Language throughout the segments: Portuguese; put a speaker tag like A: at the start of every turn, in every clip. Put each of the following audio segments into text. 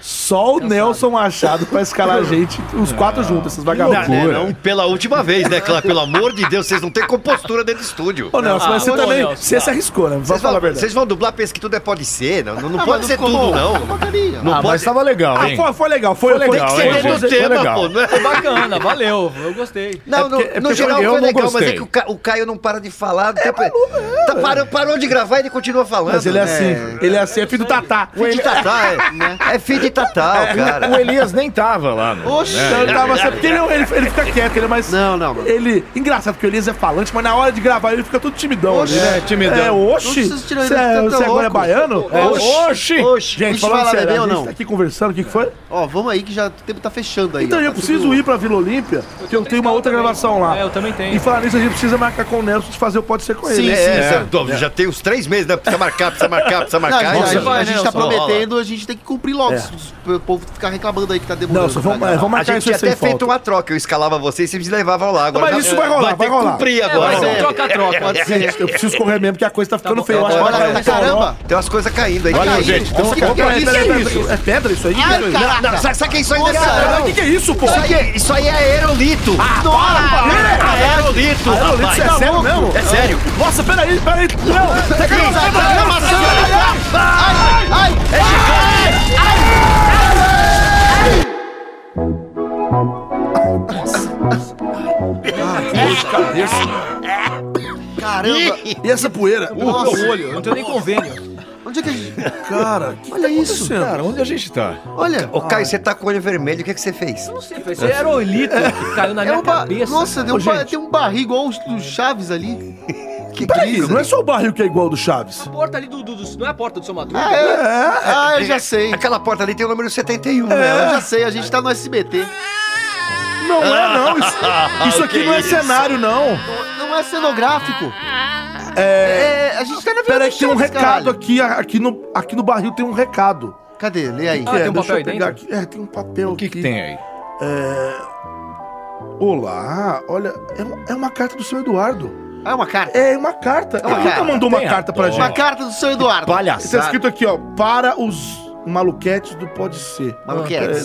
A: Só o Nelson Machado pra escalar a gente, os quatro juntos, esses vagabundos.
B: Não, né, não pela última vez, né, Clá? Pelo amor de Deus, vocês não têm compostura dentro do estúdio.
A: Ah, Ô, Nelson, mas você também. você se arriscou, né? Vamos
B: Vocês
A: falar a
B: vão,
A: verdade.
B: vocês vão dublar pensa que tudo é pode ser? Não, não, não pode ser tudo, não. Não
C: Ah,
B: pode
C: mas tava legal,
A: Ah,
C: hein?
A: foi, foi legal, foi, foi
C: legal,
A: foi-
C: hein?
B: ser
A: foi-
B: dentro do
C: foi
B: tema,
C: legal.
B: pô. Não, é?
D: Bacana, valeu, eu gostei.
B: não,
C: porque- é
B: no, no
C: porque
B: geral
C: eu
B: foi
C: não
B: legal, mas é
C: gostei.
B: que o, Ca- o Caio não para de falar. o tempo- tá, parou, parou de gravar e ele continua falando.
A: Mas ele é
B: né?
A: assim, ele é assim, é filho do Tatá.
B: Fim de tatá, é, é fim de tatá, cara.
C: O Elias nem tava lá. No,
A: Então, ele, tava assim, porque ele, ele, ele fica quieto, ele é mais.
B: Não, não, mano.
A: Ele. Engraçado, porque o Elias é falante, mas na hora de gravar ele fica todo timidão.
B: Oxi.
A: ali, né?
C: É, timidão.
A: É,
B: Não
A: oxi.
B: precisa
A: Você
B: tirar ele,
A: é-
B: tá
A: você agora é
B: louco.
A: baiano? É,
B: Oxi.
C: Oxi!
B: Oxi,
A: Gente,
B: Gente,
A: falando
B: falar
A: sério,
B: bebê
A: a
B: ou
A: gente
B: não?
A: tá aqui conversando, o que que foi?
B: Ó, vamos aí que já o tempo tá fechando aí.
A: Então, eu preciso ir pra Vila Olímpia, que eu tenho uma outra gravação lá.
D: É, eu também tenho.
A: E falar nisso, a gente precisa marcar com o Nelson de fazer o Pode Ser Com ele.
B: Sim,
A: né?
B: sim, certo. já tem uns três meses, né? Precisa marcar, precisa marcar, precisa
E: É. Não,
B: marcar.
E: a, gente,
B: Nossa,
E: a gente- a gente tá
B: Ó, ó lá.
E: prometendo, a gente tem que cumprir logo.
A: É.
E: se O povo ficar reclamando aí que tá demorando.
A: Nelson, vamos,
E: pra
A: é,
E: gravar.
A: vamos
B: A
A: marcar
B: gente
A: isso
B: tinha
A: aí
B: até
A: sem
B: feito
A: falta.
B: uma troca. Eu escalava vocês e vocês me levavam lá. Agora
A: Mas isso vai rolar, vai
B: ter
A: rolar.
B: que cumprir
D: É,
B: agora.
D: vai ser um
B: né?
D: troca-troca.
B: Pode ser.
A: Gente, eu preciso correr mesmo, porque a coisa tá ficando
D: bom,
A: feia. Eu
D: tá
A: acho
D: bom,
A: que
D: tá
A: ela
D: bom.
A: vai ficar
E: Caramba!
B: Tem umas coisas caindo aí.
C: Valeu,
B: Caindo.
C: gente.
A: um
C: Então,
B: Nossa,
C: compra aí,
B: isso
C: peraí,
B: é
C: peraí,
B: isso?
A: É pedra isso aí?
E: Ai,
A: Pedra?
E: caraca!
B: Não, sabe- sabe que isso aí não é
A: Caralho, o que,
B: isso
A: que é isso, pô?
B: aí é- isso aí é aerolito. Nossa, é aerolito.
A: Aerolito,
B: rapaz.
A: isso é sério mesmo?
B: É sério.
A: Nossa, peraí, peraí. Não, você quer
E: Ai,
A: não,
E: ai, ai, ai, ai, Caramba!
A: E essa poeira?
E: Nossa,
D: Não tenho nem convênio.
E: onde é que a gente...
A: Cara, que tá
E: Olha isso!
C: Cara, onde a gente tá?
E: Olha!
B: Ô, Caio, você tá com o olho vermelho. O que, é que você fez?
D: Não sei, foi esse aerolito que caiu na
E: É
D: minha
E: um ba...
D: cabeça.
E: Nossa, deu
A: Ô,
E: um ba-
A: gente.
E: tem um barril igual os do Chaves ali. né?
B: Que
E: tá
A: Peraí, não é só o barril que é igual ao do Chaves.
D: A porta ali do, do, do- Não é a porta do seu Madruga?
E: Ah, é? Ah, eu já sei.
B: Aquela porta ali tem o número 71,
A: É,
E: Eu
B: né?
E: já sei, a gente tá no SBT.
A: Não é, não. Isso, isso aqui
B: que
A: não é
B: isso?
A: cenário, não.
E: Não é cenográfico. É... a gente tá na
A: Peraí,
E: verdade.
A: que tem um recado aqui. a- Aqui no, aqui no barril tem um recado. É,
E: Cadê? Lê aí.
D: Ah, tem um
A: deixa
D: papel aí
A: eu pegar
D: dentro?
A: aqui. É, tem um papel
C: O que, que
A: aqui.
C: tem aí?
A: Olá, olha, é uma, é uma carta do seu Eduardo.
E: Ah, é uma carta.
A: É uma carta. Ele nunca
E: carta.
A: mandou uma
C: Tem
A: carta
C: a
A: pra
C: dó.
A: gente.
E: Uma carta do seu Eduardo.
A: Tá
C: Palhaçada.
A: escrito aqui, ó, para os maluquetes do Pode Ser.
E: Maluquetes.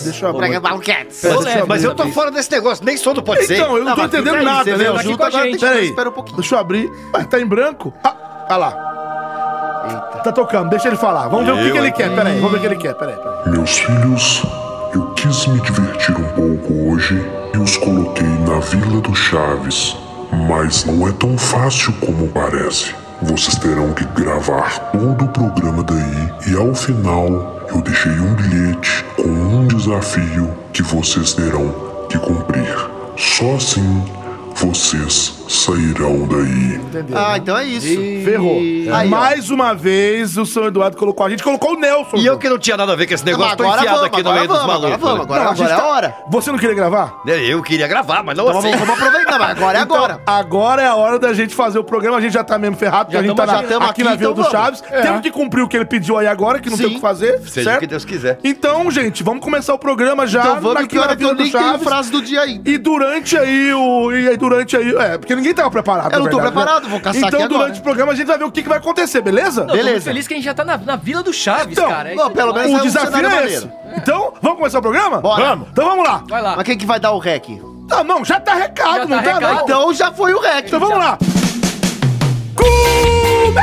A: É, deixa eu abrir.
E: Pra- Maluquetes.
A: Pera-
B: Mas, mas eu tô fora desse negócio. Nem sou do pode ser.
A: Então, eu não tô entendendo
E: fica aí,
A: nada,
E: você
A: né?
E: lembra
A: Eu
E: aqui
A: juro
E: com a
A: que agora
E: gente,
A: tem-
E: mas
A: Peraí,
E: espera um pouquinho.
A: Deixa eu abrir. Mas tá em branco? Ah, ah lá. Tá tocando, deixa ele falar. Vamos ver o que, que ele quer, peraí. Vamos ver o que ele quer, peraí. peraí.
F: Meus filhos, eu quis me divertir um pouco hoje e os coloquei na Vila do Chaves. Mas não é tão fácil como parece. Vocês terão que gravar todo o programa daí e ao final eu deixei um bilhete com um desafio que vocês terão que cumprir. Só assim vocês sairão daí.
E: Ah, então é isso.
A: Ferrou. É.
E: Aí, ó.
A: Mais uma vez, o São Eduardo colocou a gente, colocou o Nelson.
B: E eu que não tinha nada a ver com esse negócio, tô enfiado aqui no meio dos malucos.
E: Agora vamos,
B: né?
E: agora,
A: Não, a gente
E: agora é a
A: tá-
E: hora.
A: Você não queria gravar?
B: É, Eu queria gravar, mas não
E: Então
B: assim.
E: vamos, vamos aproveitar, mas agora é
A: Então,
E: agora.
A: agora é a hora da gente fazer o programa. A gente já tá mesmo ferrado, porque
D: Já
A: a gente
D: tamo-
A: tá na,
D: já
E: tamo
A: aqui,
E: aqui,
A: na Vila do
E: então vamos.
A: Chaves. Temos que cumprir o que ele pediu aí agora, que não tem o
E: Sim.
A: que fazer.
B: Seja o
A: certo?
B: que Deus quiser.
A: Então, gente, vamos começar o programa já
B: tá
E: Então vamos,
A: na-
E: que hora que eu nem tenho frase do dia ainda.
A: E durante aí o. E aí durante aí. É, porque ninguém tava preparado. na
E: Eu não tô
A: verdade,
E: preparado,
A: né?
E: vou caçar
A: Então,
E: aqui agora.
A: durante o programa, a gente vai ver o que, que vai acontecer, beleza?
D: Não, eu tô muito
E: beleza.
D: feliz que a gente já tá na, na Vila do Chaves,
A: Então,
D: cara. É
E: não,
D: isso aí,
E: pelo
D: vai.
A: o
E: menos- é um
A: desafio é
E: cenário
A: esse. Então, vamos começar o programa?
E: Bora.
A: Vamos. Então vamos lá.
D: Vai lá.
E: Mas quem que vai dar o rec?
A: Tá, não, já tá recado,
D: Já
A: não
D: tá
A: tá?
D: recado.
A: não?
E: Então já foi o rec.
A: Então vamos lá! Começa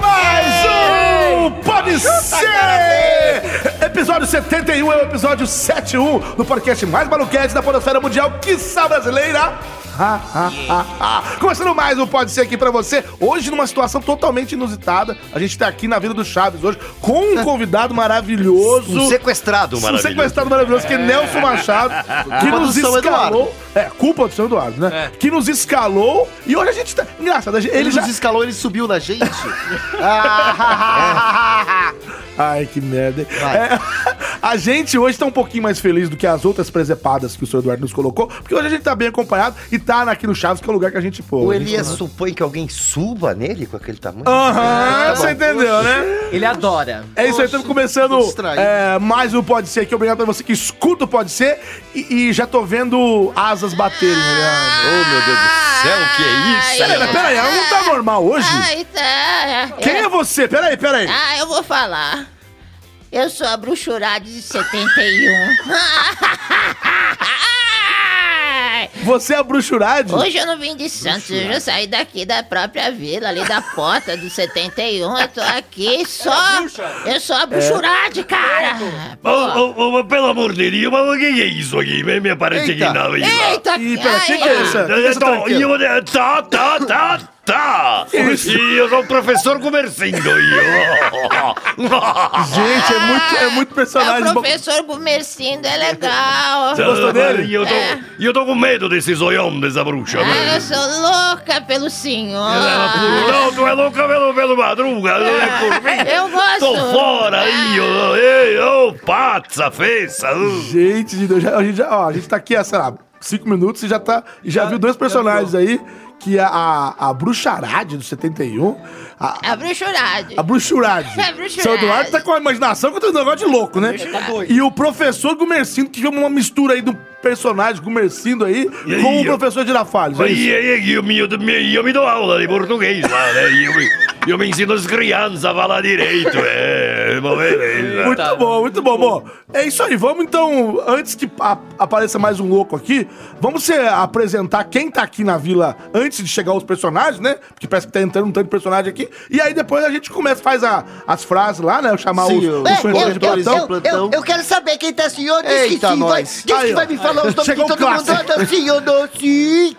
A: mais um Pode Ser! Episódio 71 é o episódio 71 do podcast mais maluquete da podosfera mundial, quiçá brasileira. Ha, ha, ha, ha. Começando mais um Pode Ser aqui pra você, hoje numa situação totalmente inusitada. A gente tá aqui na Vila do Chaves hoje com um convidado maravilhoso.
B: Um sequestrado,
A: Um
B: maravilhoso.
A: sequestrado maravilhoso que é Nelson Machado, que
E: Culpa
A: nos
E: do São
A: escalou. É, culpa do seu Eduardo, né? Que nos escalou e hoje a gente tá. Engraçado, a gente- ele
E: Ele
A: já.
E: nos escalou, ele subiu na gente. Ah,
A: Ai, que merda. hein?
E: Vai.
A: É, A gente hoje tá um pouquinho mais feliz do que as outras presepadas que o senhor Eduardo nos colocou, porque hoje a gente tá bem acompanhado e tá naquele Chaves, que é o lugar que a gente pô.
B: O
A: a gente-
B: Elias supõe que alguém suba nele com aquele tamanho?
A: Aham,
E: É,
A: você entendeu, né?
D: Ele adora.
A: É isso aí, estamos começando
E: tô distraído.
A: é, mais um Pode Ser aqui. Obrigado pra você que escuta o Pode Ser. E, e já tô vendo asas baterem, né?
G: Oh, meu Deus
H: Ah,
G: do céu, o que é isso?
A: Peraí, mas peraí, ela não tá normal hoje?
H: Ai, tá.
A: Quem é você? Peraí, peraí.
H: Ah, eu vou falar. Eu sou a Bruxurade de 71. Ai,
A: Você é a Bruxurade?
H: Hoje eu não vim de Santos, hoje eu saí daqui da própria vila, ali da porta do 71. Eu tô aqui só. Eu sou a
A: É.
H: Bruxurade, cara.
G: pelo amor de Deus, mas o que é isso aqui? Me, me aparece
E: Eita.
G: aqui na
H: Eita,
A: Ih, peraí, o que, que é
H: ai,
A: essa? essa
G: Então,
A: tranqueira?
G: é eu, tá, tá, tá, tá.
A: Isso.
G: E eu sou o professor Comercindo. e-
A: Gente, é muito, é muito
H: É
A: personagem.
H: o
A: bom.
H: professor Gumercindo, é legal.
A: gostou dele?
G: E eu tô, e eu tô com medo desse zoião dessa bruxa.
H: Ah,
G: né?
H: eu sou louca pelo senhor.
G: Não, tu é louca pelo, pelo
I: Ah,
G: madruga, não é por mim.
H: Eu gosto.
G: Tô fora aí, ô, ei, ô, patsa, uh. feça. ô.
A: Gente de Deus, já- a gente já, ó, a gente tá aqui há, sei lá, cinco minutos e já, tá, e já viu dois personagens aí, que é a, a Bruxarade do 71, a,
H: A bruxurade.
A: A bruxurade.
H: A bruxurade.
A: Seu Eduardo tá com a imaginação que eu um negócio de louco, né?
D: Tá doido.
A: E o professor Gumercindo, que chama uma mistura aí do personagem Gumercindo aí
G: E aí,
A: com o
G: eu-
A: professor Girafales. é
G: E
A: isso?
G: aí, eu me, eu, me, eu me dou aula de português lá, né? E eu, me- eu me ensino as crianças a falar direito, é. uma beleza.
A: Muito bom, Tá. muito bom. Bom, é isso aí. Vamos então, antes que a- apareça mais um louco aqui, vamos se apresentar quem tá aqui na vila antes de chegar os personagens, né? Porque parece que tá entrando um tanto de personagem aqui. E aí depois a gente começa, faz a- as frases lá, né? Chamar
E: Sim,
A: os,
E: eu-
A: os
E: É,
A: personagens de
E: eu-
A: plantão.
E: eu- plantão.
B: quero saber quem tá senhor. Diz
E: Eita,
B: vai,
E: nós.
B: diz que
A: Aí, ó.
B: vai me falar os nomes de
A: Chegou o
B: todo mundo.
A: clássico.
B: Anda, sim, eu dou sim.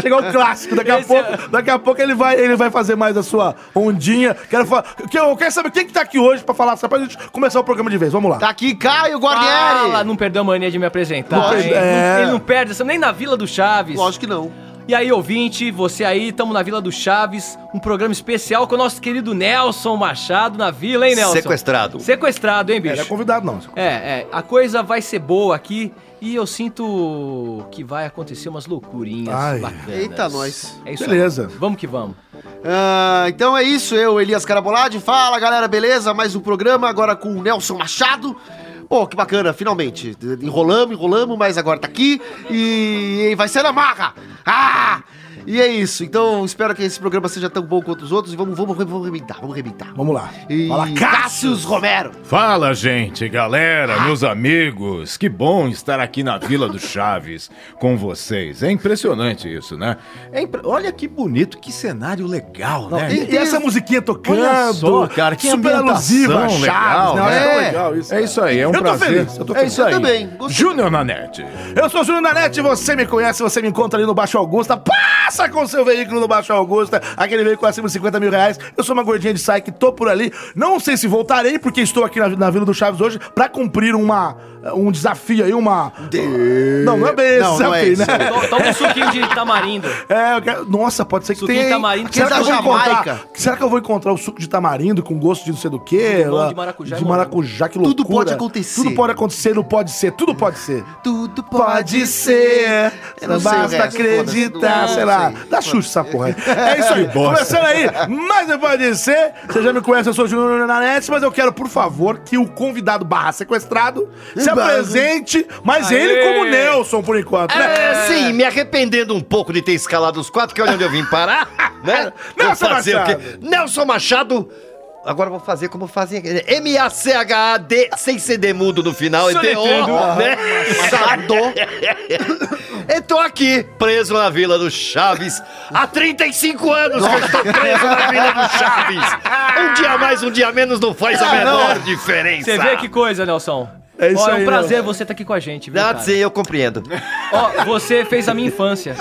A: Chegar o clássico, daqui a
E: é
A: pouco, daqui a pouco ele vai, ele vai fazer mais a sua ondinha. Quero falar, que eu quero saber quem que tá aqui hoje pra falar, só pra gente começar o programa de vez. Vamos lá.
E: Tá aqui Caio Guarnieri.
D: Fala, não perdeu a mania de me apresentar.
A: Não
D: hein?
A: perde- é.
D: Ele não perde essa nem na Vila do Chaves.
E: Lógico que não.
D: E aí, ouvinte, você aí, tamo na Vila do Chaves, um programa especial com o nosso querido Nelson Machado na vila, hein, Nelson?
B: Sequestrado.
D: Sequestrado, hein,
A: É, Não é
D: bicho?
A: convidado, não.
D: É, é, a coisa vai ser boa aqui e eu sinto que vai acontecer umas loucurinhas
A: Ai.
D: bacanas.
E: Eita, nós.
D: É isso
A: Beleza.
D: aí. Vamos que vamos.
E: Ah, então é isso, eu, Elias Carabolade. Fala galera, beleza? Mais um programa agora com o Nelson Machado. Pô, que bacana, finalmente. Enrolamos, enrolamos, mas agora tá aqui e vai ser na marra. Ah! E é isso, então espero que esse programa seja tão bom quanto os outros e vamos, vamos, vamos rebentar, vamos rebentar.
A: Vamos lá.
E: E
A: Fala,
E: Cássius Romero.
G: Fala, gente, galera, meus amigos. Que bom estar aqui na Vila do Chaves com vocês. É impressionante isso, né? É impre- Olha que bonito, que cenário legal, né?
A: É, E, e essa musiquinha tocando.
G: Olha só, cara, que ambientação
A: Chaves,
G: legal,
A: né? Eu acho
E: né?
A: tão
E: É.
A: legal isso.
G: É isso aí, é um
A: Eu tô
G: prazer.
A: feliz, eu tô
G: é
A: feliz.
G: isso aí.
E: Eu também, gostei.
G: Júnior Nanete.
A: Eu sou o Júnior Nanete, você me conhece, você me encontra ali no Baixo Augusta. Passa com seu veículo no Baixo Augusta, aquele veículo acima de 50 mil reais. Eu sou uma gordinha de saia que tô por ali. Não sei se voltarei, porque estou aqui na, na Vila do Chaves hoje pra cumprir uma, um desafio aí, uma. Não, não é bem esse
E: Não, não é
A: desafio,
E: isso.
A: né?
D: To- Toma um suquinho de tamarindo.
A: É, eu quero- nossa, pode ser que
D: Suquinho
A: tenha. hein?
D: tamarindo,
A: será, que eu
E: que é
A: vou
E: da
A: encontrar,
E: Jamaica.
A: será que eu vou encontrar o suco de tamarindo com gosto de não sei do quê?
D: Limão
A: lá-
D: de maracujá
A: De
D: e morango.
A: maracujá, que loucura.
E: é Tudo pode acontecer.
A: Tudo pode acontecer, não pode ser. Tudo pode ser.
E: Tudo
A: Pode ser,
E: Eu não sei o
A: basta
E: resto,
A: acreditar,
E: foda-se.
A: sei lá.
E: Não sei.
A: Dá Xuxa essa porra aí. É isso aí, começando aí, mais um Pode Ser. Você já me conhece, eu sou o Júnior Nanete, mas eu quero, por favor, que o convidado barra sequestrado se apresente, mas ele como Nelson, por enquanto, né?
B: Sim, me arrependendo um pouco de ter escalado os
E: é
B: quatro, que olha onde eu vim parar, né?
A: Nelson
B: Vou fazer o quê?
A: Machado.
B: Nelson Machado. Agora eu vou fazer como fazem. M-A-C-H-A-D, sem ser demudo no final, e D-O, né? Machado. eu tô aqui, preso na Vila do Chaves, há 35 anos que eu estou preso na Vila do Chaves. Um dia mais, um dia menos não faz a menor diferença.
D: Você vê que coisa, Nelson.
A: É isso
D: Ó, é um
A: aí,
D: prazer você estar aqui com a gente, viu,
B: Ah,
D: cara?
B: sim, eu compreendo.
D: Ó, você fez a minha infância.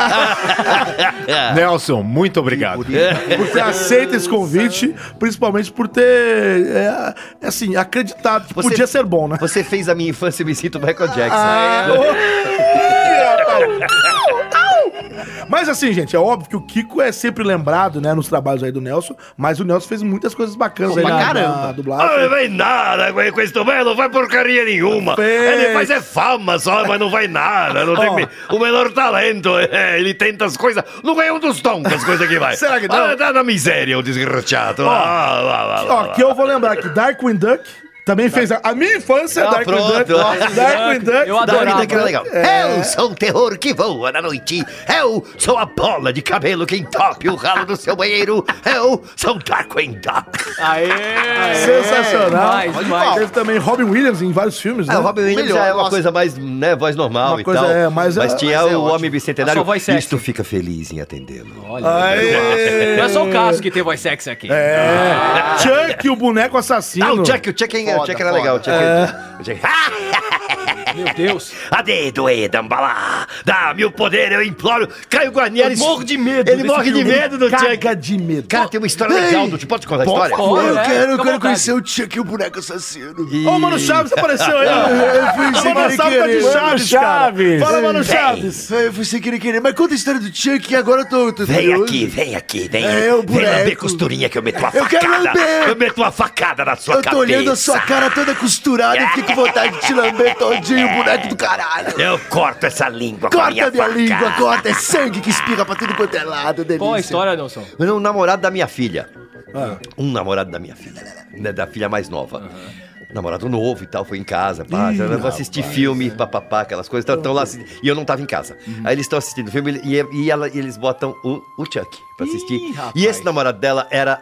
G: Nelson, muito obrigado.
A: Por ter aceito esse convite, principalmente por ter, é, assim, acreditado que
B: Você-
A: podia ser bom, né?
B: Você
E: Ah,
B: É fez a minha infância e me sinto Michael Jackson.
A: Ah, ô, rapaz. Au, au. Mas assim, gente, é óbvio que o Kiko é sempre lembrado, né, nos trabalhos aí do Nelson, mas o Nelson fez muitas coisas bacanas aí
J: pra
A: na,
J: caramba.
A: na
B: Ah, não
A: dublagem.
B: vai nada com com esse tamanho, não vai porcaria nenhuma.
A: Fez.
B: Ele faz é fama só, mas não vai nada. Não tem
A: Ó.
B: me- o menor talento. é, ele tenta as coisas. Não ganha um tostão com as coisas que vai.
A: Será que não?
B: Ah, tá na miséria, o desgraçado. Ah, lá, lá, lá,
A: Ó,
B: lá.
A: que eu vou lembrar que Darkwing Duck também fez a, a minha infância,
B: Ah,
A: Darkwing
B: pronto.
A: Duck. Darkwing Duck.
D: Eu
B: Da
D: adorava.
B: vida que era legal.
G: É.
A: É.
B: Eu sou um terror que voa na noite. Eu sou a bola de cabelo que entope o ralo do seu banheiro. Eu sou um o Darkwing Duck.
D: Aê!
A: É, Sensacional.
D: Demais, demais.
A: Teve também Robin Williams em vários filmes, né?
B: É, o Robin Williams
J: Melhor,
B: já é uma
J: nossa.
B: coisa mais, né, voz normal
A: Uma
B: e
A: coisa,
B: tal.
A: é, mas é-
B: tinha
J: mas é
B: o
J: ótimo.
B: Homem
D: A
B: Bicentenário.
D: sua voz sexy.
B: Isto fica feliz em atendê-lo.
D: Olha, não é só o Cássio que tem voz sexy aqui.
A: É. Chuck, o boneco assassino.
B: Ah, o Jack, o Jack,
G: é-
B: hein, o
J: Foda,
B: Jack era
J: foda.
B: legal. O Jack, o Jack. Ah!
D: Meu Deus.
B: Ade, doe, dambalá. Dá-me o poder, eu imploro. Caio Guarnieri.
D: Eu morro de medo
B: Ele
D: desse
B: morre de
D: filme.
B: medo do Jack.
A: Caga de medo.
B: Cara, tem uma história legal do tipo. Pode contar a história?
D: favor.
J: eu quero,
D: é,
J: eu
D: fica à
J: quero
D: vontade.
J: conhecer o Chuck e o boneco assassino.
A: Ô, Mano Chaves apareceu aí.
J: fui sem
A: O Mano Chaves
J: querer
A: tá de
J: querer.
A: Chaves,
K: Chaves.
A: cara. Fala, Mano Chaves.
J: Ah, Eu fui sem querer querer, mas conta a história do Chuck e agora eu tô, tô
B: Vem
J: curioso.
B: aqui, vem aqui, vem.
J: É, o
B: vem lamber
J: boneco.
B: costurinha que eu meto uma
J: Eu
B: facada.
J: quero lamber.
B: Eu meto uma facada na sua
J: Eu tô
B: cabeça.
J: olhando a sua cara toda costurada e fiquei com vontade de te lamber todinho, boneco do caralho.
B: Eu corto essa língua com a minha
J: Corta minha
B: faca.
J: língua, corta, é sangue que espirra pra tudo quanto é lado, delícia.
D: Qual a
E: então.
D: história, Nelson?
B: Um namorado da minha filha. Um namorado da minha filha. né, Da filha mais nova. Um Namorado novo e tal, foi em casa, pá, eu vou assistir filme, papapá, aquelas coisas, então, tão lá assistindo, e eu não tava em casa. Aí eles estão assistindo filme e, e ela- e eles botam o, o Chuck pra assistir. e esse namorado dela era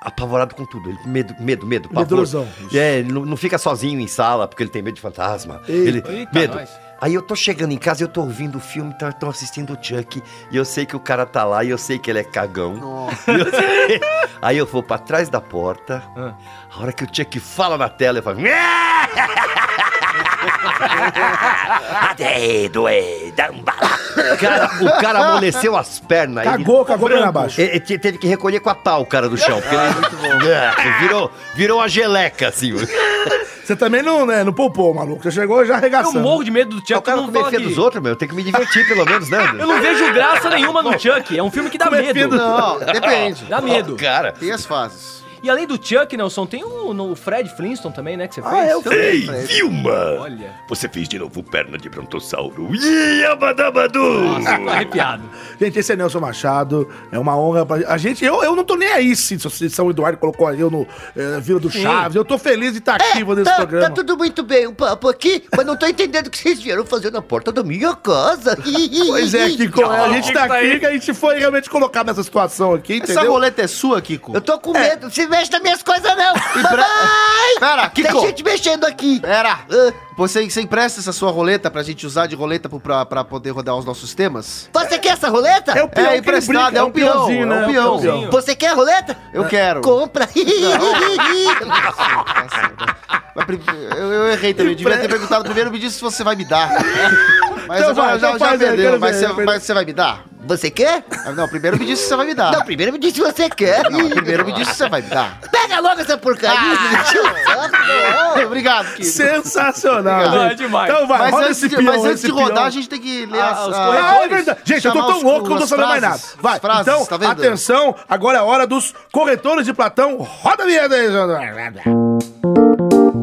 B: apavorado com tudo, ele, medo, medo, medo, pavor.
A: Medrosão.
B: É, ele não, não fica sozinho em sala, porque ele tem medo de fantasma. Ele,
D: Eita,
B: medo.
D: nós.
B: Aí eu tô chegando em casa, eu tô ouvindo o filme, tá, tô, tô assistindo o Chuck, e eu sei que o cara tá lá, e eu sei que ele é cagão. E eu sei- Aí eu vou pra trás da porta, a hora que o Chuck fala na tela, eu falo... Adê, doê, dambala. Cara, um o cara amoleceu as pernas. ele-
A: Cagou, cagou bem abaixo.
B: ele, ele te- teve que recolher com a pau o cara do chão, porque ele
D: Ah,
B: É, virou, virou uma geleca, assim.
A: Você também não, né, não poupou, maluco. Você chegou já
D: Eu
A: arregaçando.
D: morro de medo do
B: É o
D: Chuck.
B: cara
D: Eu não,
B: comer
D: fala
B: fé
D: que...
B: dos outros, meu. Tem que me divertir, pelo menos, né?
D: eu não vejo graça nenhuma no Chuck. É um filme que dá medo.
J: Não, depende.
D: Dá medo.
B: Cara,
J: Tem as fases.
D: E além do Chuck, Nelson, tem o, no- o Fred Flintstone também, né? Que você fez.
A: Ah, eu
J: Também,
B: ei,
J: Fred.
B: Vilma!
D: Olha.
B: Você fez de novo perna de brontossauro. Ih, abadabadu!
D: Tô arrepiado.
A: Gente, esse é Nelson Machado. É uma honra pra a gente. Eu, eu não tô nem aí se, se São Eduardo colocou eu no eh, Vila do Chaves. Eu tô feliz de estar
J: É,
A: ativo nesse
E: tá, tá
A: programa.
E: tudo muito bem, o papo aqui, mas não tô entendendo o que vocês vieram fazer na porta da minha casa.
A: Pois é, Kiko, a gente
D: que
A: tá
D: que tá
A: aqui
D: aí?
A: que a gente foi realmente colocado nessa situação aqui,
J: Essa
A: entendeu?
J: roleta é sua, Kiko? É.
E: Eu tô com medo, se mexe nas minhas coisas não.
J: pra-
E: Mamãe!
J: Pera, Kiko!
E: Tem gente mexendo aqui.
J: Pera!
E: Ah,
J: Você, você empresta essa sua roleta pra gente usar de roleta pro- pra, pra poder rodar os nossos temas?
E: Você quer essa roleta?
A: É o peão
J: É
A: que ele
J: emprestado,
A: brinca,
J: é um peão,
A: peãozinho,
J: é um
A: né?
J: peão.
A: peãozinho.
E: Você quer a roleta?
J: Eu quero. tá
E: Compra.
J: Mas prim- eu, eu errei também, devia ter perguntado primeiro, me disse se você vai me dar. Mas
A: Então vai,
J: agora já,
A: então
J: já
A: faz aí,
J: perdeu,
A: quero
J: mas
A: ver,
J: você,
A: eu perdi.
J: mas você vai me dar?
E: Você quer?
J: Ah, Não, primeiro me disse se você vai me dar.
E: Não, primeiro me diz se você quer.
J: Não, primeiro me disse se você vai me dar. Ah,
E: Pega logo essa porcaria.
J: Obrigado, Kiko.
A: Sensacional,
D: Obrigado.
A: gente.
D: É demais.
A: Então vai,
J: Mas
A: roda
J: antes,
A: esse
J: de-
A: peão,
J: mas antes
A: esse
J: de rodar,
A: peão.
J: a gente tem que ler
D: Ah,
J: as,
D: os
J: as-
D: corretores.
A: Ah, é verdade. Gente, eu tô
J: chamar
A: tão
J: os-
A: louco que eu não tô
J: as
A: sabendo mais nada.
J: frases,
A: Vai,
J: as frases,
A: então,
J: tá vendo?
A: atenção, agora é a hora dos corretores de Platão. Roda a vinheta aí, Sandra.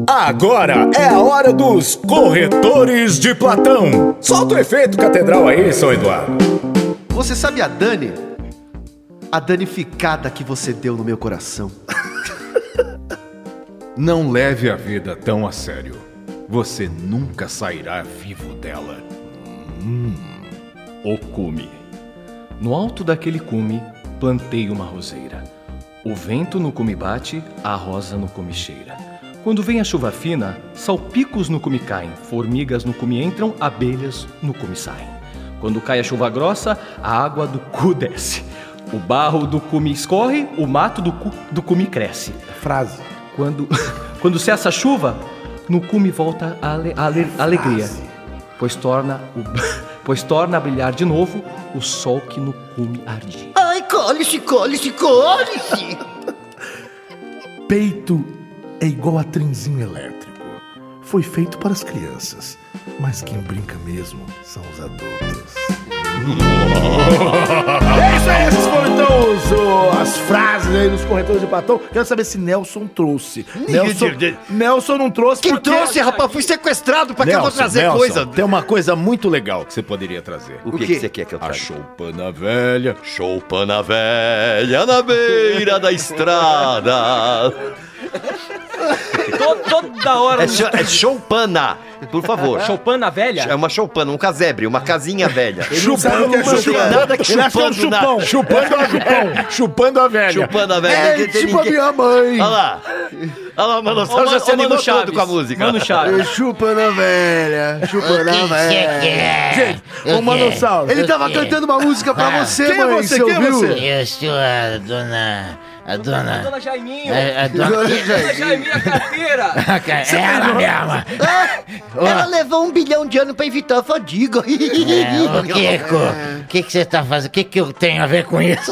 K: Agora é a hora dos corretores de Platão. Solta o efeito catedral aí, São Eduardo.
J: Você sabe a Dani? A danificada que você deu no meu coração.
L: Não leve a vida tão a sério. Você nunca sairá vivo dela.
K: Hum,
D: O cume. No alto daquele cume, plantei uma roseira. O vento no cume bate, a rosa no cume cheira. Quando vem a chuva fina, salpicos no cume caem, formigas no cume entram, abelhas no cume saem. Quando cai a chuva grossa, a água do cu desce. O barro do cume escorre, o mato do, cu, do cume cresce.
A: Frase.
D: Quando, quando cessa a chuva, no cume volta a, ale- a ale- a alegria, pois torna, o, pois torna a brilhar de novo o sol que no cume ardia.
E: Ai, cole-se, cole-se, cole-se.
A: Peito é igual a trenzinho elétrico. Foi feito para as crianças, mas quem brinca mesmo são os adultos. É isso aí, esses foram então os- o- as frases aí dos corretores de Platão. Quero saber se Nelson trouxe. Nelson, Nelson não trouxe
B: Que
A: porque... é
B: trouxe, rapaz? Fui sequestrado pra que eu vou trazer
K: Nelson,
B: coisa?
K: Tem uma coisa muito legal que você poderia trazer.
B: O que, que você quer que eu
K: A
B: traga?
K: choupana velha.
B: Choupana velha na beira da estrada.
D: Todo- Toda hora.
B: É, cho- é choupana, por favor.
D: Choupana velha?
B: É uma choupana, um casebre, uma casinha velha.
A: Chupando o que é
B: Não tem
A: chupando.
B: nada que um chupando na...
K: Chupando
B: É
K: a chupão. Chupando a velha.
B: Chupana velha.
A: É,
B: ninguém tem
A: tipo a
B: ninguém-
A: minha mãe.
B: Olha lá. Olha lá, mano,
D: Ô,
B: só já
D: Mano-
B: se
D: ô, Mano
B: animou todo
D: Chaves.
B: com a música.
D: Mano Chaves.
J: Chupando a velha, chupando a velha.
I: É,
A: Gente,
I: Eu
A: o Manossauro.
J: É, Ele
E: É.
J: tava cantando uma música
E: Ah.
J: pra você,
A: Quem é
J: mãe,
A: você?
J: você
A: Quem é
J: ouviu?
A: você?
I: Eu sou a dona. A dona. é,
D: Dona
G: É.
D: Jaiminho.
I: A, a dona.
D: Dona Jaiminho, a carteira.
I: É ela mesma.
H: Ela levou um bilhão de anos pra evitar a fadiga.
I: É, ô Kiko, o que que você tá fazendo? O que que eu tenho a ver com isso?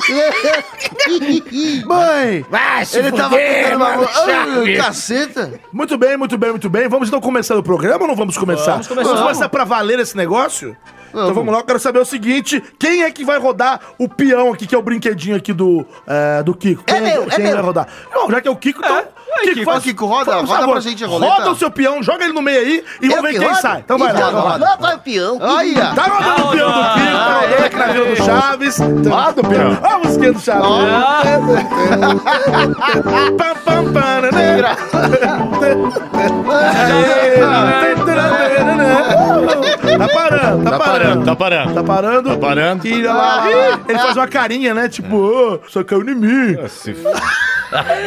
J: Mãe!
I: Vai, se
J: Ele tava
I: fuder,
J: cantando uma
I: mano,
J: música.
I: Chaves.
J: Caceta!
A: Muito bem, muito bem, muito bem. Vamos então começar o programa ou não vamos começar? Vamos começar. Vamos começar pra valer esse negócio? Então vamos lá, eu quero saber o seguinte: quem é que vai rodar o peão aqui, que é o brinquedinho aqui do, é, do Kiko? Quem,
H: meu,
A: quem
H: é meu.
A: vai rodar? Não, já que é o Kiko, então.
J: Kiko, ó, Kiko, roda-
A: faz um
J: roda
A: favor,
J: pra gente a roleta.
A: Roda o seu peão, joga ele no meio aí e
H: Eu
A: vamos ver
H: que
A: quem
H: rodo?
A: sai. Então vai lá,
H: Então,
A: roda.
H: lá vai o peão.
J: Aí, ó.
A: Tá rodando o peão do Kiko, tá rodando aqui na Vila do Chaves. Tá do peão. Ó a musiquinha do Chaves. Pam, pam, pam, né, né? Tá parando, tá parando.
K: Tá parando.
A: Tá parando.
K: Tá parando.
A: E olha lá. Ih, Ele faz uma carinha, né? Tipo, ô, só caiu em mim.
K: Se f-
A: Vai.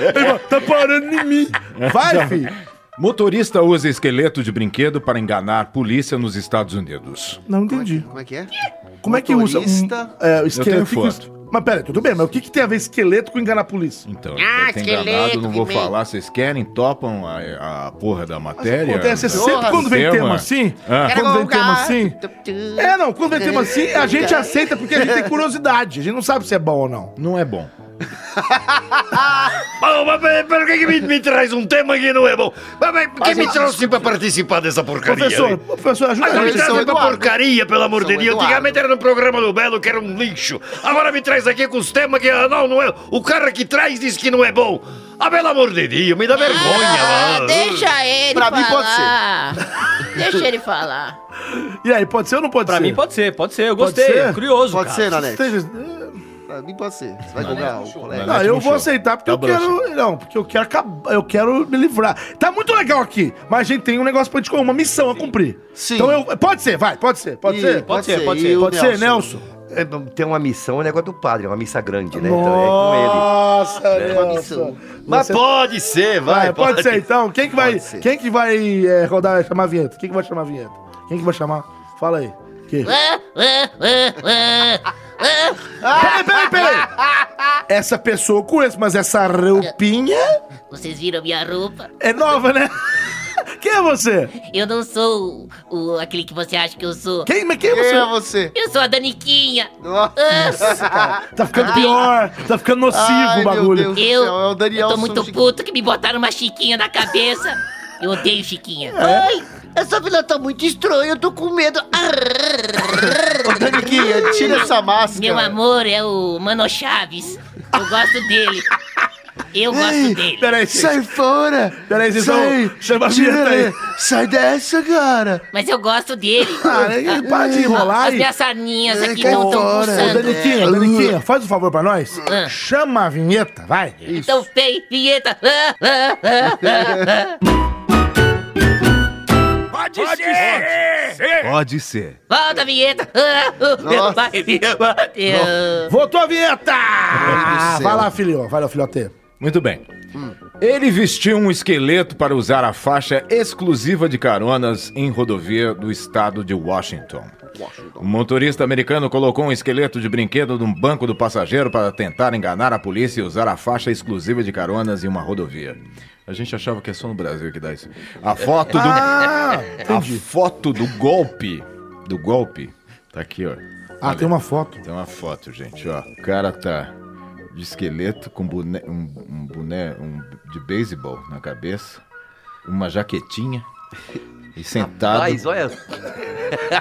A: Ele fala, Tá parando em mim.
K: É.
A: Vai, filho.
K: Motorista usa esqueleto de brinquedo para enganar polícia nos Estados Unidos.
A: Não entendi.
J: Como é que é?
A: Como é que usa? Um,
J: Motorista.
A: é, o
K: Eu tenho
A: esqueleto. fica-
K: foto.
A: Mas pera, tudo bem, mas o que, que tem a ver esqueleto com enganar a polícia?
K: Então,
I: Ah,
K: eu tô enganado,
I: esqueleto,
K: não vou
I: que meio.
K: falar. Vocês querem? Topam a, a porra da matéria?
A: é Acontece
K: Da-
A: sempre quando vem tema assim.
K: Ah.
A: Quando vem tema assim. É, não, quando vem tema assim, a gente aceita porque a gente tem curiosidade. A gente não sabe se é bom ou não.
K: Não é bom.
B: Bom, mas pe- pelo que, que me, me traz um tema que não é bom? Mas, mas quem me trouxe pra participar dessa porcaria?
A: Professor,
B: hein?
A: professor, ajuda
B: Mas
A: a
B: não me
A: gente.
J: São
B: traz uma
J: Eduardo.
B: porcaria, pelo amor
J: São
B: de Deus.
J: Eduardo.
B: Antigamente era no programa do Belo que era um lixo. Agora me traz aqui com os temas que. ah, Não, não é. O cara que traz diz que não é bom. Ah, pelo amor de Deus, me dá vergonha.
I: Ah,
B: mano.
I: deixa ele
J: Pra mim pode
I: falar. Deixa ele falar.
A: E aí, pode ser ou não pode
D: Pra
A: ser?
D: mim pode né? ser, pode ser. Eu
A: Pode
D: gostei.
A: ser?
D: Curioso,
J: Pode
D: cara.
J: ser, Nanete.
A: Esteja-
J: Pra mim pode ser. Você vai cobrar o
D: Tá
J: colega.
A: Não,
K: Nanete
A: eu
K: no
A: vou
K: show.
A: aceitar porque
K: Tá
A: eu quero. Não, porque eu quero acabar. Eu quero me livrar. Tá muito legal aqui, mas a gente tem um negócio pra gente uma missão a cumprir.
J: Sim.
A: Então eu. Pode ser, vai, pode ser, pode
J: Ih,
A: ser.
D: pode ser, pode
J: E
D: ser.
J: o
A: Pode ser, Nelson.
B: É, Tem uma missão, é um negócio do padre, é uma missa grande, né?
J: Então, é
A: Nossa, Nelson.
J: missão.
B: Mas pode ser, vai,
A: Vai, pode, ser então. Quem que vai,
J: Pode ser.
A: quem que vai é, rodar, chamar a vinheta? Quem que vai chamar a vinheta? Quem que vai chamar? Fala aí. Que?
I: Ah, ah, ah, ah, ah.
A: Peraí, peraí, peraí. Essa pessoa eu conheço, mas essa roupinha
I: Vocês viram minha roupa?
A: é nova, né? Quem é você?
I: Eu não sou o, o- aquele que você acha que eu sou.
A: Quem, mas quem é
J: Quem é
A: você?
J: você?
I: Eu sou a Daniquinha.
J: Nossa,
I: Ah,
A: Tá ficando pior, tá ficando nocivo
J: Ai,
A: o
J: meu
A: bagulho.
J: Deus.
I: eu,
J: céu, é o Danielson
I: eu tô muito
J: Chiquinha.
I: puto que me botaram uma chiquinha na cabeça. Eu odeio chiquinha.
J: É?
H: Ai, essa vila tá muito estranha, eu tô com medo. Arrrr.
J: Daniquinha, tira essa máscara.
I: Meu amor é o Mano Chaves. Eu gosto dele. Eu gosto dele.
A: Peraí,
J: Sai fora!
A: Peraí, vocês
J: sai,
A: vão- chama a vinheta
J: tira,
A: aí.
J: Sai dessa, cara!
I: Mas eu gosto dele.
H: Ah, é
A: cara, ele para de enrolar
I: As
A: e...
I: minhas sarninhas
J: Ai,
I: aqui
J: cai
I: não estão
J: fora.
A: Ô,
I: pulsando.
A: Daniquinha, Daniquinha, faz um favor pra nós.
I: Ah.
A: Chama a vinheta, vai.
I: Então, fei, vinheta. Ah, ah, ah, ah, ah.
K: Pode, ser. Pode ser.
I: Volta a vinheta. Ah, ah, meu pai, meu pai. Ah.
A: Voltou a vinheta!
J: Deus do céu.
A: Ah, Vai lá, filho, vai lá, filhote.
K: Muito bem. Ele vestiu um esqueleto para usar a faixa exclusiva de caronas em rodovia do estado de Washington. O motorista americano colocou um esqueleto de brinquedo num banco do passageiro para tentar enganar a polícia e usar a faixa exclusiva de caronas em uma rodovia. A gente achava que é só no Brasil que dá isso. A foto do,
A: Ah,
K: a foto do golpe, do golpe, tá aqui, ó.
A: ah, tem uma foto.
K: Tem uma foto, gente, ó. O cara tá de esqueleto com boné, um, um boné um de beisebol na cabeça, uma jaquetinha e sentado
B: olha.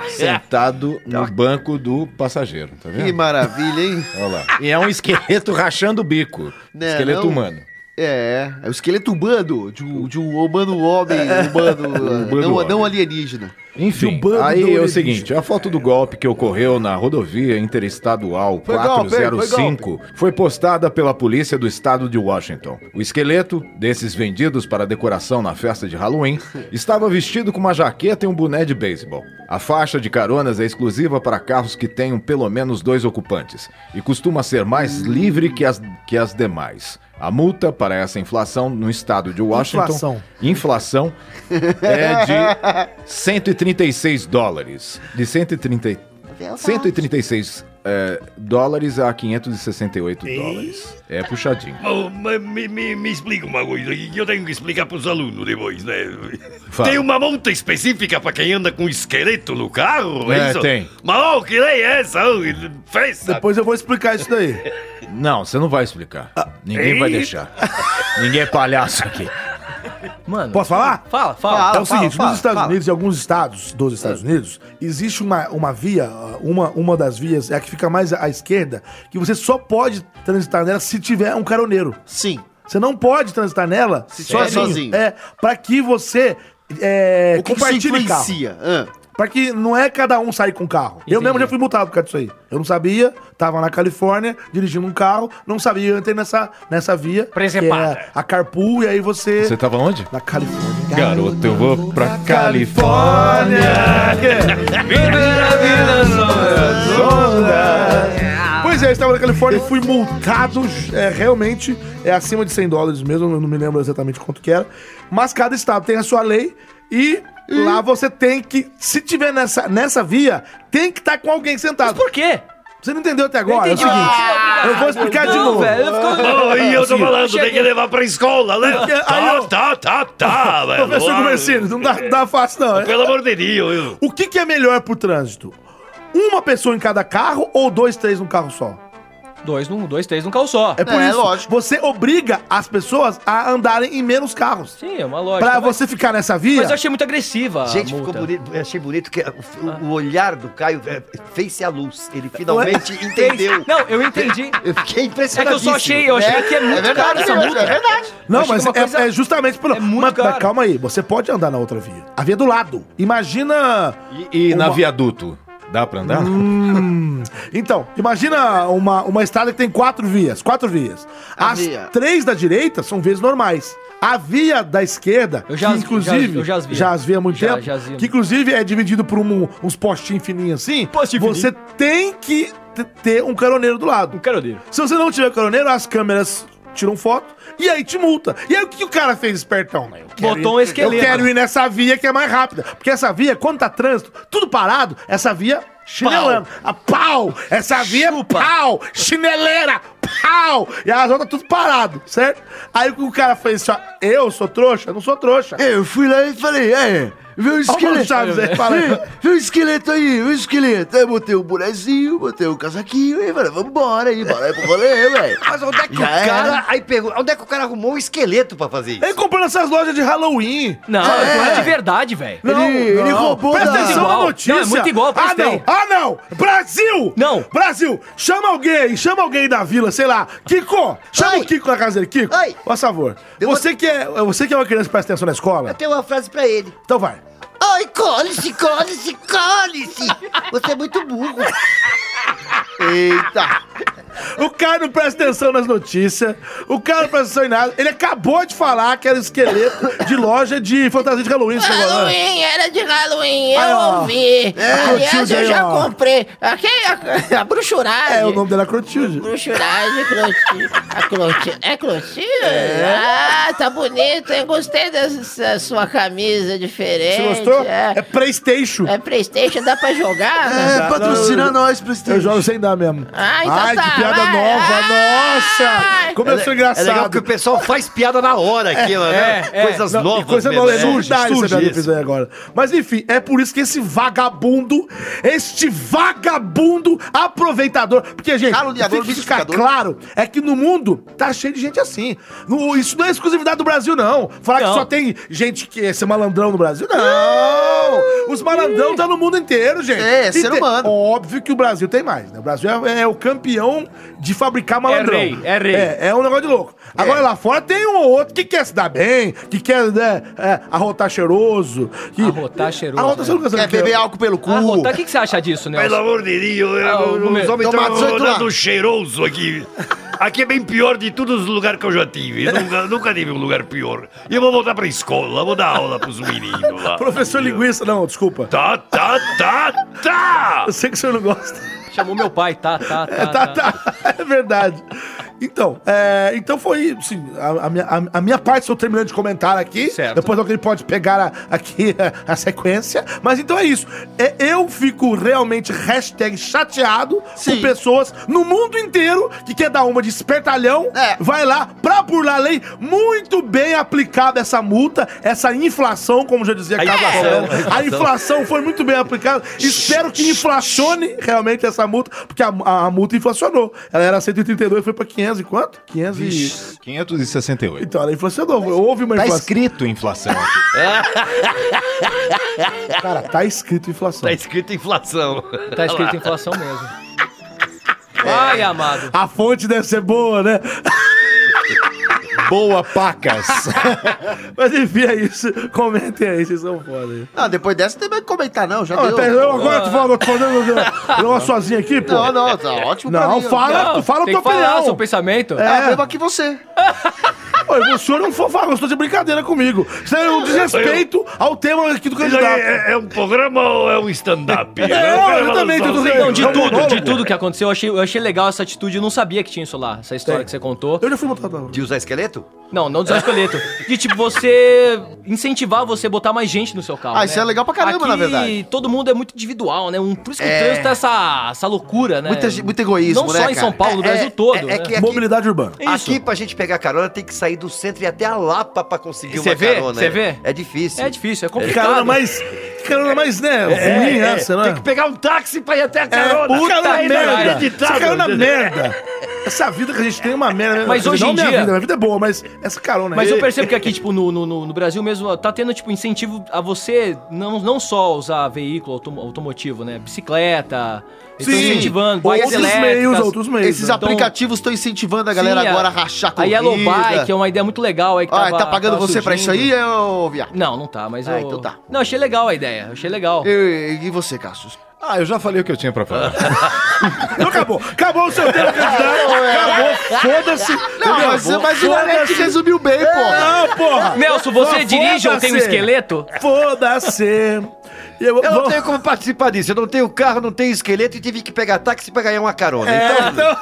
K: Sentado no banco do passageiro, tá vendo?
E: Que maravilha, hein?
K: Olha lá. E é um esqueleto rachando o bico.
E: Né,
K: esqueleto
E: não?
K: humano.
E: É, é o esqueleto humano, de um, de um humano homem,
M: É,
E: humano,
K: Humano
E: não,
K: homem.
E: não alienígena.
K: Enfim, aí é o seguinte, a foto do golpe que ocorreu na rodovia interestadual
E: Foi golpe,
K: 405 foi postada pela polícia do estado de Washington. O esqueleto desses vendidos para decoração na festa de Halloween estava vestido com uma jaqueta e um boné de beisebol. A faixa de caronas é exclusiva para carros que tenham pelo menos dois ocupantes e costuma ser mais livre que as, que as demais. A multa para essa inflação no estado de Washington.
A: Inflação.
K: Inflação é de 136 dólares. De 130, 136 é, dólares a 568 dólares. É puxadinho.
G: Ô, mas Ah, me, me, me explica uma coisa que eu tenho que explicar pros alunos depois, né?
K: Fala.
G: Tem uma monta específica pra quem anda com esqueleto no carro? É,
K: É,
G: isso?
K: tem.
G: Mas ó, que lei é essa? Ô, Fez?
K: Depois eu vou explicar isso daí. Não, você não vai explicar. Ninguém vai
G: Eita.
K: deixar. Ninguém é palhaço aqui.
N: Mano.
A: Posso falar?
N: Fala,
A: é o seguinte, nos Estados Unidos, em alguns estados dos Estados
E: É.
A: Unidos, existe uma, uma via, uh, uma, uma das vias, é a que fica mais à esquerda, que você só pode transitar nela se tiver um caroneiro.
E: Sim.
A: Você não pode transitar nela
E: Se tiver
A: sozinho.
E: sozinho.
A: É, pra que você é,
E: O que que isso
A: compartilhe carro.
E: influencia? Ah,
A: Pra que não é cada um sair com o carro. Eu mesmo já fui multado por causa disso aí. Eu não sabia, tava na Califórnia, dirigindo um carro, não sabia, eu entrei nessa, nessa via.
K: Presepada.
A: que é a Carpool, e aí você...
K: Você tava onde?
A: Na Califórnia.
K: Garoto, eu vou pra
A: Califórnia. Pois é, eu estava na Califórnia e fui multado é, realmente, é acima de 100 dólares mesmo, eu não me lembro exatamente quanto que era. Mas cada estado tem a sua lei e lá você tem que, se tiver nessa, nessa via, tem que estar com alguém sentado. Mas por
N: quê?
A: Você não entendeu até agora?
G: entendi.
A: É o seguinte,
G: Ah,
A: eu vou explicar É de
G: não,
A: novo.
G: velho, eu fico- Oi, eu
B: Assim,
G: tô falando, tem que levar pra escola, né?
A: Porque-
G: Tá,
A: aí eu-
G: tá, tá, tá, velho.
A: Professor
G: Claro.
A: Gomercino, não dá, dá fácil não. é?
G: Pelo amor de Deus, eu-
A: O que, que é melhor pro trânsito? Uma pessoa em cada carro ou dois, três num carro só?
N: Dois, num, dois, três, num carro só.
A: É por isso, você obriga as pessoas a andarem em menos carros.
N: Sim, é uma lógica.
A: Pra
N: mas-
A: você ficar nessa via...
N: Mas eu achei muito agressiva. a
M: Gente, ficou
N: multa.
M: bonito, eu achei bonito que o, o olhar do Caio é, fez-se a luz. Ele finalmente
N: Ué?
M: entendeu.
N: Não, eu entendi.
M: Eu fiquei
N: É que
M: impressionado.
N: eu só achei, eu achei que é muito caro essa multa.
A: Não,
N: Acho
A: mas
N: que
A: é,
N: uma coisa-
A: é justamente pelo. mas, mas calma aí, você pode andar na outra via. A via do lado. Imagina.
K: E na
A: uma-
K: viaduto, dá pra andar?
A: Hum, então, imagina uma, uma estrada que tem quatro vias. Quatro vias.
E: A
A: As
E: via.
A: três da direita são vias normais. A via da esquerda,
N: Eu já
A: que
N: as-
A: inclusive.
N: já- eu já as vi.
A: vi há muito
N: Já-
A: tempo.
N: já as vi.
A: Que inclusive é dividido por um- uns postinhos fininhos assim. você tem que t- ter um caroneiro do lado. Um
N: caroneiro.
A: Se você não tiver caroneiro, as câmeras tiram foto e aí te multa. E aí o que o cara fez espertão, né? Eu quero
N: Botou um
A: ir-
N: esqueleto.
A: Eu quero ir nessa via que é mais rápida. Porque essa via, quando tá trânsito, tudo parado, essa via chinelando. A pau! Essa via pau! Chineleira! Pau! E as outras tudo parado, certo? Aí o que o cara fez assim, ó, eu sou trouxa? Eu Não sou trouxa.
E: É, Eu fui lá e falei, é, viu o
A: Olha o
E: esqueleto.
A: Chaves
M: é.
A: aí, fala aí.
E: Vê- Vê o esqueleto aí, vê o esqueleto. Aí botei o bonezinho, botei o casaquinho e falei, vambora aí, bora aí pro rolê, velho.
M: Mas onde é que o
E: Já
M: cara.
E: era.
M: Aí pergunta, onde é que o cara arrumou um esqueleto pra fazer isso?
A: Ele comprou nessas lojas de Halloween.
N: Não,
A: Sabe
N: não
A: qual
N: é de verdade, velho.
A: Não,
E: Ele- ele roubou
A: Presta
E: da-
A: atenção
N: Igual.
A: na notícia.
N: Não, é muito igual,
A: Ah,
N: prestei.
A: não. Ah, não. Brasil.
N: Não.
A: Brasil, chama alguém. Chama alguém da vila, sei lá. Kiko. Chama
M: Ai.
A: o Kiko na casa dele. Kiko,
M: Ai.
A: por favor. Você, que é, você que é uma criança que presta atenção na escola,
M: Eu tenho uma frase pra ele.
A: então vai.
M: Ai, cole-se, cole-se, cole-se! Você é muito burro.
E: Eita.
A: O cara não presta atenção nas notícias. O cara não presta atenção em nada. Ele acabou de falar que era um esqueleto de loja de fantasia de Halloween. tá seu malandro.
H: Halloween, era de Halloween, eu
A: Aí, ó.
H: ouvi.
I: É,
H: Aliás,
A: Clotilde
H: eu
A: aí,
H: já
A: ó.
H: comprei. Aqui, a, a bruxuragem.
A: É o nome dela é Crotilde.
H: Bruxuragem, Clotilde. A Clotilde. É Clotilde? Ah, tá bonito, hein? Gostei dessa sua camisa diferente.
A: Você gostou?
H: É.
A: É Playstation.
H: É Playstation, dá pra jogar?
E: É, patrocina nós,
A: Eu
E: Prestígio.
A: jogo sem dar mesmo.
H: Ah, então
A: Ai,
H: tá,
A: que piada
H: vai.
A: nova,
H: Ai,
A: Começou
B: é,
A: engraçado. É,
B: É legal porque o pessoal faz piada na hora aqui, mano. né? Coisas
A: Não, e
B: novas.
A: Coisa
B: mesmo,
A: nova,
B: né?
A: é novidade
B: Surge
A: essa piada que eu
B: isso.
A: fiz aí agora. Mas enfim, é por isso que esse vagabundo, este vagabundo aproveitador. Porque, gente,
E: Caluniador,
A: tem que ficar
E: mistificador.
A: claro é que no mundo tá cheio de gente assim. No- isso não é exclusividade do Brasil, não. Falar que só tem gente que é ser malandrão no Brasil. Não! Os malandrão tá no mundo inteiro, gente.
E: É, é
A: E
E: ser
A: tem-
E: humano.
A: Óbvio que o Brasil tem mais, né? O Brasil é, é o campeão de fabricar malandrão.
D: rei, é rei.
A: É, é um negócio de louco. Agora lá fora tem um ou outro que quer se dar bem, que quer né, é, arrotar cheiroso. Que, arrotar
D: cheiroso,
A: Arrotar cheiroso.
D: né? Quer beber álcool
A: pelo cu.
D: Arrotar, tá, o que, que você acha disso, Nelson?
G: Pelo amor de Deus,
B: É,
G: eu-
D: Ah, o
G: os
D: número-
G: homens
D: Tomar
G: estão
D: 18 lá.
G: rodando cheiroso aqui. Aqui é bem pior de todos os lugares que eu já tive. Eu nunca, nunca tive um lugar pior. E eu vou voltar pra escola, vou dar aula pros meninos lá.
A: Professor Linguiça, não, desculpa.
G: Tá, tá, tá, tá!
A: Eu sei que o senhor não gosta.
D: Chamou meu pai, tá, tá,
A: É, tá, tá. É verdade. Então, é, então foi assim, a, a minha, a, a minha parte, estou terminando de comentar aqui. Depois alguém pode pegar a- aqui a, a sequência. Mas então é isso. É, eu fico realmente hashtag chateado com pessoas no mundo inteiro que quer dar uma de espertalhão. Vai lá pra burlar a lei. Muito bem aplicada essa multa, essa inflação, como já dizia
J: A
A: Casa
J: inflação,
A: Real.
J: a inflação.
A: É, A inflação foi muito bem aplicada. Espero que inflacione realmente essa multa, porque a, a- a multa inflacionou. Ela era 132 e foi pra 500 e quanto? 500 e...
K: 568.
A: Então, ela inflacionou. Houve uma
K: Tá
A: inflação.
K: escrito inflação aqui.
A: Cara, tá escrito inflação.
B: Tá escrito inflação.
D: Tá escrito inflação mesmo.
N: É.
D: Vai, amado.
A: A fonte deve ser boa, né?
K: Boa, pacas.
A: Mas enfim, é isso. Comentem aí, vocês são foda. aí.
E: Ah, depois dessa não tem mais o que comentar, não. Já
A: Ah,
E: deu.
A: tá, eu agora tu fala, tu falando eu- eu eu sozinho aqui, pô.
E: Não, não, tá ótimo pra
A: Não,
E: mim,
A: fala,
E: não.
A: tu fala o
E: Tem
A: teu
E: que falar
A: opinião.
E: seu
D: pensamento.
E: É,
A: É,
E: mesmo que você.
A: Oi, o senhor não for falar, gostou de brincadeira comigo. Isso é um desrespeito ao tema aqui do
G: Isso aí
A: candidato.
G: é, é um programa ou é um stand-up?
D: É,
G: exatamente.
D: Não, de tudo, de tudo que aconteceu. Eu achei, eu achei legal essa atitude. Eu não sabia que tinha isso lá, essa história que você contou.
A: Eu já fui montado.
D: De usar esqueleto? Não, não de usar esqueleto. De tipo, você incentivar você a botar mais gente no seu carro.
E: Ah,
D: né?
E: isso é legal pra caramba,
D: Aqui,
E: na verdade.
D: todo mundo é muito individual, né? Um- por isso que
E: É.
D: o trânsito é essa, essa loucura, né?
E: Muita gente- muito egoísmo,
D: Não
E: né,
D: só em
E: cara?
D: São Paulo, no
E: É,
D: Brasil
E: é-
D: todo.
E: é
D: né?
E: que aqui-
A: Mobilidade urbana.
B: Aqui, pra gente pegar carona, tem que sair do centro e ir até a Lapa pra conseguir
D: Cê
B: uma
D: vê?
B: carona.
D: Cê
B: é.
D: vê?
B: É difícil.
D: É difícil, é
A: complicado. Carona mais- carona mais, né, ruim essa, né?
B: Tem que pegar um táxi pra ir até a
A: É,
B: carona.
A: puta
B: Carona
A: merda.
B: inacreditável.
A: Você caiu
G: né?
A: na merda. Essa vida que a gente tem é uma merda. né?
D: Mas
A: Quer dizer,
D: hoje em
A: não minha
D: dia-
A: Vida, minha vida é boa, mas essa carona
D: Mas
A: aí-
D: eu percebo que aqui, tipo, no, no, no- no Brasil mesmo, ó, tá tendo, tipo, incentivo a você não, não só usar veículo autom- automotivo, né? Bicicleta, eles tão
E: Sim,
D: incentivando,
E: outros
D: bikes elétricas.
E: meios, outros meios,
D: Esses
E: né?
D: aplicativos
E: estão incentivando a galera agora a rachar
D: A
E: corrida.
D: Yellow Bike é uma ideia muito legal aí que
E: Ah,
D: tava,
E: tá pagando
D: tava
E: você pra isso aí,
D: surgindo.
E: ô viado?
D: Não, não tá, mas
E: Ah,
D: eu...
E: então tá.
D: Não, achei legal a ideia, achei legal.
E: E, e você, Cassius?
K: Ah, eu já falei o que eu tinha pra falar.
A: Ah, Não acabou. Acabou o seu tempo, candidato. Acabou. Foda-se.
E: Não, é
A: Entendeu?
E: mas, mas o Alex
A: Foda-se. É.
E: resumiu bem, porra.
A: Não, porra.
D: Nelson, você dirige ou tem um
A: foda-se.
D: esqueleto?
A: Foda-se. Eu,
B: Eu não
A: vou-
B: tenho como participar disso. Eu não tenho carro, não tenho esqueleto e tive que pegar táxi pra ganhar uma carona.
E: É,
B: então...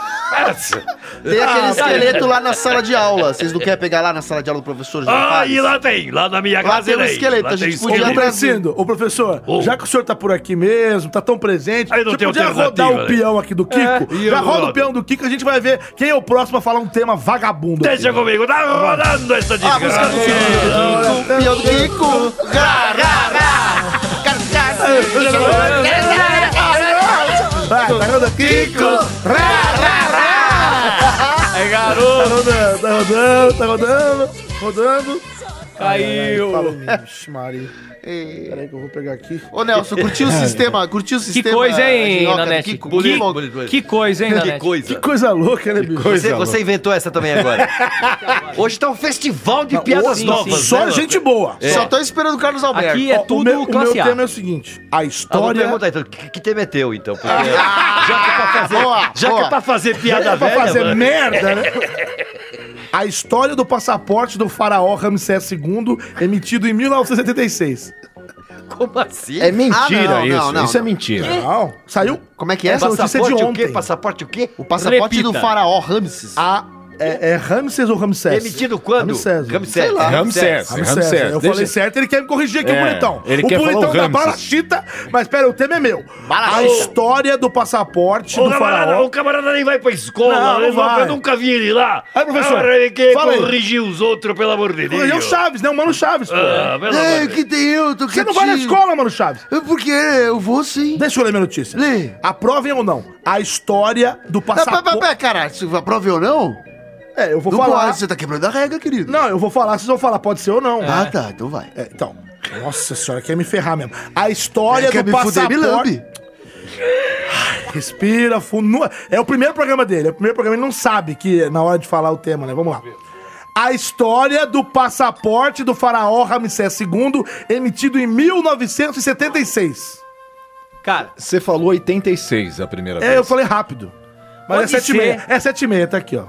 E: Tem aquele
B: Ah,
E: esqueleto
B: cara.
E: lá na sala de aula. Vocês não querem pegar lá na sala de aula do professor João
G: Ah,
E: Fares?
G: e lá tem, lá na minha
E: Lá
G: casa
E: tem um
G: tem.
E: esqueleto,
G: lá
E: a gente
G: tem
E: podia
G: esqueleto.
A: Ô, Bracindo, tá ô, professor, já que o senhor tá por aqui mesmo, tá tão presente,
G: Aí não
A: você
G: tem
A: podia
G: alternativa,
A: rodar o
G: né?
A: peão aqui do Kiko?
G: É, e
A: já
G: eu
A: roda o
G: rodo.
A: peão do Kiko, a gente vai ver quem é o próximo a falar um tema vagabundo. aqui.
G: Deixa comigo, tá rodando essa
A: Ah,
G: desgraça.
E: Pião do Kiko.
A: Vai, tá rodando Kiko.
D: É
A: Tá rodando, tá rodando, tá rodando, rodando.
D: Caiu.
A: Falou, Ixi, Maria. Peraí que eu vou pegar aqui.
E: Ô, Nelson, curtiu o sistema? Curtiu o sistema?
D: Que coisa,
E: de
D: hein,
E: Oca,
D: Nanete?
E: Kiko?
D: Que-
E: Kiko?
D: que, coisa, hein, Nanete?
A: Que coisa louca, né, bicho?
B: Você, você inventou essa também agora. Hoje tá um festival de piadas
A: Sim,
B: novas.
A: sim. Só
B: né,
A: gente
B: Lopes?
A: boa.
B: É.
E: Só tô esperando o Carlos Alberto.
B: Aqui é
E: Ó, o
B: tudo
E: meu- o
B: classe
E: meu
B: A.
E: tema é
A: o seguinte, a
B: Ah, vou
A: história...
B: perguntar então, que, que tema é teu, então? Porque já que é pra
E: Ah,
B: fazer,
A: boa,
B: já
A: boa.
B: Que é pra fazer piada
A: Já que é pra
B: velha,
A: fazer
B: mano.
A: merda, né? A história do passaporte do faraó Ramsés II, emitido em 1976.
B: Como assim?
A: É mentira
E: Ah, não,
A: isso,
E: Não, não,
A: isso é
E: não.
K: mentira.
A: Não, saiu.
E: Como é que é?
A: Essa notícia é de
B: Passaporte o
A: ontem.
B: quê? Passaporte o quê?
E: O passaporte do faraó Ramses.
A: A É, é Ramses ou Ramsés?
B: Emitido quando?
A: Ramsés.
B: Ramsés.
A: Sei lá.
K: É Ramsés, é Ramsés.
A: Eu
K: Deixa-
A: falei tá. certo, ele quer me corrigir aqui,
K: É,
A: o bonitão.
K: ele
A: o
K: quer falar o
A: bonitão da
K: Ramses.
A: Barachita, mas pera, o tema é meu. A história do passaporte
G: Ô,
A: do
G: camarada,
A: faraó.
G: o camarada nem vai pra escola,
A: Não, não
G: ele não-
A: vai.
G: eu nunca vi ele lá.
A: Aí, professor,
G: Agora ele quer
A: fala aí.
G: corrigir os outros, pelo amor de Deus.
A: Ele é o Chaves, né? O Mano Chaves, pô.
G: Ah, pelo amor de
A: É,
G: Deus.
A: que tem eu, tô Você não vai na
G: quietinho.
A: escola, Mano Chaves. Porque eu vou sim. Deixa eu ler minha notícia. Lê. Aprovem ou não a história do
E: Ah, pera,
A: passaporte...
E: pera, cara, se aprove ou não?
A: É, eu vou
E: Não
A: falar...
E: pode, você tá quebrando a regra, querido.
A: Não, eu vou falar, vocês vão falar, pode ser ou não.
E: Ah, tá, então vai.
A: É, então, nossa senhora, quer me ferrar mesmo. A história
E: É, quer
A: do
E: me fuder,
A: passaporte...
E: me lambe.
A: Ai, Respira, fundo. Nu- É o primeiro programa dele, é o primeiro programa, ele não sabe que é na hora de falar o tema, né? Vamos lá. A história do passaporte do faraó Ramsés II, emitido em 1976.
D: Cara,
K: você falou 86 a primeira
A: É, eu falei rápido. Mas
D: Pode
A: é sete e
D: ser.
A: meia. É sete e meia, tá aqui, ó.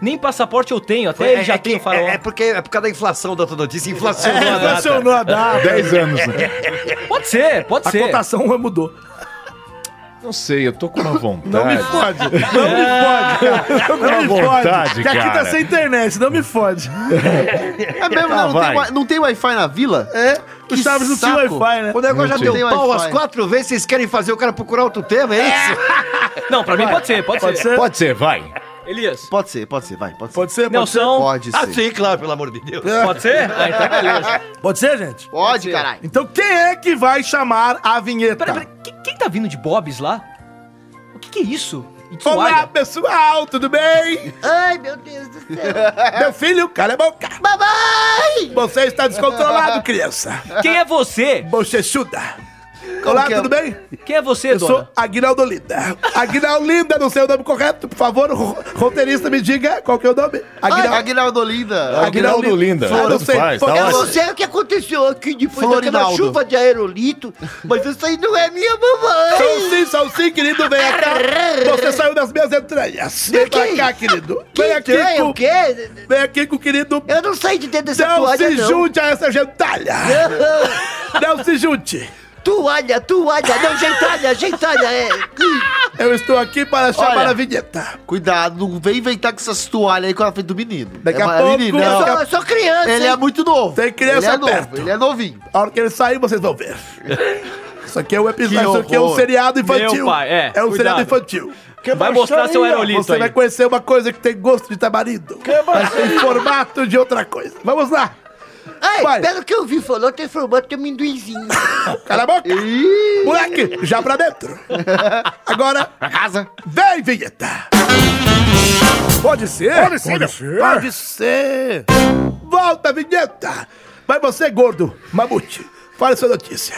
D: Nem passaporte eu tenho, até ele já tem o faraó.
B: É, é porque é por causa da inflação da outra notícia. Inflacionou
D: É,
B: a data.
A: inflacionou a data. Dez anos, né?
D: Pode ser, pode
A: A
D: ser.
A: cotação mudou.
K: Não sei, eu tô com uma vontade.
A: Não me fode. Não me fode, cara. Não
K: Dá
A: me
K: vontade,
A: fode. Que aqui tá
K: cara.
A: sem internet, não me fode.
E: É mesmo, né? não, tem, wi- não tem Wi-Fi na vila?
A: É, o
E: Que
A: Chaves não tinha
E: saco.
A: Wi-Fi, né?
B: O negócio já
E: Não
B: deu
E: tinha.
B: pau
E: Wi-Fi.
B: as quatro vezes, vocês querem fazer o cara procurar outro tema, é isso?
D: Não, pra mim pode ser, pode, ser.
K: Pode ser, vai.
D: Elias.
E: Pode ser, pode ser, vai, pode ser.
A: Pode ser, pode
D: Nelson.
E: Pode
B: Ah,
E: ser.
B: sim, claro, pelo amor de Deus.
D: Pode ser? Ah, então beleza.
A: ser. Pode ser, gente?
E: Pode, caralho.
A: Então quem é que vai chamar a vinheta?
D: Pera, pera, que- quem tá vindo de Bob's lá? O que que é isso? E que
A: Olá,
D: toalha?
A: é pessoal, tudo bem?
M: Ai, meu Deus do céu.
A: Meu filho, cala a boca.
M: Mamãe!
A: Você está descontrolado, criança.
D: Quem é você?
A: Bochechuda. Olá,
E: que é?
A: tudo bem?
D: Quem é você,
A: Eu
D: dona?
A: sou Aguinaldo Linda. Aguinaldo Linda, não sei o nome correto, por favor, ro- roteirista, me diga qual que é o nome.
E: Aguinaldo,
A: Aguinaldo,
E: Aguinaldo Linda.
K: Aguinaldo Linda.
A: Ah, não
K: Tanto
A: sei.
K: faz,
A: Foi-
K: tá
M: Eu não
K: ótimo.
M: sei é o que aconteceu aqui depois daquela
E: Florinaldo.
M: chuva de aerolito, mas isso aí não é minha mamãe.
A: São sim, são sim, querido, vem cá. Você saiu das minhas entranhas. Vem pra
M: Que-
A: cá, querido.
M: Que
A: Vem aqui
H: É
M: estranho, o
A: com...
M: quê?
A: Vem aqui com o querido...
M: Eu não saí de dentro dessa
A: Não
M: toalha,
A: se
M: não.
A: junte a essa gentalha. Não se junte.
M: Toalha, toalha, não, gentalha, gentalha, é. Ih,
A: Eu estou aqui para chamar
E: Olha.
A: a vinheta.
E: Cuidado, não vem inventar com essas toalhas aí com a frente do menino. É
A: Daqui a
E: uma-
A: pouco-
E: menino,
M: Eu
E: não.
M: sou, eu sou criança,
E: Ele é
M: hein?
E: muito novo.
A: Tem criança
E: ele é novo,
A: perto.
E: Ele é novinho.
A: A hora que ele sair, vocês vão ver. Isso aqui é um
E: Que
A: episódio, isso aqui é um
E: horror.
A: seriado infantil.
D: Meu pai, é,
A: É um
D: cuidado.
A: seriado infantil. Que
D: Vai
A: baixaria.
D: mostrar seu aerolito
A: Você
D: aí.
A: vai conhecer uma coisa que tem gosto de tamarindo. Mas tem formato de outra coisa. Vamos lá.
M: Ai,
A: Vai.
M: pelo que eu vi, falou, tem formato de amendoinzinho.
A: Cala a boca. Moleque, já pra dentro. Agora. Pra casa. Vem, vinheta. Pode ser? Pode ser. Pode ser. Volta, vinheta. Mas você, gordo, mamute, fala sua notícia.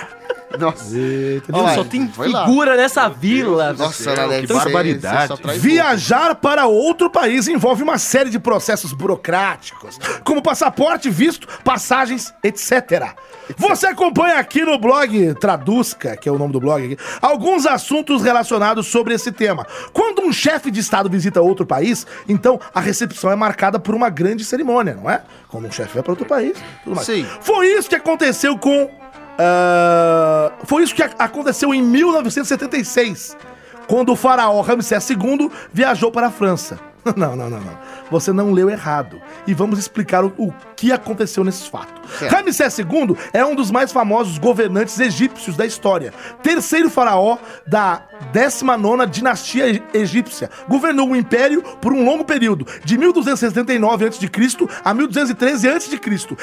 E: Nossa.
D: Meu,
E: Olha
D: só
E: lá,
D: tem
E: foi lá.
D: figura nessa vila. Então,
E: Nossa, Alex,
K: que barbaridade.
A: Viajar para outro país envolve uma série de processos burocráticos, como passaporte, visto, passagens, etc. Você acompanha aqui no blog Traduzca, que é o nome do blog aqui, alguns assuntos relacionados sobre esse tema. Quando um chefe de Estado visita outro país, então a recepção é marcada por uma grande cerimônia, não é? Quando um chefe vai para outro país, tudo mais.
E: Sim.
A: Foi isso que aconteceu com. ah, foi isso que a- aconteceu em 1976, quando o faraó Ramsés II viajou para a França. Não, não, não, não. Você não leu errado. E vamos explicar o, o que aconteceu nesse fato. Ramsés II é um dos mais famosos governantes egípcios da história. Terceiro faraó da 19 dinastia e- egípcia. Governou o império por um longo período, de 1279 a.C. a 1213 a.C.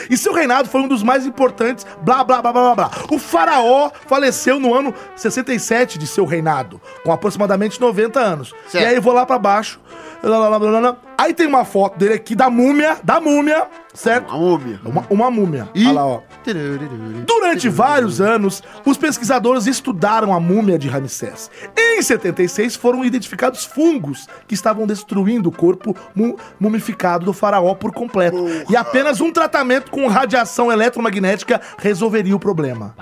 A: E seu reinado foi um dos mais importantes, blá, blá, blá, blá, blá, blá. O faraó faleceu no ano 67 de seu reinado, com aproximadamente 90 anos.
E: Certo.
A: E aí eu vou lá pra baixo. lá, lá, lá, lá, lá, lá. Aí tem uma foto dele aqui da múmia, da múmia, certo?
E: Uma múmia.
A: Uma, uma múmia.
E: E-
A: Olha lá, ó. Durante vários anos, os pesquisadores estudaram a múmia de Ramsés. Em 76, foram identificados fungos que estavam destruindo o corpo mu- mumificado do faraó por completo. E apenas um tratamento com radiação eletromagnética resolveria o problema.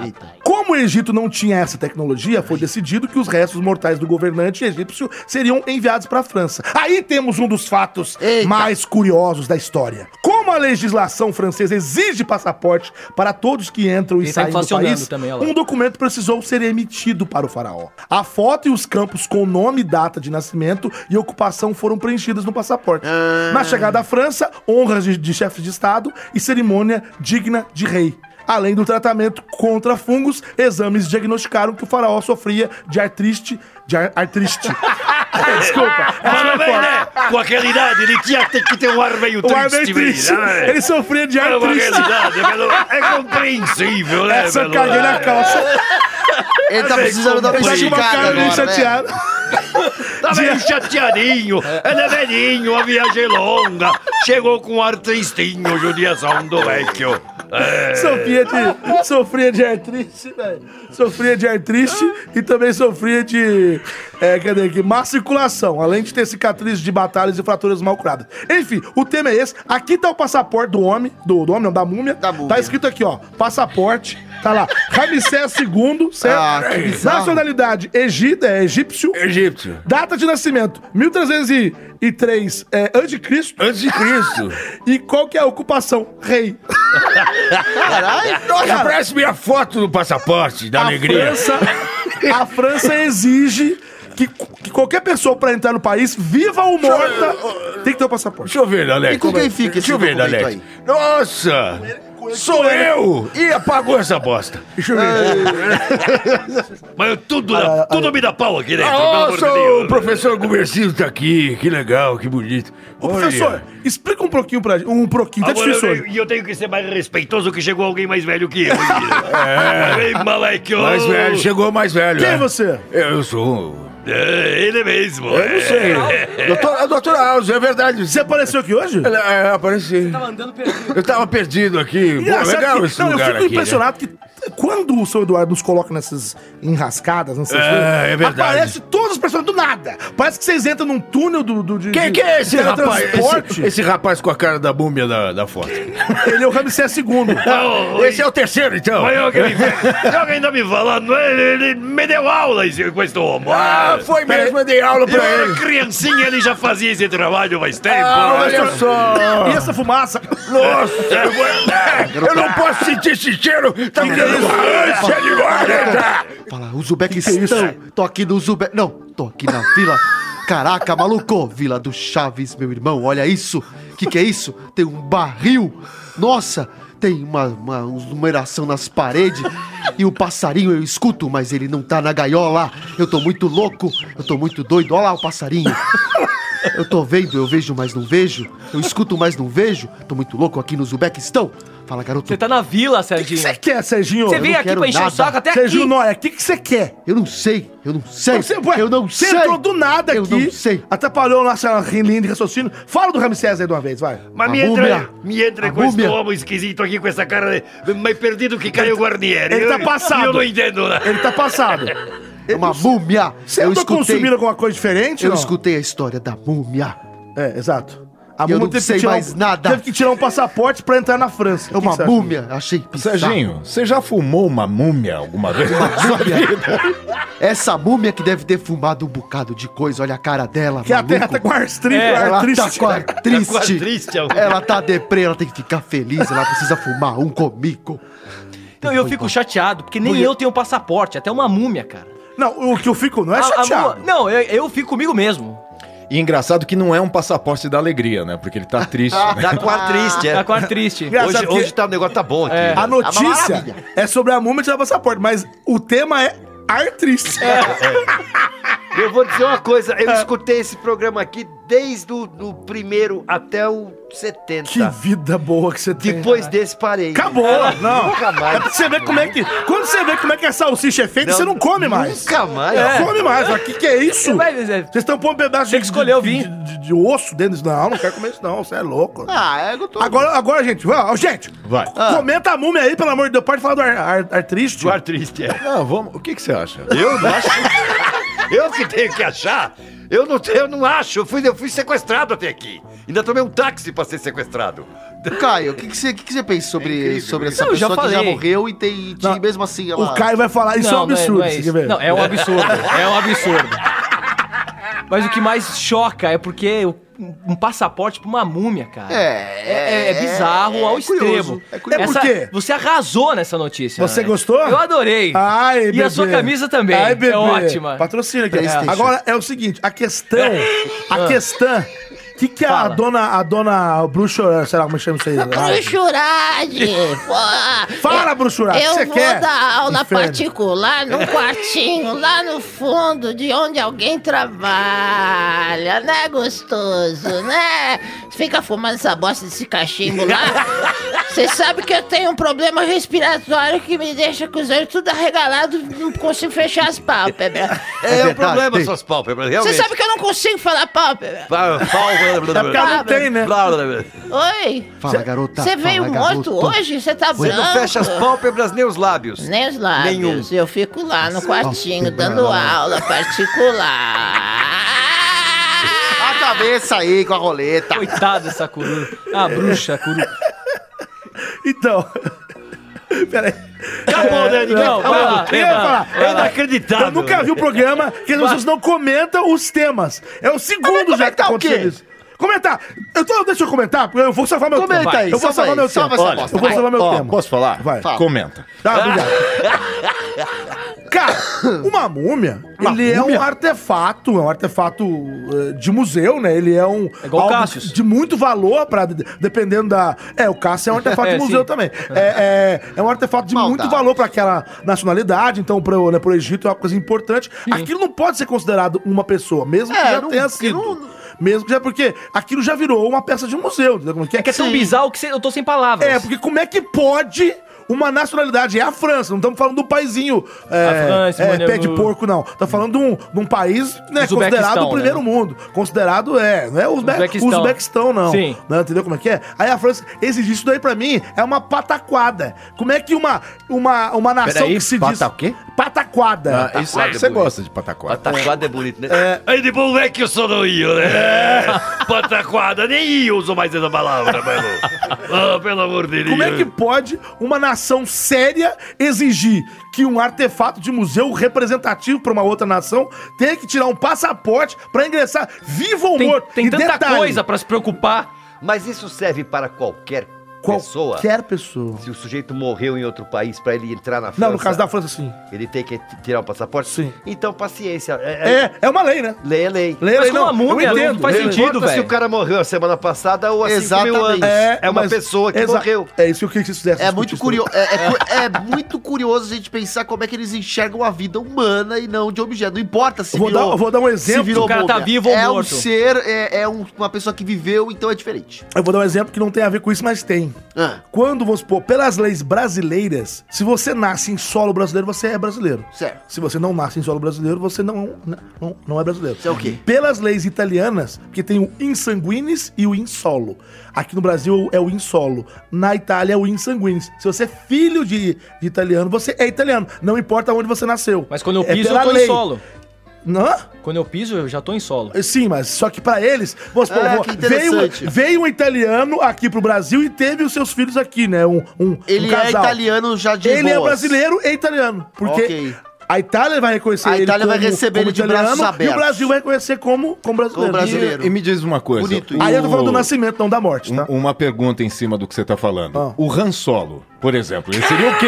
A: Como o Egito não tinha essa tecnologia, foi decidido que os restos mortais do governante egípcio seriam enviados para a França. Aí temos um dos fatos mais curiosos da história. Como Como a legislação francesa exige passaporte para todos que entram e
D: Ele tá
A: saem do
D: inflacionando
A: país,
D: também, olha lá.
A: um documento precisou ser emitido para o faraó. A foto e os campos com nome, data de nascimento e ocupação foram preenchidas no passaporte.
G: Ah.
A: Na chegada à França, honras de, de chefe de estado e cerimônia digna de rei. Além do tratamento contra fungos, exames diagnosticaram que o faraó sofria de artrite. De ar, artrite. É, Desculpa.
G: Mas também, né? Com aquela idade, ele tinha ter- que ter um ar meio
A: O ar
G: triste. né?
A: meio triste. Ele sofria de ar triste.
G: É compreensível, né?
A: Essa eu
G: Belo?
A: caguei na calça.
G: Ele tá precisando dar uma esticada
A: meio
G: agora, né?
A: chateada.
G: Tá meio chateadinho, ele é velhinho, a viagem é longa. Chegou com um ar tristinho, judiação do vecchio. É.
A: Sofria de, sofria de artrite, velho. Sofria de artrite e também sofria de. É, cadê aqui? Matriculação, além de ter cicatrizes de batalhas e fraturas mal curadas. Enfim, o tema é esse. Aqui tá o passaporte do homem, do, do homem, não, da múmia. Tá escrito aqui, ó. Passaporte. Tá lá. Ramsés II, certo?
E: Ah, que bizarro.
A: Nacionalidade, Egito, é egípcio.
K: Egípcio.
A: Data de nascimento, 1303 é, antes de Cristo.
K: Antes de Cristo.
A: e qual que é a ocupação? Rei.
K: Caralho,
A: Cara,
K: Parece minha foto do passaporte, da
A: a
K: alegria.
A: é França, a França exige que, que qualquer pessoa pra entrar no país, viva ou morta, tem que ter o passaporte.
K: Deixa eu ver, Alex.
G: é
K: Deixa eu ver, Alex. Nossa! Sou eu! E apagou essa bosta. Deixa eu
G: Mas tudo, dá- tudo me dá pau aqui dentro, pelo
K: Ah,
G: amor de
K: sou
G: Deus. né?
K: o professor Gumercindo tá aqui. Que legal, que bonito.
A: Ô, professor, explica um pouquinho pra gente. Um pouquinho, tá
G: Agora
A: difícil
G: eu,
A: hoje.
G: e eu tenho que ser mais respeitoso que chegou alguém mais velho que eu. É. Ei, moleque, ô.
K: Mais velho, chegou mais velho.
G: Quem
K: é
A: você?
K: Eu, eu sou. um-
G: É, ele mesmo.
K: Eu não sei.
G: É.
K: Doutor, a doutora Alves, é verdade.
A: Você apareceu aqui hoje?
K: É, apareci. Tava
D: andando perdido.
K: Eu tava perdido aqui. Pô,
A: Engraçado
K: legal
A: ah, que-
K: esse
A: não,
K: lugar
A: eu fico
K: aqui, né?
A: impressionado que quando o seu Eduardo nos coloca nessas enrascadas, nessas
K: É,
A: coisas,
K: é verdade.
A: aparece todos os personagens do nada. Parece que vocês entram num túnel do. do de, de-
K: Quem que é esse
A: de
K: rapaz?
A: teletransporte.
K: Esse, esse rapaz com a cara da múmia da, da foto.
A: Ele é o Ramsés II.
K: esse é o terceiro, então.
G: Mas alguém, alguém tá me falando, ele, ele me deu aula esse- com esse homem. é.
K: Ah, foi mesmo, eu dei aula pra
G: eu era
K: ele.
G: criancinha, ele já fazia esse trabalho faz tempo.
K: Ah, olha só.
A: E essa fumaça?
K: Nossa, eu, vou- eu não posso sentir esse cheiro. Tá me dando uma ânsia
A: Ah.
K: de morrer.
E: Fala,
A: é
E: Uzbequistão. Tô aqui no Uzbequistão. Não, tô aqui na vila. Caraca, maluco! Vila do Chaves, meu irmão, olha isso! Que que é isso? Tem um barril! Nossa! Tem uma, uma numeração nas paredes e o passarinho eu escuto, mas ele não tá na gaiola. Eu tô muito louco, eu tô muito doido. Olha lá o passarinho. Eu tô vendo, eu vejo, mas não vejo. Eu escuto, mas não vejo. Tô muito louco aqui no Uzbequistão. Fala, garoto. Você
D: tá na vila, Serginho.
A: O é que você quer, Serginho?
D: Você
E: Eu
D: veio
E: não
D: aqui
E: quero
D: pra encher o
E: nada.
D: saco até
A: Serginho
D: aqui.
A: Noia, o que que você quer?
E: Eu não sei, eu não sei.
A: Você, ué,
E: eu não
A: você
E: sei.
A: entrou do nada
E: Eu
A: aqui.
E: não sei.
A: Atrapalhou nossa linha de raciocínio. Fala do Ramsés aí de uma vez, vai.
G: Mas me entra, me entra com esse homem esquisito aqui, com essa cara de, mais perdido que Caio Guarnieri.
A: Ele tá
G: Eu-
A: passado.
G: Eu não entendo nada.
A: Ele tá passado.
E: É uma múmia.
A: Você
E: eu
A: andou
E: escutei,
A: consumindo alguma coisa diferente?
E: Eu
A: não?
E: escutei a história da múmia.
A: É, exato. A
E: Eu não
A: teve que
E: sei
A: tirar
E: mais
A: um-
E: nada.
A: Teve que tirar um passaporte pra entrar na França. É
E: uma múmia, achei bizarro.
K: Serginho, você já fumou uma múmia alguma vez?
E: Essa múmia que deve ter fumado um bocado de coisa, olha a cara dela.
A: Que a terra tá com artrite,
E: É, ela
A: artriste.
E: tá com artriste.
A: Tá com artriste, amor.
E: ela tá deprê, ela tem que ficar feliz, ela precisa fumar um comigo.
D: Não, Então, eu fico chateado, porque nem eu tenho passaporte, até uma múmia, cara.
A: Não, o que eu fico não é chateado.
D: não, eu, eu fico comigo mesmo.
K: E engraçado que não é um passaporte da alegria, né? Porque ele tá triste. né?
B: Tá com ar triste, é.
D: Tá com ar triste.
B: Hoje,
A: Engraçado que-
B: hoje tá, o negócio tá bom aqui.
A: A notícia
B: Tá
A: é sobre a múmia tirar passaporte, mas o tema é artriste.
B: Eu vou dizer uma coisa, eu
A: É.
B: escutei esse programa aqui desde o do primeiro até o 70.
A: Que vida boa que você tem.
B: Depois desse parei.
A: Acabou! Não!
B: Nunca mais.
A: É pra você ver como é que. Quando você vê como é que a salsicha é feita,
B: Não,
A: você não come mais.
B: nunca mais.
A: Não
B: É.
A: come mais. O que, que é isso?
D: Você vai, Zé.
A: Vocês estão pondo um pedaço de, escolher, de, de, de, de osso dentro. disso. Não, não quero comer isso, não. Você é louco.
E: Ah, é eu
A: Agora, agora, gente, ó, ó, gente, Ah.
K: Vai.
A: comenta a múmia aí, pelo amor de Deus. Pode falar do ar, ar, artriste? Do
G: artriste, é.
K: Não, vamos. O que, que você acha?
B: Eu não acho. eu que tenho que achar. Eu não, eu não acho. Eu fui, eu fui sequestrado até aqui. Ainda tomei um táxi pra ser sequestrado.
E: Caio, o que que você que que você pensa
B: É
E: sobre, sobre essa
B: Não, eu já
E: pessoa que já
B: falei.
E: morreu e tem e tinha- mesmo assim ela...
D: é,
A: O Caio vai falar, isso é um é absurdo.
D: Não, é, não, é
A: você
D: isso.
A: quer ver?
D: Não, é um absurdo. É um absurdo. Mas o que mais choca é porque o- um passaporte pra uma múmia, cara.
E: É,
D: é, é bizarro
E: é
D: ao
E: curioso,
D: extremo.
E: é curioso.
D: Essa-
E: É por quê?
D: Você arrasou nessa notícia.
A: Você
D: né?
A: gostou?
D: Eu adorei.
A: Ai,
D: e a sua
A: bebê.
D: camisa também.
A: Ai, bebê.
D: É ótima.
A: Patrocina, aqui.
D: PlayStation.
A: Agora é o seguinte, a questão, a
D: Ah.
A: questão, o que que a
D: Fala.
A: dona, a dona bruxa, sei lá como chama isso aí?
H: Bruxurade! Pô,
A: Fala,
H: eu-
A: bruxurade,
H: Eu
A: o que você
H: vou
A: quer?
H: dar aula
A: Inferno.
H: particular num quartinho, lá no fundo, de onde alguém trabalha, né, gostoso, né? Fica fumando essa bosta desse cachimbo lá. Você sabe que eu tenho um problema respiratório que me deixa com os olhos tudo arregalado, não consigo fechar as pálpebras.
B: É, um
M: verdade,
B: problema
M: tem.
B: essas pálpebras,
H: Você
B: realmente. Ah,
H: sabe que eu não consigo falar pálpebra?
B: Pálpebra.
H: É porque ela não tem, né? Oi?
B: Fala, garota.
H: Você veio morto hoje? Você tá
B: Você
H: branco?
B: não fecha as pálpebras nem os lábios.
H: Nem né, os lábios.
B: Nenhum.
H: Eu fico lá no quartinho dando aula particular.
E: A cabeça aí com a roleta.
D: Coitada dessa coruja. A bruxa, coruja.
A: Então, peraí.
G: Acabou, né? Ninguém
A: Não,
G: falou
A: vai
G: do
A: lá,
G: tema.
A: eu ia falar,
G: Vai
A: eu
G: lá.
A: não-
G: Inacreditável,
A: Eu nunca vi
D: né?
G: velho.
A: o programa que as
G: Vai.
A: pessoas não comentam os temas. É o segundo já que tá acontecendo isso. Comentar! Eu tô, deixa eu comentar, porque eu vou salvar meu
E: Comenta
A: tema.
E: aí,
A: eu vou
E: salva
A: salvar
E: aí,
A: meu tempo.
E: salva essa
A: Olha,
E: bosta,
A: eu vou
E: vai.
A: salvar meu
E: Ó,
A: tempo.
K: Posso falar?
A: Vai.
E: Fala.
K: Comenta.
A: Tá, obrigado. Cara, uma múmia, ele é um artefato, é um artefato eh, de museu, né? Ele é um
D: igual
A: algo
D: Cassius.
A: de muito valor para dependendo da, é, o Cássio é um artefato
D: É,
A: de museu
D: sim.
A: também. É, é, é um artefato de muito valor para aquela nacionalidade, então para né, pro Egito é uma coisa importante. Aquilo não pode ser considerado uma pessoa, mesmo que já tenha sido. Mesmo que já porque aquilo já virou uma peça de um museu, entendeu como é?
D: que é tão bizarro que cê- eu tô sem palavras.
A: É, porque como é que pode uma nacionalidade? É a França, não estamos falando do paizinho é,
D: França,
A: é,
D: mano,
A: pé de
D: eu-
A: porco, não. Tá falando de um, de um país né,
D: Uzbequistão,
A: considerado o primeiro
D: né?
A: mundo. Considerado é, não é o Uzbequistão,
D: Uzbequistão.
A: Uzbequistão não.
D: Sim.
A: Né, entendeu como é que é? Aí a França exigir isso daí pra mim é uma pataquada. Como é que uma, uma, uma nação
K: Peraí,
A: que se
K: pata
A: diz...
K: o quê?
A: Pataquada.
K: Ah, isso é que você gosta de pataquada.
G: Pataquada é bonito, né? Aí de bom é que eu sou do Rio, né? Pataquada, nem eu uso mais essa palavra, mano. Ah, pelo amor de Deus.
A: Como é que pode uma nação séria exigir que um artefato de museu representativo para uma outra nação tenha que tirar um passaporte para ingressar vivo ou
D: Tem-
A: morto?
D: tem
A: é E
D: tanta
A: detalhe,
D: coisa pra se preocupar.
B: Mas isso serve para qualquer pessoa?
A: Qualquer pessoa.
B: Se o sujeito morreu em outro país pra ele entrar na França...
A: Não, no caso da França, sim.
B: Ele tem que t- tirar o passaporte? Sim. Então, paciência.
A: É, é uma lei, né?
B: Lei é lei.
A: Lei é lei, não, eu entendo, lei é lei.
B: Importa Se o cara morreu a semana passada ou há 5 mil anos. É, uma
A: mas-
B: pessoa que
A: exa-
B: morreu.
A: É isso que eu queria que vocês fizessem.
E: É muito, curio... é, é cu- é muito curioso a gente pensar como é que eles enxergam a vida humana e não de objeto. Não importa se
A: Vou dar- eu vou dar um exemplo.
E: se virou
A: O cara tá
E: múmia.
A: vivo ou
E: é
A: morto.
E: Um ser, é é um- uma pessoa que viveu, então é diferente.
A: Eu vou dar um exemplo que não tem a ver com isso, mas tem.
E: Ah.
A: Quando, vamos supor, pelas leis brasileiras, se você nasce em solo brasileiro, você é brasileiro.
E: Certo.
A: Se você não nasce em solo brasileiro, você não, não, não é brasileiro.
E: Isso é o quê?
A: Pelas leis italianas, porque tem o insanguinis e o insolo. Aqui no Brasil é o insolo. Na Itália é o insanguinis. Se você é filho de, de italiano, você é italiano. Não importa onde você nasceu.
D: Mas quando eu
A: É
D: piso,
A: pela
D: eu tô
A: lei.
D: em solo.
A: Não?
D: Quando eu piso, eu já tô em solo.
A: Sim, mas só que pra eles, vamos supor,
D: Ah,
A: vou-
D: que
A: veio,
D: interessante.
A: veio um italiano aqui pro Brasil e teve os seus filhos aqui, né? Um, um,
E: Ele
A: um
E: é italiano já de
A: Ele é
E: boas.
A: brasileiro e italiano, porque
E: Ok.
A: a Itália vai reconhecer
E: A
A: ele
E: Itália vai
A: como-
E: receber
A: como
E: ele de braços
A: e o
E: abertos.
A: Brasil vai reconhecer como, como brasileiro.
K: E, e me diz uma coisa.
A: Bonito Aí eu tô falando do nascimento, não da morte,
K: um-
A: tá?
K: uma pergunta em cima do que você tá falando. O Han Solo, por exemplo, ele seria o quê?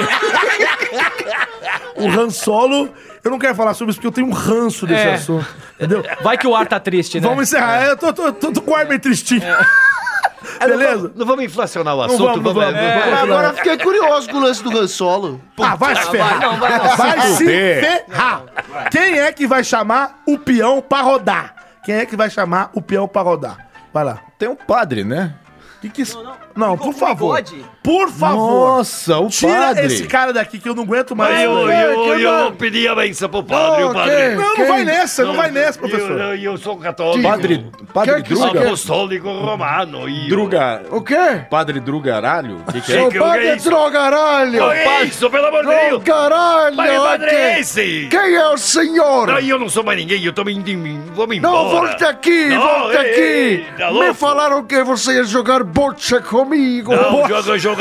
A: O Han Solo, eu não quero falar sobre isso porque eu tenho um ranço desse
D: É.
A: assunto, entendeu?
D: Vai que o ar tá triste, né?
A: Vamos encerrar, eu tô, tô, tô, tô com o ar meio tristinho. Beleza?
B: Não vamos inflacionar o
A: Não
B: assunto. é.
A: vamos, não vamos, não vamos.
E: É, Agora eu fiquei curioso com o lance do Han Solo.
A: Ah, vai se ferrar.
E: Vai, não,
A: vai,
E: vai não.
A: se
E: Vai.
A: ferrar. Quem é que vai chamar o peão pra rodar? Quem é que vai chamar o peão pra rodar? Vai lá.
K: Tem um padre, né?
A: Que que... Não, por favor.
D: bigode?
A: Por favor.
K: Nossa, o
A: Tira
K: padre.
A: esse cara daqui que eu não aguento mais.
G: Mas eu,
A: velho.
G: eu,
A: É, Que
G: eu
A: não-
G: vou pedir a benção pro padre, o padre.
A: Não, não vai nessa, não vai nessa,
G: Eu,
A: professor.
G: eu, eu sou católico.
K: Padre- padre Quer que é Druga? você quer?
G: Apostólico romano. E
K: Druga.
O: O quê?
K: Padre Drugaralho? O que, que
G: Seu
K: é?
G: Que- que- padre que é isso?
O: drogaralho!
G: Que é isso, pelo amor de Deus!
O: Drogaralho!
G: Mas que padre
O: que-
G: é esse?
O: Quem é o senhor?
G: Não, eu não sou mais ninguém, eu tô me indo, vou me embora.
O: Não, volte aqui,
G: Não,
O: volte
G: ei, ei,
O: aqui!
G: tá
O: Me
G: louco?
O: falaram que você ia jogar
C: bocha comigo.
G: Não
C: Bocha.
G: joga, joga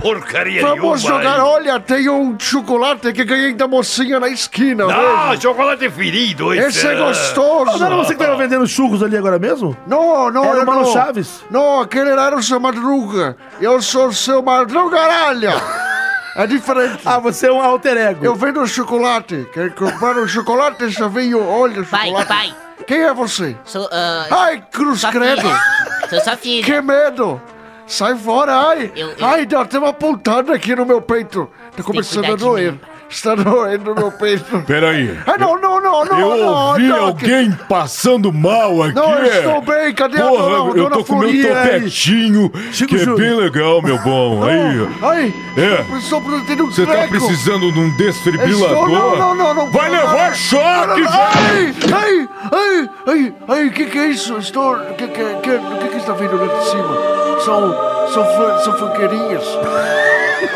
G: porcaria
C: Vamos
G: nenhuma.
C: jogar, olha, tem um chocolate que ganhei da mocinha na esquina.
G: Não,
C: veja.
G: chocolate ferido.
C: Esse é gostoso.
A: Ô, não era você que tava vendendo churros ali agora mesmo?
C: Não, não,
A: Era o
C: eu
A: Mano
C: não.
A: Chaves?
C: Não, aquele era o seu Madruga. Eu sou o seu Madruga, caralho. É diferente. Ah,
A: você é um alter ego.
C: Eu vendo chocolate. Quer comprar um chocolate? Já veio, olha, chocolate.
H: pai.
C: Quem é você?
H: Sou, ah,
C: Ai, cruz
H: sua
C: credo.
H: filha. Sou sua filha.
C: Que medo. Sai fora, ai.
H: Eu- eu-
C: Ai, dá até uma pontada aqui no meu peito. Tá começando
H: cuidar
C: a
H: de
C: doer. Está doendo no meu peito.
O: Peraí.
C: Ah, não, não, não, não.
O: eu
C: não,
O: ouvi
C: não,
O: alguém passando mal aqui.
C: Não, eu
O: é.
C: estou bem, cadê a
O: Porra,
C: dona-
O: eu
C: dona
O: tô com meu
C: Folia é aí?
O: topetinho, que é bem legal, meu bom. Aí,
C: Ai,
O: É.
C: eu estou tendo um
O: você tá
C: treco.
O: precisando de um desfibrilador?
C: Estou- Não, não, não, não.
O: Vai levar choque,
C: velho. Ai, ai, ai, ai, o que que é isso? Estou... O que que, que, que que está vindo lá de cima? São... São, fã- são funkeirinhas.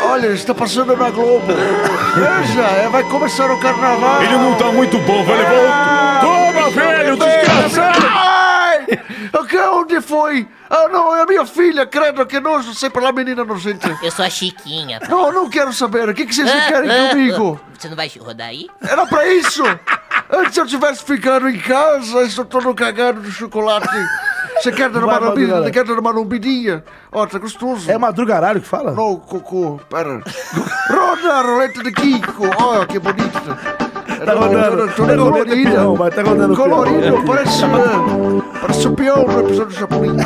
C: Olha, está passando na Globo. Veja, é, vai começar o carnaval.
O: Ele não tá muito bom, vai levar outro. Toma, velho, desgraçado!
C: Ai! O que- Onde foi? Ah, não, é a minha filha, credo, que nojo, sei pra lá, menina nojenta.
H: Eu sou a Chiquinha. pai.
C: Não, não quero saber, o que, que vocês
H: Ah,
E: é
C: querem
H: ah,
C: comigo?
H: ah, Você não vai rodar aí?
C: Era pra isso! Antes eu tivesse ficado em casa, estou todo cagado de chocolate. Você quer dar uma
A: Vai,
C: lambida?
A: madrugada.
C: Quer dar uma lambidinha? Ó, tá gostoso.
A: É madrugaralho que fala?
C: Não, cocô, pera. Roda a roleta de Kiko, ó, que bonita.
A: Tá rodando.
C: Toda
A: É roleta
C: colorida.
A: peão, mas tá rodando peão.
C: Colorido, parece... eh, Parece o peão do episódio japonês.
A: Tá,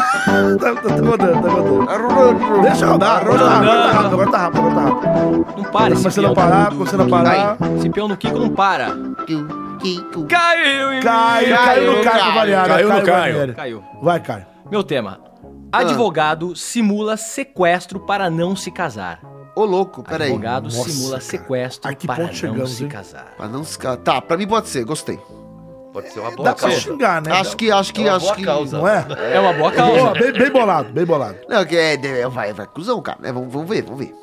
A: tá, tá rodando, tá rodando.
C: Tá rodando.
A: Deixa rodar, agora tá rápido, agora tá rápido, agora tá rápido, agora tá rápido.
D: Não para, esse
A: Começando a
D: peão
A: parar,
D: do-
A: começando a
D: do-
A: parar.
D: Ai, Esse peão no Kiko não para. Caiu! em mim.
A: Caiu, caiu no Caio Valiara. Valiara.
D: Caiu.
A: Vai, Caio.
D: Meu tema. Advogado simula sequestro para não se casar.
E: Ô, louco, peraí.
D: Advogado
E: Nossa,
D: simula
E: cara.
D: sequestro para não se
E: hein?
D: casar.
E: Pra não se casar. Tá, pra mim pode ser, gostei.
B: Pode ser uma
E: boa causa.
A: Né?
E: Acho que, acho que, acho que.
A: Não é? Boa, bem, bem bolado, bem bolado.
E: Não, que é, é, vai, vai, cuzão, cara. né? vamos, vamos ver, vamos ver.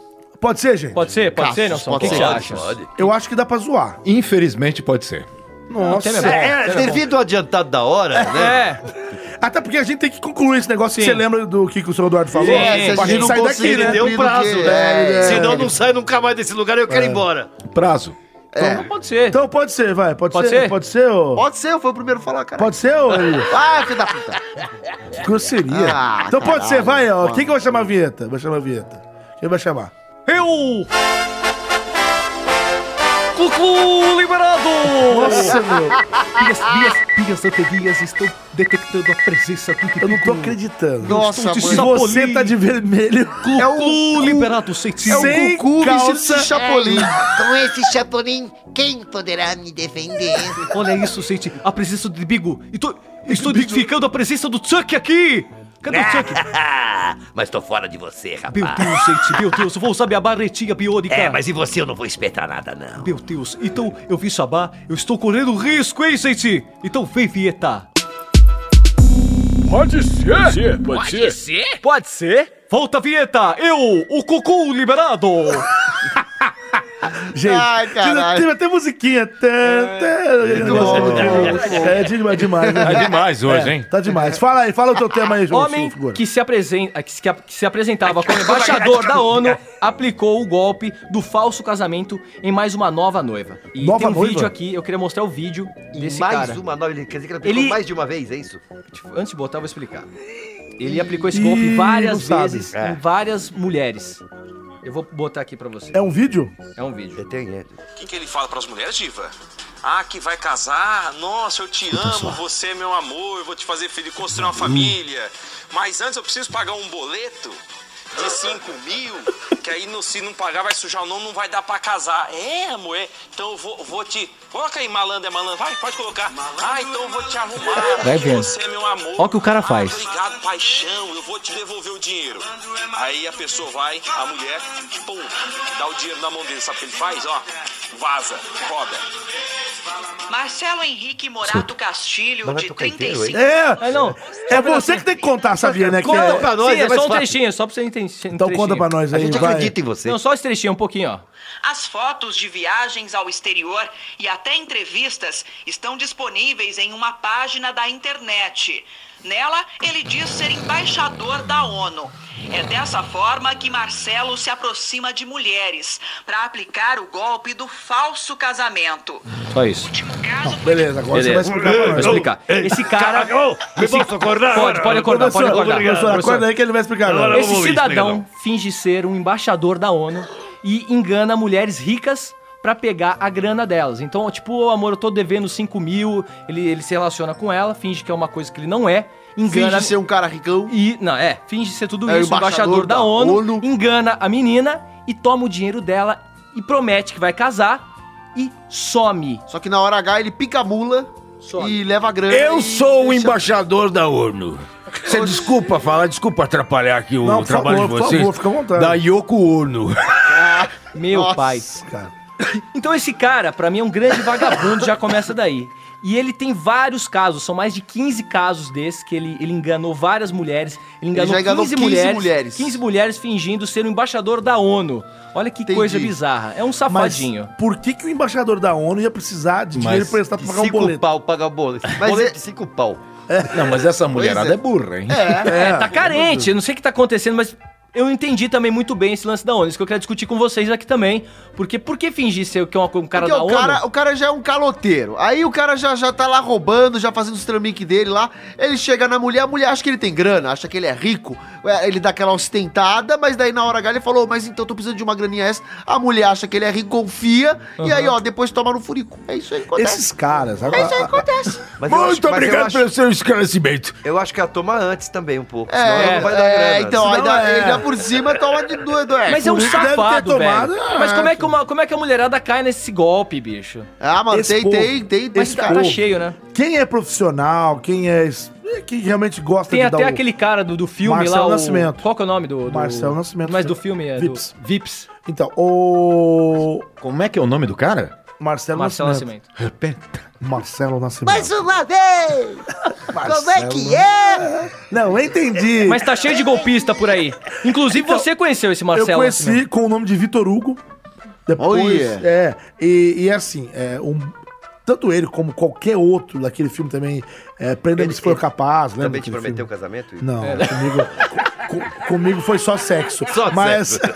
A: Pode ser, gente?
D: Pode ser,
E: pode ser, né? Nelson? O que que você acha?
A: Eu acho que dá pra zoar.
K: Infelizmente pode ser.
A: Nossa.
B: É, devido
G: Tá
B: ao adiantado da hora, né?
D: É.
A: Até porque a gente tem que concluir esse negócio que
B: Sim.
A: você lembra do que, que o senhor Eduardo falou?
G: É, se
A: Pra
G: a gente não
A: sair
G: conseguir,
A: daqui, né?
G: deu um prazo, né?
A: É, é.
G: Senão não sai nunca mais desse lugar, eu quero ir embora.
K: Prazo.
E: É.
A: Então
D: pode ser.
A: Então pode ser, vai. Pode,
G: Pode
A: ser,
G: ser?
A: Pode ser, ô.
E: Pode ser, foi o primeiro a falar, cara.
A: Pode ser, ô. Eli?
E: Ah, filho da puta.
A: Que Grosseria.
E: Ah,
A: então pode
E: caralho,
A: ser, vai, ó.
E: mano.
A: Quem que eu vou chamar a vinheta? Vou chamar a vinheta. Quem vai chamar?
D: Eu! Cucu liberado!
A: Nossa, é meu.
D: Minhas, minhas, minhas anteninhas estão detectando a presença do Cucu.
A: Eu não tô acreditando.
D: Nossa,
A: se
D: mano. É
A: você tá de vermelho.
D: Cucu liberado, senti.
A: É Sem calça.
M: Ai, com esse chapolim, quem poderá me defender?
D: Olha isso, gente. A presença do Bigo. Estou, estou identificando a presença do Chuck aqui. Cadê o Chuck?
G: Mas tô fora de você,
D: Meu
G: rapaz.
D: Deus, gente. Meu Deus. eu Vou usar minha barretinha biônica.
G: É, mas e você eu não vou espetar nada, não.
D: Meu Deus, então eu vi Sabá, eu estou correndo risco, hein, gente? Então vem, Vieta.
O: Pode ser,
D: Pode ser. Pode ser? Volta, Vieta. Eu, o Cucu liberado.
A: Gente,
D: Ai, caralho.
A: teve até musiquinha. Tã, tã, negócio
K: bom,
A: de-
K: muito bom.
A: É de- é demais, né?
K: Tá demais hoje, hein?
A: Tá demais. Fala aí, fala o teu tema aí, João.
D: Homem
A: sua figura.
D: que se, apresen- ah, que se- que se apresentava como embaixador da ONU aplicou o golpe do falso casamento em mais uma nova noiva. E
A: Nova
D: tem um
A: noiva?
D: vídeo aqui, eu queria mostrar o vídeo desse
B: mais
D: cara.
B: uma nova. Quer dizer que ela aplicou
D: Ele-
B: mais de uma vez, é isso?
D: Antes de botar, eu vou explicar. Ele aplicou esse
A: Ih,
D: golpe
A: não
D: várias
A: sabe.
D: vezes
A: É.
D: em várias mulheres. Eu vou botar aqui pra você.
A: É um vídeo?
D: É um vídeo.
P: O que, que ele fala pras mulheres, diva? Ah, que vai casar? Nossa, eu te amo, você é meu amor, eu vou te fazer feliz, construir uma família. Mas antes eu preciso pagar um boleto de 5 mil, que aí no- se não pagar vai sujar o nome, não vai dar pra casar. É, amor, é. Então eu vou, vou te... Coloca aí, malandro é malandro, vai, pode colocar. Ah, então eu vou te arrumar,
D: Vai
P: porque
D: vendo.
P: você é meu amor.
D: Olha o que o cara faz.
P: Ah, tô ligado, paixão, eu vou te devolver o dinheiro. Aí a pessoa vai, a mulher, pum, dá o dinheiro na mão dele. Sabe o que ele faz? Ó, vaza, roda.
Q: Marcelo Henrique Morato Castilho, de 35
A: É,
D: É, não.
A: é você que tem que contar, sabia, né? que
D: Conta
A: é-
D: pra nós, Sim, é, só um trechinho, só pra você entender. Então
A: um conta pra nós aí, A gente vai. acredita em você.
D: Não, só esse trechinho, um pouquinho, ó.
Q: As fotos de viagens ao exterior e até entrevistas estão disponíveis em uma página da internet. Nela, ele diz ser embaixador da ONU. É dessa forma que Marcelo se aproxima de mulheres para aplicar o golpe do falso casamento.
D: Só isso.
A: beleza, agora você vai explicar pra nós.
D: Vou explicar. Esse cara.
A: Acabou. Me
D: Esse-
A: posso acordar
D: Pode,
A: agora?
D: pode acordar, pode
A: Professor,
D: acordar.
A: obrigado. Professor, acorda aí que ele vai explicar agora. Agora eu
D: Esse
A: vou explicar,
D: cidadão
A: não.
D: finge ser um embaixador da ONU e engana mulheres ricas pra pegar a grana delas. Então, tipo, "Ô, amor, eu tô devendo 5 mil, ele, ele se relaciona com ela, finge que é uma coisa que ele não é, engana...
E: Finge ser um
D: cara ricão. E, não, é, finge ser tudo
E: É o
D: isso, embaixador,
E: embaixador
D: da,
E: da
D: ONU, engana a menina e toma o dinheiro dela e promete que vai casar e some.
E: Só que na hora H ele pica a mula e leva a grana.
R: Eu
E: e
A: um
R: sou o
E: deixa-
R: embaixador da ONU. Você desculpa falar, desculpa atrapalhar aqui o
A: Não, por
R: trabalho
A: favor,
R: de
A: por
R: vocês.
A: favor, fica à vontade.
R: Da Yoko Ono.
D: Meu pai. Então esse cara, pra mim, é um grande vagabundo, já começa daí. E ele tem vários casos, são mais de 15 casos desses que ele, ele enganou várias mulheres. Ele enganou,
E: já enganou 15
D: mulheres,
E: mulheres.
D: 15 mulheres fingindo ser o embaixador da ONU. Olha que coisa bizarra. É um safadinho.
A: Mas por que, que o embaixador da ONU ia precisar de dinheiro
D: Mas
A: emprestado pra pagar um boleto?
B: pau, pagar boleto.
A: Mas
B: boleto
A: é-
B: de cinco pau.
R: Não, mas essa mulherada é. burra, hein?
D: É, tá carente. Eu não sei o que tá acontecendo, mas eu entendi também muito bem esse lance da ONU. Isso que eu quero discutir com vocês aqui também. Porque por que fingir ser o que é uma- um cara
E: Porque
D: da
E: o
D: ONU?
E: cara, o cara já é um caloteiro. Aí o cara já, já tá lá roubando, já fazendo os trambiques dele lá. Ele chega na mulher, a mulher acha que ele tem grana, acha que ele é rico. Ué, Ele dá aquela ostentada, mas daí na hora H ele falou: "Ô, Mas então eu tô precisando de uma graninha essa. A mulher acha que ele é rico, confia. E aí, ó, depois toma no furico. É isso aí que acontece.
A: Esses caras,
E: É isso aí que acontece.
R: Muito obrigado pelo seu esclarecimento.
M: Eu
B: é
M: acho que a toma antes também um pouco.
E: É,
M: senão não vai dar
E: é,
M: grana.
E: então, aí
M: Senão
E: dá-
M: é-
E: ele dá por cima e toma de duas. duas-
D: Mas é um
E: por isso deve ter
D: safado,
E: tomado,
D: velho.
E: é.
D: Mas como é, que uma, como é que a mulherada cai nesse golpe, bicho?
E: Ah, mano,
A: Esse
E: tem,
A: povo-
E: tem, tem, tem.
D: Mas tá, tá cheio, né?
A: Quem é profissional, quem é. es- Quem realmente gosta
D: Tem
A: de
D: até
A: dar o-
D: aquele cara do, do filme
A: Marcelo
D: lá. o-
A: Nascimento.
D: Qual que é o nome do. do...
A: Marcelo Nascimento.
D: Mas do filme é. do-
A: Vips. Vips. Então, o.
R: Como é que é o nome do cara?
A: Marcelo,
D: Marcelo
A: Nascimento. Repita. Marcelo Nascimento.
M: Mais uma vez! Como é que é?
A: Não, eu entendi.
D: Mas tá cheio de golpista por aí. Inclusive você conheceu esse Marcelo
A: Então, Eu conheci
D: Nascimento.
A: com o nome de Vitor Hugo. Depois,
D: Oh, yeah.
A: é, e, e assim, é, um- tanto ele como qualquer outro daquele filme também, é, Prenda-me se for capaz, lembra?
M: Também te
A: aquele
M: prometeu
A: filme?
M: o casamento?
A: Não,
D: É.
A: comigo, co- comigo foi só sexo.
M: Só
A: mas,
M: sexo.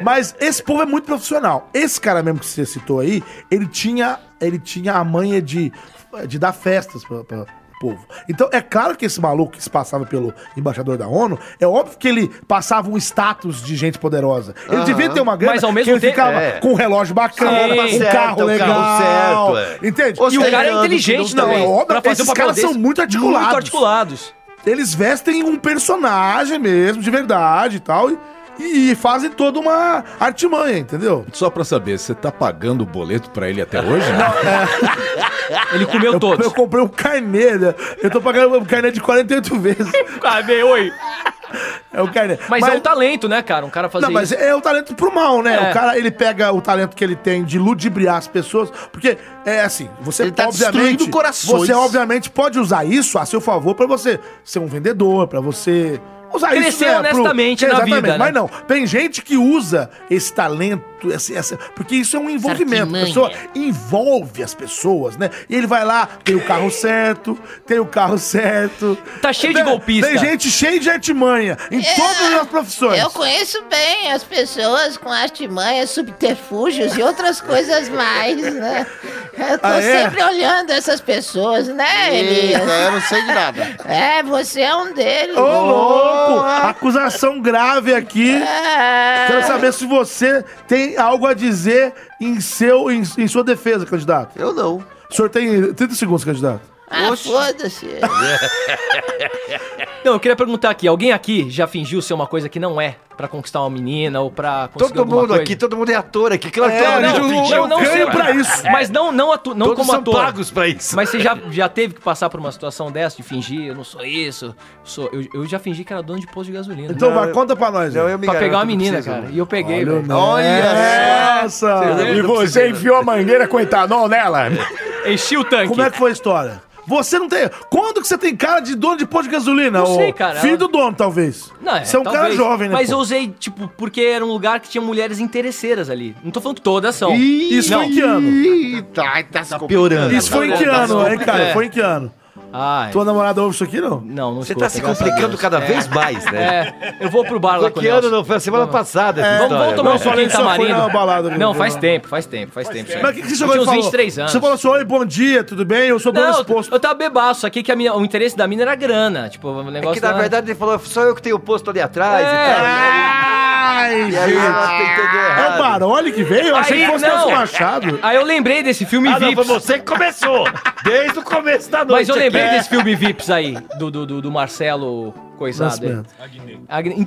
A: mas esse povo é muito profissional. Esse cara mesmo que você citou aí, ele tinha, ele tinha a manha de, de dar festas pra. pra pro povo. Então, é claro que esse maluco que se passava pelo embaixador da ONU, é óbvio que ele passava um status de gente poderosa. Ele
D: Aham.
A: devia ter uma grana,
D: Mas ao mesmo
A: que ele
D: tempo-
A: ficava
D: É.
A: com um relógio bacana,
D: Sim.
A: com um
D: Certo,
A: carro
D: o carro
A: legal.
D: certo, é.
A: Entende?
D: E o cara é inteligente
A: Não,
D: também.
A: é óbvio,
D: Pra fazer
A: esses
D: um papel
A: caras são
D: desse,
A: muito articulados.
D: muito articulados.
A: Eles vestem um personagem mesmo, de verdade e tal, e, e fazem toda uma artimanha, entendeu?
K: Só pra saber, você tá pagando o boleto pra ele até hoje?
D: Ele comeu
A: eu,
K: todos.
A: Eu comprei um carnê, né? Eu tô pagando um carnê de 48 vezes.
D: carnê, oi.
A: É o carnê.
D: Mas, é um talento, né, cara? Um cara fazer
A: Não, mas
D: isso.
A: é o talento pro mal, né?
D: É.
A: O cara, ele pega o talento que ele tem de ludibriar as pessoas, porque é assim, você
E: Ele tá
A: obviamente,
E: destruindo corações.
A: você obviamente pode usar isso a seu favor pra você ser um vendedor, pra você usar isso né,
D: Crescer honestamente na
A: Exatamente,
D: vida, né?
A: Mas não, tem gente que usa esse talento, esse, essa- porque isso é um envolvimento. A pessoa envolve as pessoas, né? E ele vai lá, tem o carro certo, tem o carro certo.
D: Tá cheio de
A: Tem-
D: golpista.
A: Tem gente cheia de artimanha em
E: É,
A: todas as profissões.
H: Eu conheço bem as pessoas com artimanhas, subterfúgios e outras coisas mais, né? Eu tô
E: Ah, é?
H: sempre olhando essas pessoas, né,
E: Eita,
H: Elias?
E: eu não sei de nada.
H: É, você é um deles.
A: Ô,
D: Oh,
A: louco!
D: ah.
A: Acusação grave aqui.
D: É.
A: Quero saber se você tem algo a dizer em, seu, em, em sua defesa, candidato.
E: Eu não.
A: O senhor tem 30 segundos, candidato.
H: Ah, foda-se.
A: é-
D: Não, eu queria perguntar aqui, alguém aqui já fingiu ser uma coisa que não é pra conquistar uma menina ou pra conseguir
B: Todo
D: alguma
B: mundo
D: coisa?
B: aqui, todo mundo é ator aqui. Claro que
A: tá-
D: É,
B: todo mundo
D: não,
B: fingiu,
D: eu não
B: cara.
D: sei pra isso. Mas não, não, atu, não
B: Todos
D: como
B: são
D: ator.
B: pagos pra isso.
D: Mas você já, já teve que passar por uma situação dessa de fingir, eu não sou isso, eu sou, eu, eu já fingi que era dono de posto de gasolina.
A: Então
D: Não,
A: vai,
D: eu-
A: conta pra nós. né?
D: Pra
A: velho.
D: pegar É. uma menina, cara. E eu peguei, velho.
A: Olha! Nossa!
D: Você
R: E
D: lembra?
R: você enfiou a mangueira com etanol
D: É,
R: nela?
D: Enchi o tanque.
A: Como é que foi a história? Você não tem. Quando que você tem cara de dono de posto de gasolina?
D: Não
A: ô?
D: sei, cara.
A: Filho do dono, talvez.
D: Não, é,
A: você é um cara
D: talvez.
A: jovem, né?
D: Mas
A: pô?
D: eu usei, tipo, porque era um lugar que tinha mulheres interesseiras ali. Não tô falando que todas são.
A: Ih, Isso
D: não.
A: foi em que ano?
E: Eita, ai, tá, se complicando.
A: Isso foi em que
D: Tá
A: ano,
D: se
A: hein,
D: complicando.
A: cara?
D: É.
A: Foi em que ano?
D: Ai.
A: Tua namorada ouve isso aqui, não?
D: Não, não
B: Você tá se complicando cada vez mais, né?
D: É. Eu vou pro bar lá com o
B: Que ano
D: Nelson.
B: não foi? A semana passada essa
D: É, vamos,
B: história,
D: vamos tomar
B: né?
D: um solinho de tamarindo. não, faz
A: viu?
D: tempo, faz tempo, faz tempo.
A: né? Mas o que, que você chegou
D: É. eu
A: e
D: tinha
A: falou?
D: uns 23 anos.
A: Você falou assim, oi, bom dia, tudo bem? Eu sou dono
D: Não,
A: desse posto.
D: eu tava bebaço aqui que a minha- o interesse da mina era grana. Tipo, o negócio
B: É que, na verdade, ele falou, só eu que tenho o posto ali atrás e
D: É.
B: tal.
A: Ai,
B: E aí, ela entendeu
A: É o
B: errado.
A: Baroli que veio? Eu achei
D: Aí,
A: que fosse
D: não.
A: Nelson Machado.
D: Aí eu lembrei desse filme
A: Ah, não,
D: Vips.
A: foi você que
G: começou. Desde o começo da noite
D: Mas eu lembrei
G: aqui.
D: desse filme Vips aí, do, do, do, do Marcelo Coisado. aí.
G: Nascimento.
D: Agni.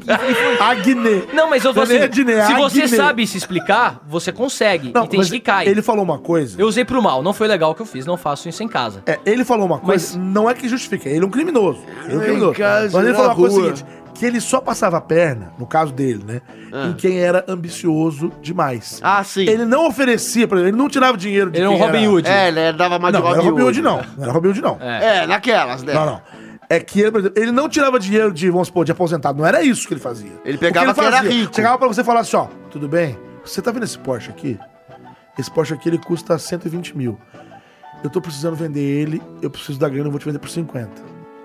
D: Agni. Não, mas eu vou
A: Você
D: assim,
A: é Diné,
D: se você
A: Agni.
D: sabe se explicar, você consegue.
A: Não,
D: e tem
A: mas
D: gente que cai.
A: ele falou uma coisa.
D: Eu usei pro mal, não foi legal o que eu fiz, não faço isso em casa.
A: É, ele falou uma coisa, não é que justifica, ele é um criminoso. Ele é um
D: Em
A: criminoso.
D: casa,
A: Mas ele
D: na
A: falou uma coisa
D: rua.
A: seguinte: que ele só passava a perna, no caso dele, né?
D: Ah.
A: Em quem era ambicioso demais.
E: Ah, sim.
A: Ele não oferecia, por exemplo, ele não tirava dinheiro de
E: Ele é um
A: quem
E: Robin Hood. É, ele dava mais de
A: não, não era
E: Robin
A: Robin Hood,
E: Hood,
A: não.
E: né?
A: Não era Robin Hood, não.
E: É, naquelas, né?
A: Não, não. É que ele, por exemplo, ele não tirava dinheiro de, vamos supor, de aposentado. Não era isso que ele fazia.
E: Ele pegava
A: O
E: quem era
A: fazia?
E: rico.
A: Chegava pra você e falava assim, ó, tudo bem? Você tá vendo esse Porsche aqui? Esse Porsche aqui, ele custa 120 mil. Eu tô precisando vender ele, eu preciso da grana, eu vou te vender por 50.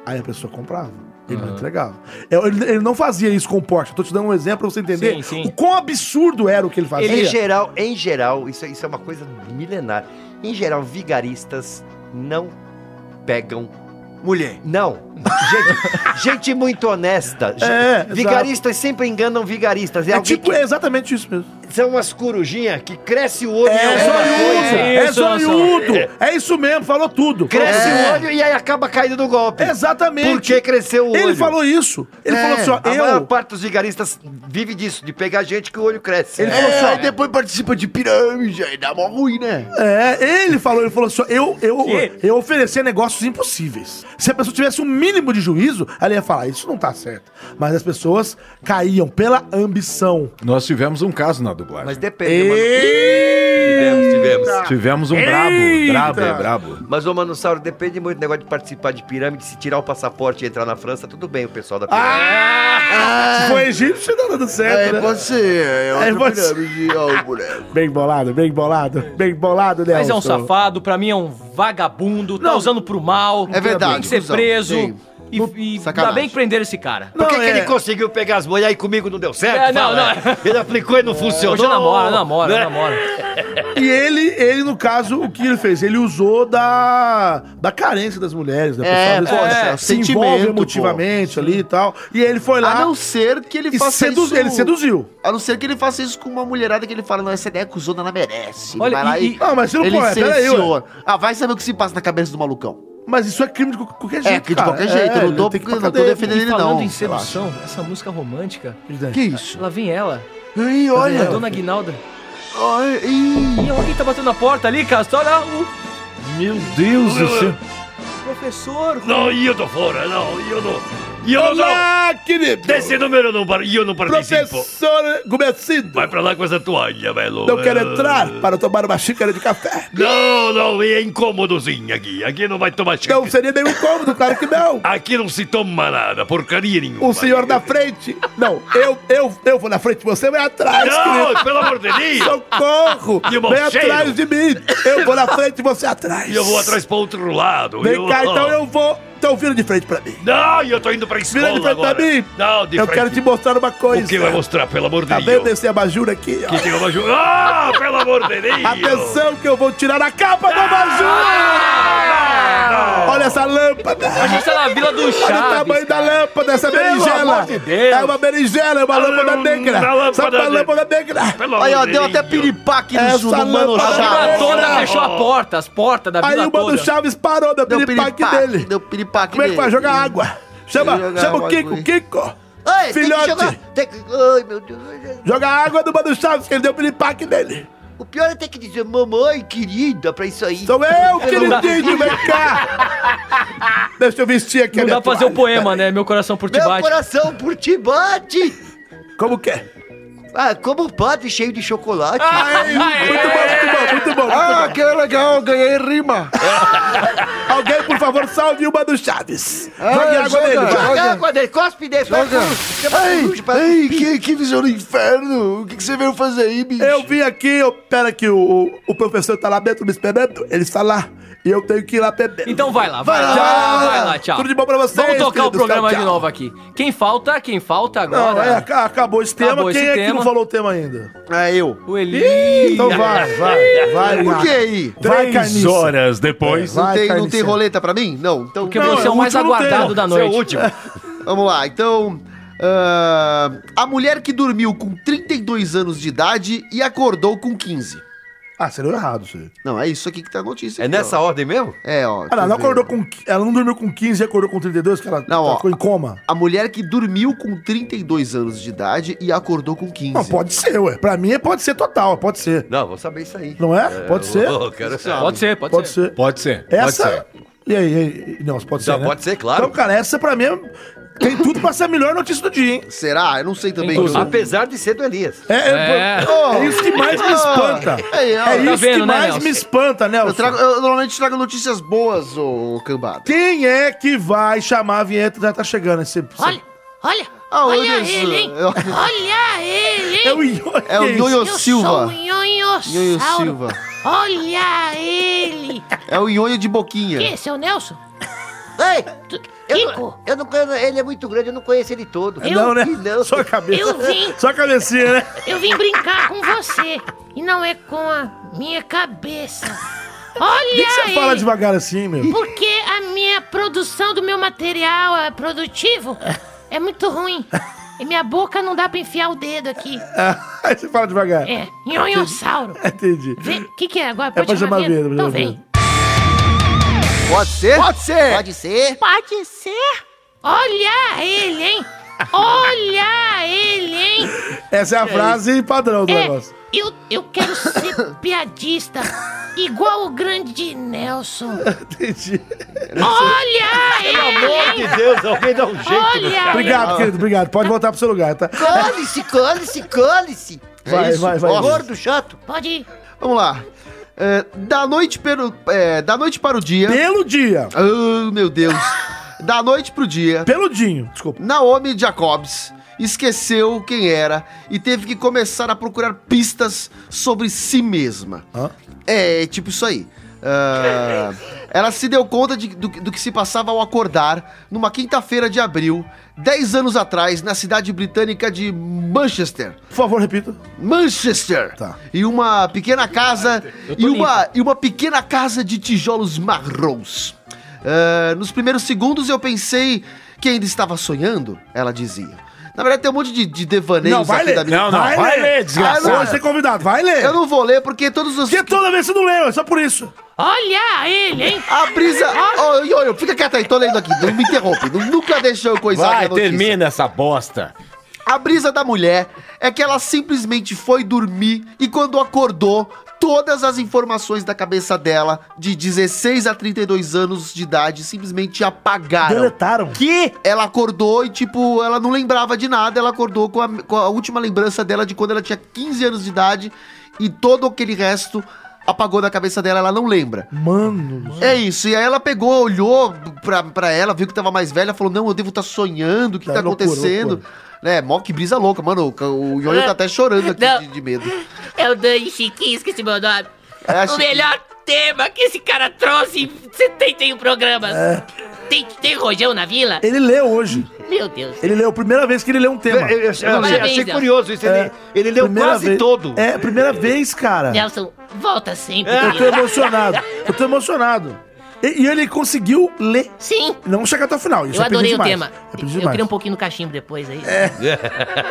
A: Aí a pessoa comprava. Ele não
D: Aham.
A: entregava. É, Ele, ele não fazia isso com o Porsche. Eu tô te dando um exemplo pra você entender
B: Sim, sim.
A: o quão absurdo era o que ele fazia.
B: Em geral, em geral, isso, é- isso é uma coisa milenar. Em geral, vigaristas não pegam mulher. Não. Gente, gente muito honesta.
A: É, exato.
B: vigaristas sempre enganam vigaristas. É,
A: É,
B: alguém
A: tipo,
B: que-
A: é exatamente isso mesmo.
B: São umas corujinhas que cresce o olho
A: É,
B: em alguma coisa.
A: é, é zoiudo. É isso mesmo, falou tudo.
B: Cresce
A: É.
B: o olho e aí acaba caindo no golpe.
A: Exatamente.
B: Porque cresceu o olho.
A: Ele falou isso. Ele
B: É.
A: falou assim, ó,
B: A
A: eu...
B: maior parte dos vigaristas vive disso, de pegar gente que o olho cresce.
E: É,
B: É.
A: Ele falou assim, ó,
E: né?
B: aí depois participa de pirâmide, aí dá mó ruim, né?
A: É, ele falou, ele falou assim, ó, eu, eu,
B: Que?
A: eu oferecia negócios impossíveis. Se a pessoa tivesse um mínimo de juízo, ela ia falar, isso não tá certo. Mas as pessoas caíam pela ambição.
K: Nós tivemos um caso na dublagem.
B: Mas
A: E-
B: depende, mano. Tivemos, tivemos.
K: Tivemos um brabo, brabo, brabo.
B: Mas, ô, Manossauro, depende muito do negócio de participar de pirâmide. Se tirar o passaporte e entrar na França, tudo bem o pessoal
A: Ah,
B: da pirâmide. Ah!
A: Se for egípcio, tá dando
B: É,
A: certo, né?
E: pode ser. É outra
A: É, pode ser.
E: pirâmide, ó, o boneco.
A: Bem bolado, bem bolado, bem bolado, Nelson.
D: Mas é um safado, pra mim é um vagabundo, tá usando pro mal.
E: É verdade,
D: Tem que ser
E: cuzão,
D: preso.
E: sim.
D: E, e ainda bem que prenderam esse cara.
B: Por que, que
A: é.
B: ele conseguiu pegar as mulheres e comigo não deu certo?
D: É, não,
B: Fala,
D: não.
B: é. Ele aplicou e não funcionou.
D: Hoje eu namoro, eu namoro, eu
B: Né?
D: namoro.
A: E ele, ele, no caso, o que ele fez? Ele usou da, da carência das mulheres, né?
E: É,
A: Pessoal, às vezes,
E: poxa,
A: se
E: sentimento,
A: envolve emotivamente ali e tal. E ele foi lá.
E: A não ser que ele
A: E
E: faça
A: sedu-
E: isso...
A: ele seduziu.
E: A não ser que ele faça isso com uma mulherada que ele fala, não, essa ideia é cuzona, ela merece. Ele
A: Olha,
E: vai lá
A: e- e- Não, mas você não
E: ele
A: pode, peraí, ué.
E: seleciona. Ah, vai saber o que se passa na cabeça do malucão.
A: Mas isso é crime de qual- qualquer jeito,
E: É, que de
A: cara.
E: qualquer jeito, eu não
A: ele
E: tô,
A: tem que ir
E: eu
A: pra
E: não tô
A: cadeia.
E: defendendo ele
D: E falando
E: não.
D: em sedução, essa música romântica.
E: Que isso?
D: Lá vem ela.
E: Ai,
D: Tá vendo?
E: olha.
D: A dona Guinalda.
E: Ai, ih.
D: Ih, alguém tá batendo na porta ali, Castro. Olha o
K: Meu Deus do céu.
D: professor.
G: Não, e eu tô fora, não, e eu não. E eu
A: Olá,
G: não. Desse número eu não, par- e eu não participo.
A: Professor Gomecido,
G: Vai pra lá com essa toalha, velho.
A: não quero entrar para tomar uma xícara de café.
G: Não, não, é incômodozinho aqui. Aqui não vai tomar xícara.
A: Não seria nenhum cômodo, claro que não.
G: Aqui não se toma nada, porcaria nenhuma.
A: O senhor na frente. Não, eu, eu, eu vou na frente, você vai atrás.
G: Não,
A: querido.
G: pelo amor de Deus.
A: Socorro.
G: Que mau
A: Vem
G: cheiro.
A: atrás de mim. Eu vou na frente, você atrás.
G: E eu vou atrás pro outro lado.
A: Vem
G: eu...
A: cá, então eu vou. Então vira de frente pra mim.
G: Não, eu tô indo pra escola
A: Vira de frente
G: agora.
A: pra mim.
G: Não, de
A: eu
G: frente.
A: quero te mostrar uma coisa.
G: O que vai mostrar, pelo amor de
A: Tá
G: Deus?
A: vendo esse abajur aqui? ó?
G: Que é tem uma ju... Ah, pelo amor de Deus.
A: Atenção que eu vou tirar a capa do
G: Ah!
A: abajur! Olha essa lâmpada!
D: A gente tá na Vila do Chaves,
A: Olha o tamanho da lâmpada, essa
D: Pelo
A: berinjela!
D: amor de Deus.
A: É uma berinjela, é
G: Ah,
A: uma lâmpada negra!
D: na lâmpada
A: Sabe uma
D: negra.
A: lâmpada negra?
G: Pelo
E: Aí, ó, deu até piripaque no
A: Essa
E: su- no mano
A: lâmpada
D: A
E: chá.
D: vila toda
A: Ah.
D: fechou a porta, as portas da
A: Aí
D: vila
A: o Mano
D: toda.
A: Chaves parou, deu
E: Deu
A: piripaque
E: piripaque,
A: dele!
E: deu piripaque
A: Como é que vai
E: nele.
A: jogar água? Chama,
E: jogar
A: chama o
E: água,
A: Kiko,
E: foi.
A: Kiko!
M: Ai, tem que
A: Filhote!
M: jogar. Tem que... Ai, meu Deus.
A: Joga a água do Mano Chaves, que ele deu piripaque nele!
M: O pior é ter que dizer, mamãe querida, pra isso aí.
A: Sou eu,
M: dá.
A: queridinho, vem cá! Deixa eu vestir aqui a
D: Não
A: minha
D: dá pra fazer o
A: toalha.
D: poema, né? Meu coração por ti
M: Meu
D: bate.
M: coração por ti bate.
A: Como que é?
M: Ah, como um padre cheio de chocolate.
A: Ai, muito bom, muito bom, muito bom.
E: Ah,
A: muito
E: que legal, ganhei rima.
A: bom. Alguém, por favor, salve o Mano Chaves.
E: Ah,
A: Jogue água
E: joga,
A: nele.
E: joga.
A: joga.
M: Joga água dele, cospe dele,
E: Joga.
M: Ai,
E: Ei, que, que visão do inferno. O que, que você veio fazer aí, bicho?
A: Eu vim aqui, eu, pera que o, o- o professor tá lá dentro me esperando. Ele está lá. e eu tenho que ir lá beber.
D: Então vai lá, vai, lá, vai lá, tchau.
A: Tudo de bom pra vocês.
D: Vamos tocar o
A: queridos, tchau,
D: programa de
A: tchau.
D: novo aqui. Quem falta? Quem falta agora?
A: Não, é, aca- acabou esse tema.
D: Acabou
A: Quem
D: esse
A: é que
D: tema.
A: não falou o tema ainda?
E: É eu.
D: O Eli.
A: então vai, vai, vai.
E: Por
A: lá.
E: que aí?
A: Vai, É,
S: Três
A: Caniça.
S: horas depois.
E: Não tem, não
S: Carniça.
E: tem roleta pra mim? Não. Então,
D: Porque você é o mais aguardado da noite. É.
E: Vamos lá, então. ah, a mulher que dormiu com 32 anos de idade e acordou com 15.
A: Ah, seria errado isso aí.
E: Não, é isso aqui que tá a notícia.
B: É
E: aqui,
B: nessa
E: ó.
B: ordem mesmo?
E: É,
A: Ah,
E: ó.
A: não, ela
E: deixa eu ver.
A: acordou com. qui- Ela não dormiu com 15 e acordou com 32, que ela
E: Não, ó.
A: ficou em coma.
E: A mulher que dormiu com 32 anos de idade e acordou com 15.
A: Não, pode ser, ué. Pra mim é- pode ser total, pode ser.
B: Não, vou saber isso aí.
A: Não é? Pode ser?
D: Pode ser, pode,
A: Pode
D: ser.
A: ser.
S: Pode ser.
A: Essa. E aí, e aí? Não, pode ser.
B: Não,
A: né?
B: pode ser, claro.
A: Então, cara, essa pra mim é- tem tudo pra ser a melhor notícia do dia, hein?
E: Será? Eu não sei também.
B: Inclusive.
E: eu-
B: Apesar de ser do Elias.
A: É, é. é isso que mais me espanta.
E: É, ó.
A: É isso
E: Tá
A: que
E: vendo, né,
A: mais
E: Nelson?
A: me espanta,
E: Eu,
A: Nelson.
E: trago, eu normalmente trago notícias boas, ô cambada.
A: Quem é que vai chamar a vinheta? Já tá chegando. Esse, esse-
M: Olha, olha,
E: Ah,
M: olha
E: olha isso.
M: ele, hein?
E: Eu-
M: Olha ele, hein?
A: É o Ionho,
E: É o
A: que
E: Ionho
M: Eu sou
E: Silva.
M: o Nhonho
E: Ionho
M: Sauro.
E: Silva.
M: Olha ele.
E: É o Ionho de Boquinha.
M: Que, seu Nelson?
H: Ei, eu,
M: Kiko?
H: não- eu não conheço, ele é muito grande, eu não conheço ele todo.
A: É, Não, né?
H: Ih, Não.
A: Só a cabeça.
M: Eu vim.
A: Só a cabecinha, né?
M: Eu vim brincar com você. E não é com a minha cabeça. Olha
A: Por que, que você
M: ele.
A: fala devagar assim, meu?
M: Porque a minha produção do meu material é produtivo é muito ruim. E minha boca não dá pra enfiar o dedo aqui.
A: Ah, Aí você fala devagar.
M: É, nhonhossauro.
A: Entendi.
M: O que, que é agora?
A: É pra chamar a vinheta. pra chamar
M: Então
A: a
M: vem.
A: vinheta.
E: Pode ser? Pode ser.
H: Pode ser?
M: Pode ser? Olha ele, hein? Olha ele, hein?
A: Essa é a frase padrão do
M: É,
A: negócio.
M: eu, eu quero ser piadista, igual o grande Nelson.
A: Entendi.
M: Olha ele! hein?
B: Deus, alguém dá um
M: Olha ele!
A: Obrigado, querido. Obrigado. Pode voltar pro seu lugar, tá?
H: Cole-se, cole-se, cole-se.
E: É
A: Vai, vai, vai.
H: Ó, Gordo, chato.
M: Pode ir.
E: Vamos lá. É, da, noite pelo, é, da noite para o dia.
A: Pelo dia.
E: Oh, meu Deus. da noite para o dia.
A: Peludinho. Desculpa.
E: Naomi Jacobs esqueceu quem era e teve que começar a procurar pistas sobre si mesma. É, tipo isso aí. Ah, ela se deu conta de- do, do que se passava ao acordar numa quinta-feira de abril, 10 anos atrás, na cidade britânica de Manchester.
A: Por favor, repita.
E: Manchester.
A: Tá.
E: E uma pequena casa e uma, e uma pequena casa de tijolos marrons. Ah, nos primeiros segundos eu pensei que ainda estava sonhando, ela dizia. Na verdade tem um monte de, de devaneios
A: Não, vai
E: aqui da
A: ler.
E: minha...
A: Não, não. Vai, ler, desgraçado.
E: Ah, eu não-
A: Hoje você é convidado. Vai ler.
E: Eu não vou ler porque todos os...
A: Porque toda vez você não leu. É só por isso.
M: Olha ele, hein?
E: A brisa... Ô, Ionho, fica quieto aí, tô lendo aqui. Não me interrompe. Não- Nunca deixa eu coisar
K: Vai,
E: minha notícia.
K: termina essa bosta.
E: A brisa da mulher é que ela simplesmente foi dormir e quando acordou, todas as informações da cabeça dela, de 16 a 32 anos de idade, simplesmente apagaram.
A: Deletaram.
E: Ah, Que ela acordou e, tipo, ela não lembrava de nada, ela acordou com a, com a última lembrança dela de quando ela tinha 15 anos de idade e todo aquele resto apagou da cabeça dela, ela não lembra.
A: Mano.
E: É isso, e aí ela pegou, olhou pra, pra ela, viu que tava mais velha, falou: Não, eu devo estar sonhando, o que
A: Tá,
E: tá,
A: loucura,
E: acontecendo?
A: loucura.
E: É, mó que brisa louca, mano. o- O Ionho tá até chorando aqui de, de medo.
I: É o Dani Chiquinho, esqueci meu nome.
E: É a
I: o
E: Chiquinho.
I: melhor tema que esse cara trouxe em 71 programas. Tem, tem rojão na vila?
A: Ele leu hoje.
I: Meu Deus.
A: Ele leu. Primeira vez que ele leu um tema.
C: é,
B: Eu, eu- eu achei- eu
I: Parabéns,
B: achei
I: Nelson.
B: curioso isso. Ele,
A: É.
B: ele leu
A: Primeira
B: quase
A: vez-
B: todo.
A: É, primeira vez, cara.
I: Nelson, volta sempre.
A: Eu tô
I: querido.
A: emocionado. Eu tô emocionado. E, e ele conseguiu ler.
I: Sim.
A: Não chegar até o final. Isso
I: Eu
A: é pedir
I: adorei o
A: demais.
I: tema.
A: É
I: Eu
A: pedir demais.
I: queria um pouquinho no cachimbo depois aí.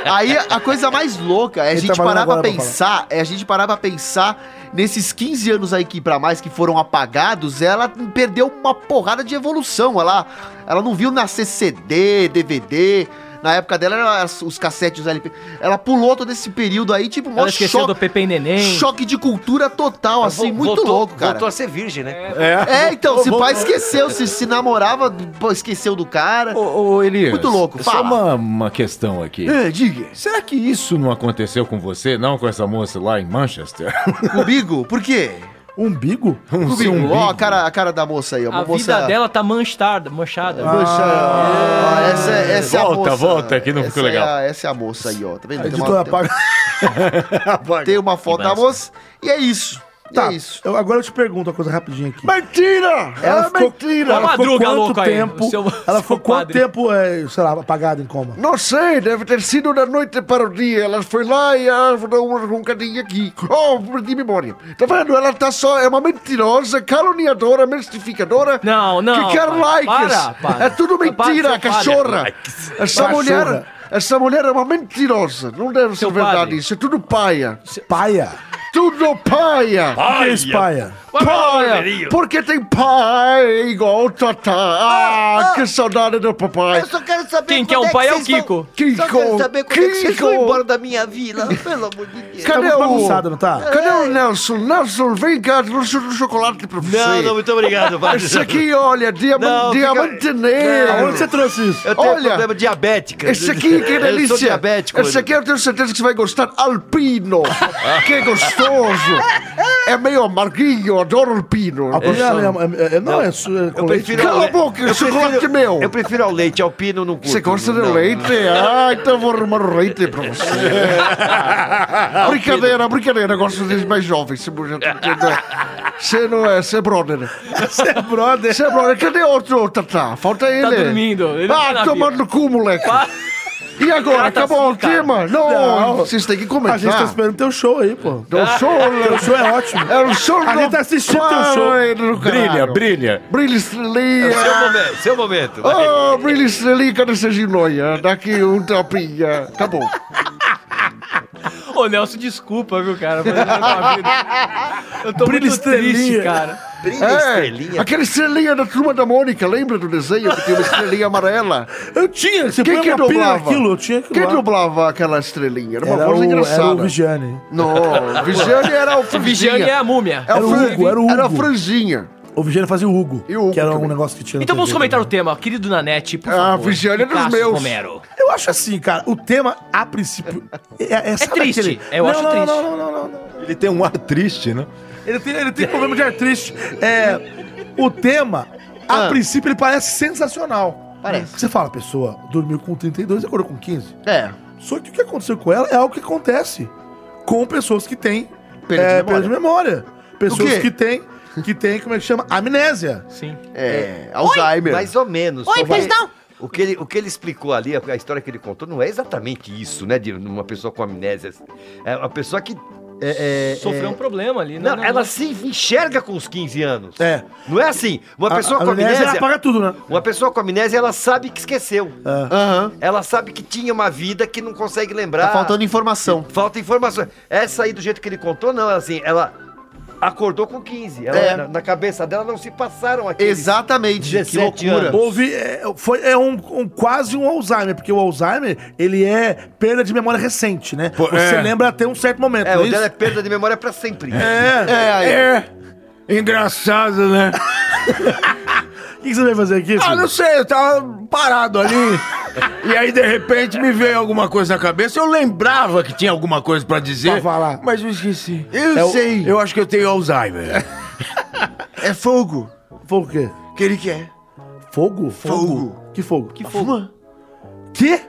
E: Aí a coisa mais louca é a
A: Ele
E: gente
A: tá
E: parar pra
A: agora pra
E: pensar, é a gente parar pra pensar nesses 15 anos aí que pra mais que foram apagados, ela perdeu uma porrada de evolução. Ela, ela não viu nascer CD, DVD. Na época dela, era as- os cassetes, os LP. Ela pulou todo esse período aí, tipo, mó
D: Ela esqueceu do Pepe e Neném.
E: Choque de cultura total, assim, muito
B: voltou,
E: louco, cara.
B: Voltou a ser virgem, né?
E: É, então, se
B: Voltou-
E: pai esqueceu, se, se namorava, pô, esqueceu do cara.
K: Ô, ô Elias.
E: Muito louco,
K: Só
E: fala.
K: uma, uma questão aqui.
E: É, diga.
K: Será que isso não aconteceu com você, não com essa moça lá em Manchester?
E: Umbigo? Por quê?
A: Umbigo?
K: Um
E: Umbigo.
K: umbigo.
E: Ó, a cara, a cara da moça aí, ó. Uma
D: A
E: moça...
D: vida dela tá manchada. manchada.
E: Poxa, ó, essa, é- essa é a
K: Ah. Volta,
E: moça.
K: volta, que não
E: Essa
K: ficou
E: é
K: legal.
E: a- essa é a moça aí, ó. Tá vendo?
A: A
E: Tem
A: editora
E: uma, tem,
A: apaga.
E: tem uma foto da moça. E é isso.
A: Tá, isso. agora eu te pergunto uma coisa rapidinha aqui.
C: Mentira!
A: Ela
C: é
A: ficou,
C: mentira!
A: Ela ficou quanto tempo? ela ficou quanto tempo, é, sei lá, apagada em coma?
C: Não sei, deve ter sido da noite para o dia. Ela foi lá e ah, vou dar uma roncadinha aqui. Oh, perdi a memória. Tá vendo? Ela tá só. É uma mentirosa, caluniadora, mistificadora.
D: Não, não,
C: Que quer
D: para,
C: likes.
D: para, para.
C: É tudo mentira,
D: Para, para.
C: cachorra.
D: Likes.
C: Essa
D: Cachorra.
C: mulher. Essa mulher é uma mentirosa. Não deve ser verdade isso. É tudo paia.
A: Paia?
C: Tudo paia.
A: Paia.
D: Ah,
A: O que é isso, paia?
C: Paia. Porque tem pai igual Tata. Ah, que saudade do papai.
B: Eu só quero saber
C: Quem
B: quando
C: que é o pai
B: que
C: é o
B: vocês vão-
C: Kiko.
B: Só quero
C: Kiko,
B: saber quando é que vocês vão
C: Kiko.
B: embora da minha vila. Pelo amor de Deus.
C: Cadê
B: Tá
C: o...
B: bagunçado, não tá?
C: Cadê o Nelson? Nelson, vem cá, trouxe um chocolate pra você.
B: Não, não, muito obrigado, vai.
C: Isso aqui, olha, diaman-
B: Não, fica-
C: diamante negro.
B: Não. Aonde você
A: trouxe isso?
B: Eu tenho problema diabético.
C: Esse aqui, é que
B: Eu
C: delícia.
B: sou diabético.
C: Esse aqui é eu tenho certeza que você vai gostar. Alpino. que gostoso. É meio amarguinho, adoro alpino.
A: A panela é- é- é- não, é su- é
C: Eu
A: com leite.
C: prefiro... Cala a boca,
B: Ah, eu
C: esse um chocolate é
B: prefiro-
C: meu.
B: Eu prefiro ao leite, ao pino não curto.
C: Você gosta de
B: não.
C: leite? Ah, então eu vou arrumar o leite pra você. brincadeira, brincadeira. Eu gosto de mais jovens. Você não é- você não é, você é brother. Você é brother. Você é brother. Cadê outro Tatá? Falta ele.
D: dormindo, ele tá
C: ah,
D: na
C: tomando cu, moleque. E agora?
A: Ah, tá
C: Acabou o
A: assim, cara.
C: tema? Não,
A: Não.
C: vocês têm que comentar.
A: A gente tá esperando teu show aí, pô.
C: Teu show, né?
A: Teu show é ótimo.
C: É o show
A: A gente tá assistindo teu show.
T: Brilha, brilha.
C: Brilha,
B: É
C: estrelinha.
B: o seu momento, seu momento. vai.
C: Oh, brilha, estrelinha, cadê essa ginoia? Daqui um tapinha. Acabou.
D: Ô, Nelson, desculpa, viu, cara? Mas eu não acredito. Eu tô
C: Brilha
D: muito triste,
C: estrelinha.
D: cara.
C: É, Aquela estrelinha da turma da Mônica, lembra do desenho que tinha uma estrelinha amarela?
A: Eu tinha, você põe uma pilha naquilo, eu tinha que
C: Quem
A: lá.
C: dublava aquela estrelinha? Era uma
A: Era
C: voz
A: o-
C: engraçada.
A: era o Vigiane.
C: Não, o Vigiane era o Franzinha.
A: Vigiane é a múmia.
C: Era
D: Então
A: Era
C: o
A: o
C: Hugo,
A: Hugo,
E: é
A: era o
C: Era a
A: Hugo.
C: Franzinha.
A: O Vigiano fazia o Hugo, que era um negócio que tinha na
D: Então vamos
A: TV.
D: comentar o tema. Querido Nanete, por favor.
A: Ah, Vigiane é dos
D: Cássio
A: meus.
D: Romero.
A: Eu acho assim, cara, o tema, a princípio. É, é, sabe
D: triste,
A: aquele-
D: eu
A: Não,
D: acho
A: não,
D: triste.
A: Não, não, não, não, Ele tem um ar triste, né? Ele tem, ele tem problema de ar triste. É, o tema, a
D: Ah.
A: princípio, ele parece sensacional. Parece. Você fala, a pessoa dormiu com 32 e acordou com 15.
C: É.
A: Só que o que aconteceu com ela é algo que acontece com pessoas que têm
C: Perda de
A: é,
C: memória.
A: perda de memória. Pessoas
C: quê?
A: que têm, que têm, como é que chama? Amnésia.
D: Sim.
A: Oi?
B: É, Alzheimer. Mais ou menos.
A: Oi,
B: Como é-
A: presidão.
B: O que, ele, o que ele explicou ali, a a história que ele contou, não é exatamente isso, né? De uma pessoa com amnésia. É uma pessoa que. é, é,
D: Sofreu
B: é-
D: um problema ali.
B: Não, ela se enxerga com os 15 anos.
A: É.
B: Não é assim. Uma
A: A-
B: pessoa
A: a
B: com
A: amnésia,
B: amnésia.
A: ela apaga tudo, né?
B: Uma pessoa com amnésia, ela sabe que esqueceu.
A: É.
C: Aham.
B: Ela sabe que tinha uma vida que não consegue lembrar.
J: Tá faltando informação.
B: Falta informação. Essa aí, do jeito que ele contou, não, assim, ela. Acordou com 15. Ela-
J: É.
B: na, na cabeça dela não se passaram aqueles
J: Exatamente.
B: 17 anos.
A: Houve, é, foi, é um, um- quase um Alzheimer, porque o Alzheimer, ele é perda de memória recente, né? Você
B: é.
A: lembra até um certo momento,
B: É,
A: não
B: o
A: é isso? É.
B: dela é perda de memória pra sempre.
K: É. Engraçado, né?
A: O que que você vai fazer aqui?
K: Ah, não sei, eu tava parado ali. E aí, de repente, me veio alguma coisa na cabeça. Eu lembrava que tinha alguma coisa pra dizer.
A: Pra falar.
K: Mas eu esqueci.
J: Eu
A: É
J: sei.
K: Eu acho que eu tenho Alzheimer.
J: É fogo.
A: Fogo o quê?
J: Que ele quer.
A: Fogo?
J: Fogo.
A: Que fogo? Tá
D: Que fogo?
A: Quê?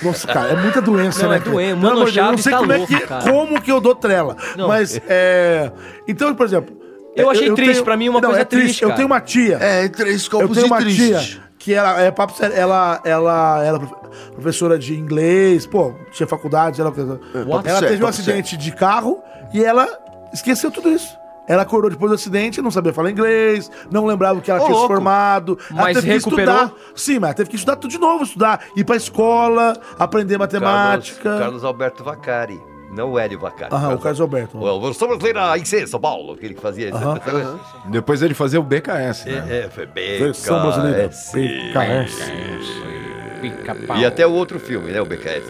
A: Nossa, cara, é muita doença,
D: Não,
A: né?
D: é
A: cara?
D: doença.
A: Pelo
D: Mano
A: amor de Deus, eu não
D: Chaves
A: sei
D: tá
A: como
D: louco,
A: é que,
D: cara.
A: como que eu dou trela.
D: Não.
A: Mas, é... Então, por exemplo...
D: Eu achei triste, pra mim é uma coisa
A: é
D: triste, cara.
A: Eu tenho uma tia...
J: É, três
A: Eu
J: copos
A: tenho
J: de
A: uma
J: triste.
A: tia que ela é papo sério, ela, ela era profe- professora de inglês, pô, tinha faculdade, ela, ela
J: papo sério,
A: teve um
J: papo
A: acidente de carro e ela esqueceu tudo isso. Ela acordou depois do acidente, não sabia falar inglês, não lembrava o que ela
D: Ô,
A: tinha se
D: louco.
A: formado. ela
D: Mas
A: teve que
D: recuperou?
A: estudar. Sim, mas ela teve que estudar tudo de novo, estudar, ir pra escola, aprender matemática.
B: Carlos, Carlos Alberto Vacari. Não o Hélio Vacari.
A: Aham, o Carlos Alberto.
B: O versão brasileira ah, em C, São Paulo, aquele que fazia isso.
A: Aham.
T: Depois ele fazia o BKS, né?
B: É, é, foi BKS.
T: Versão brasileira,
A: BKS.
B: é.
D: É,
B: E até o outro filme, né? O BKS.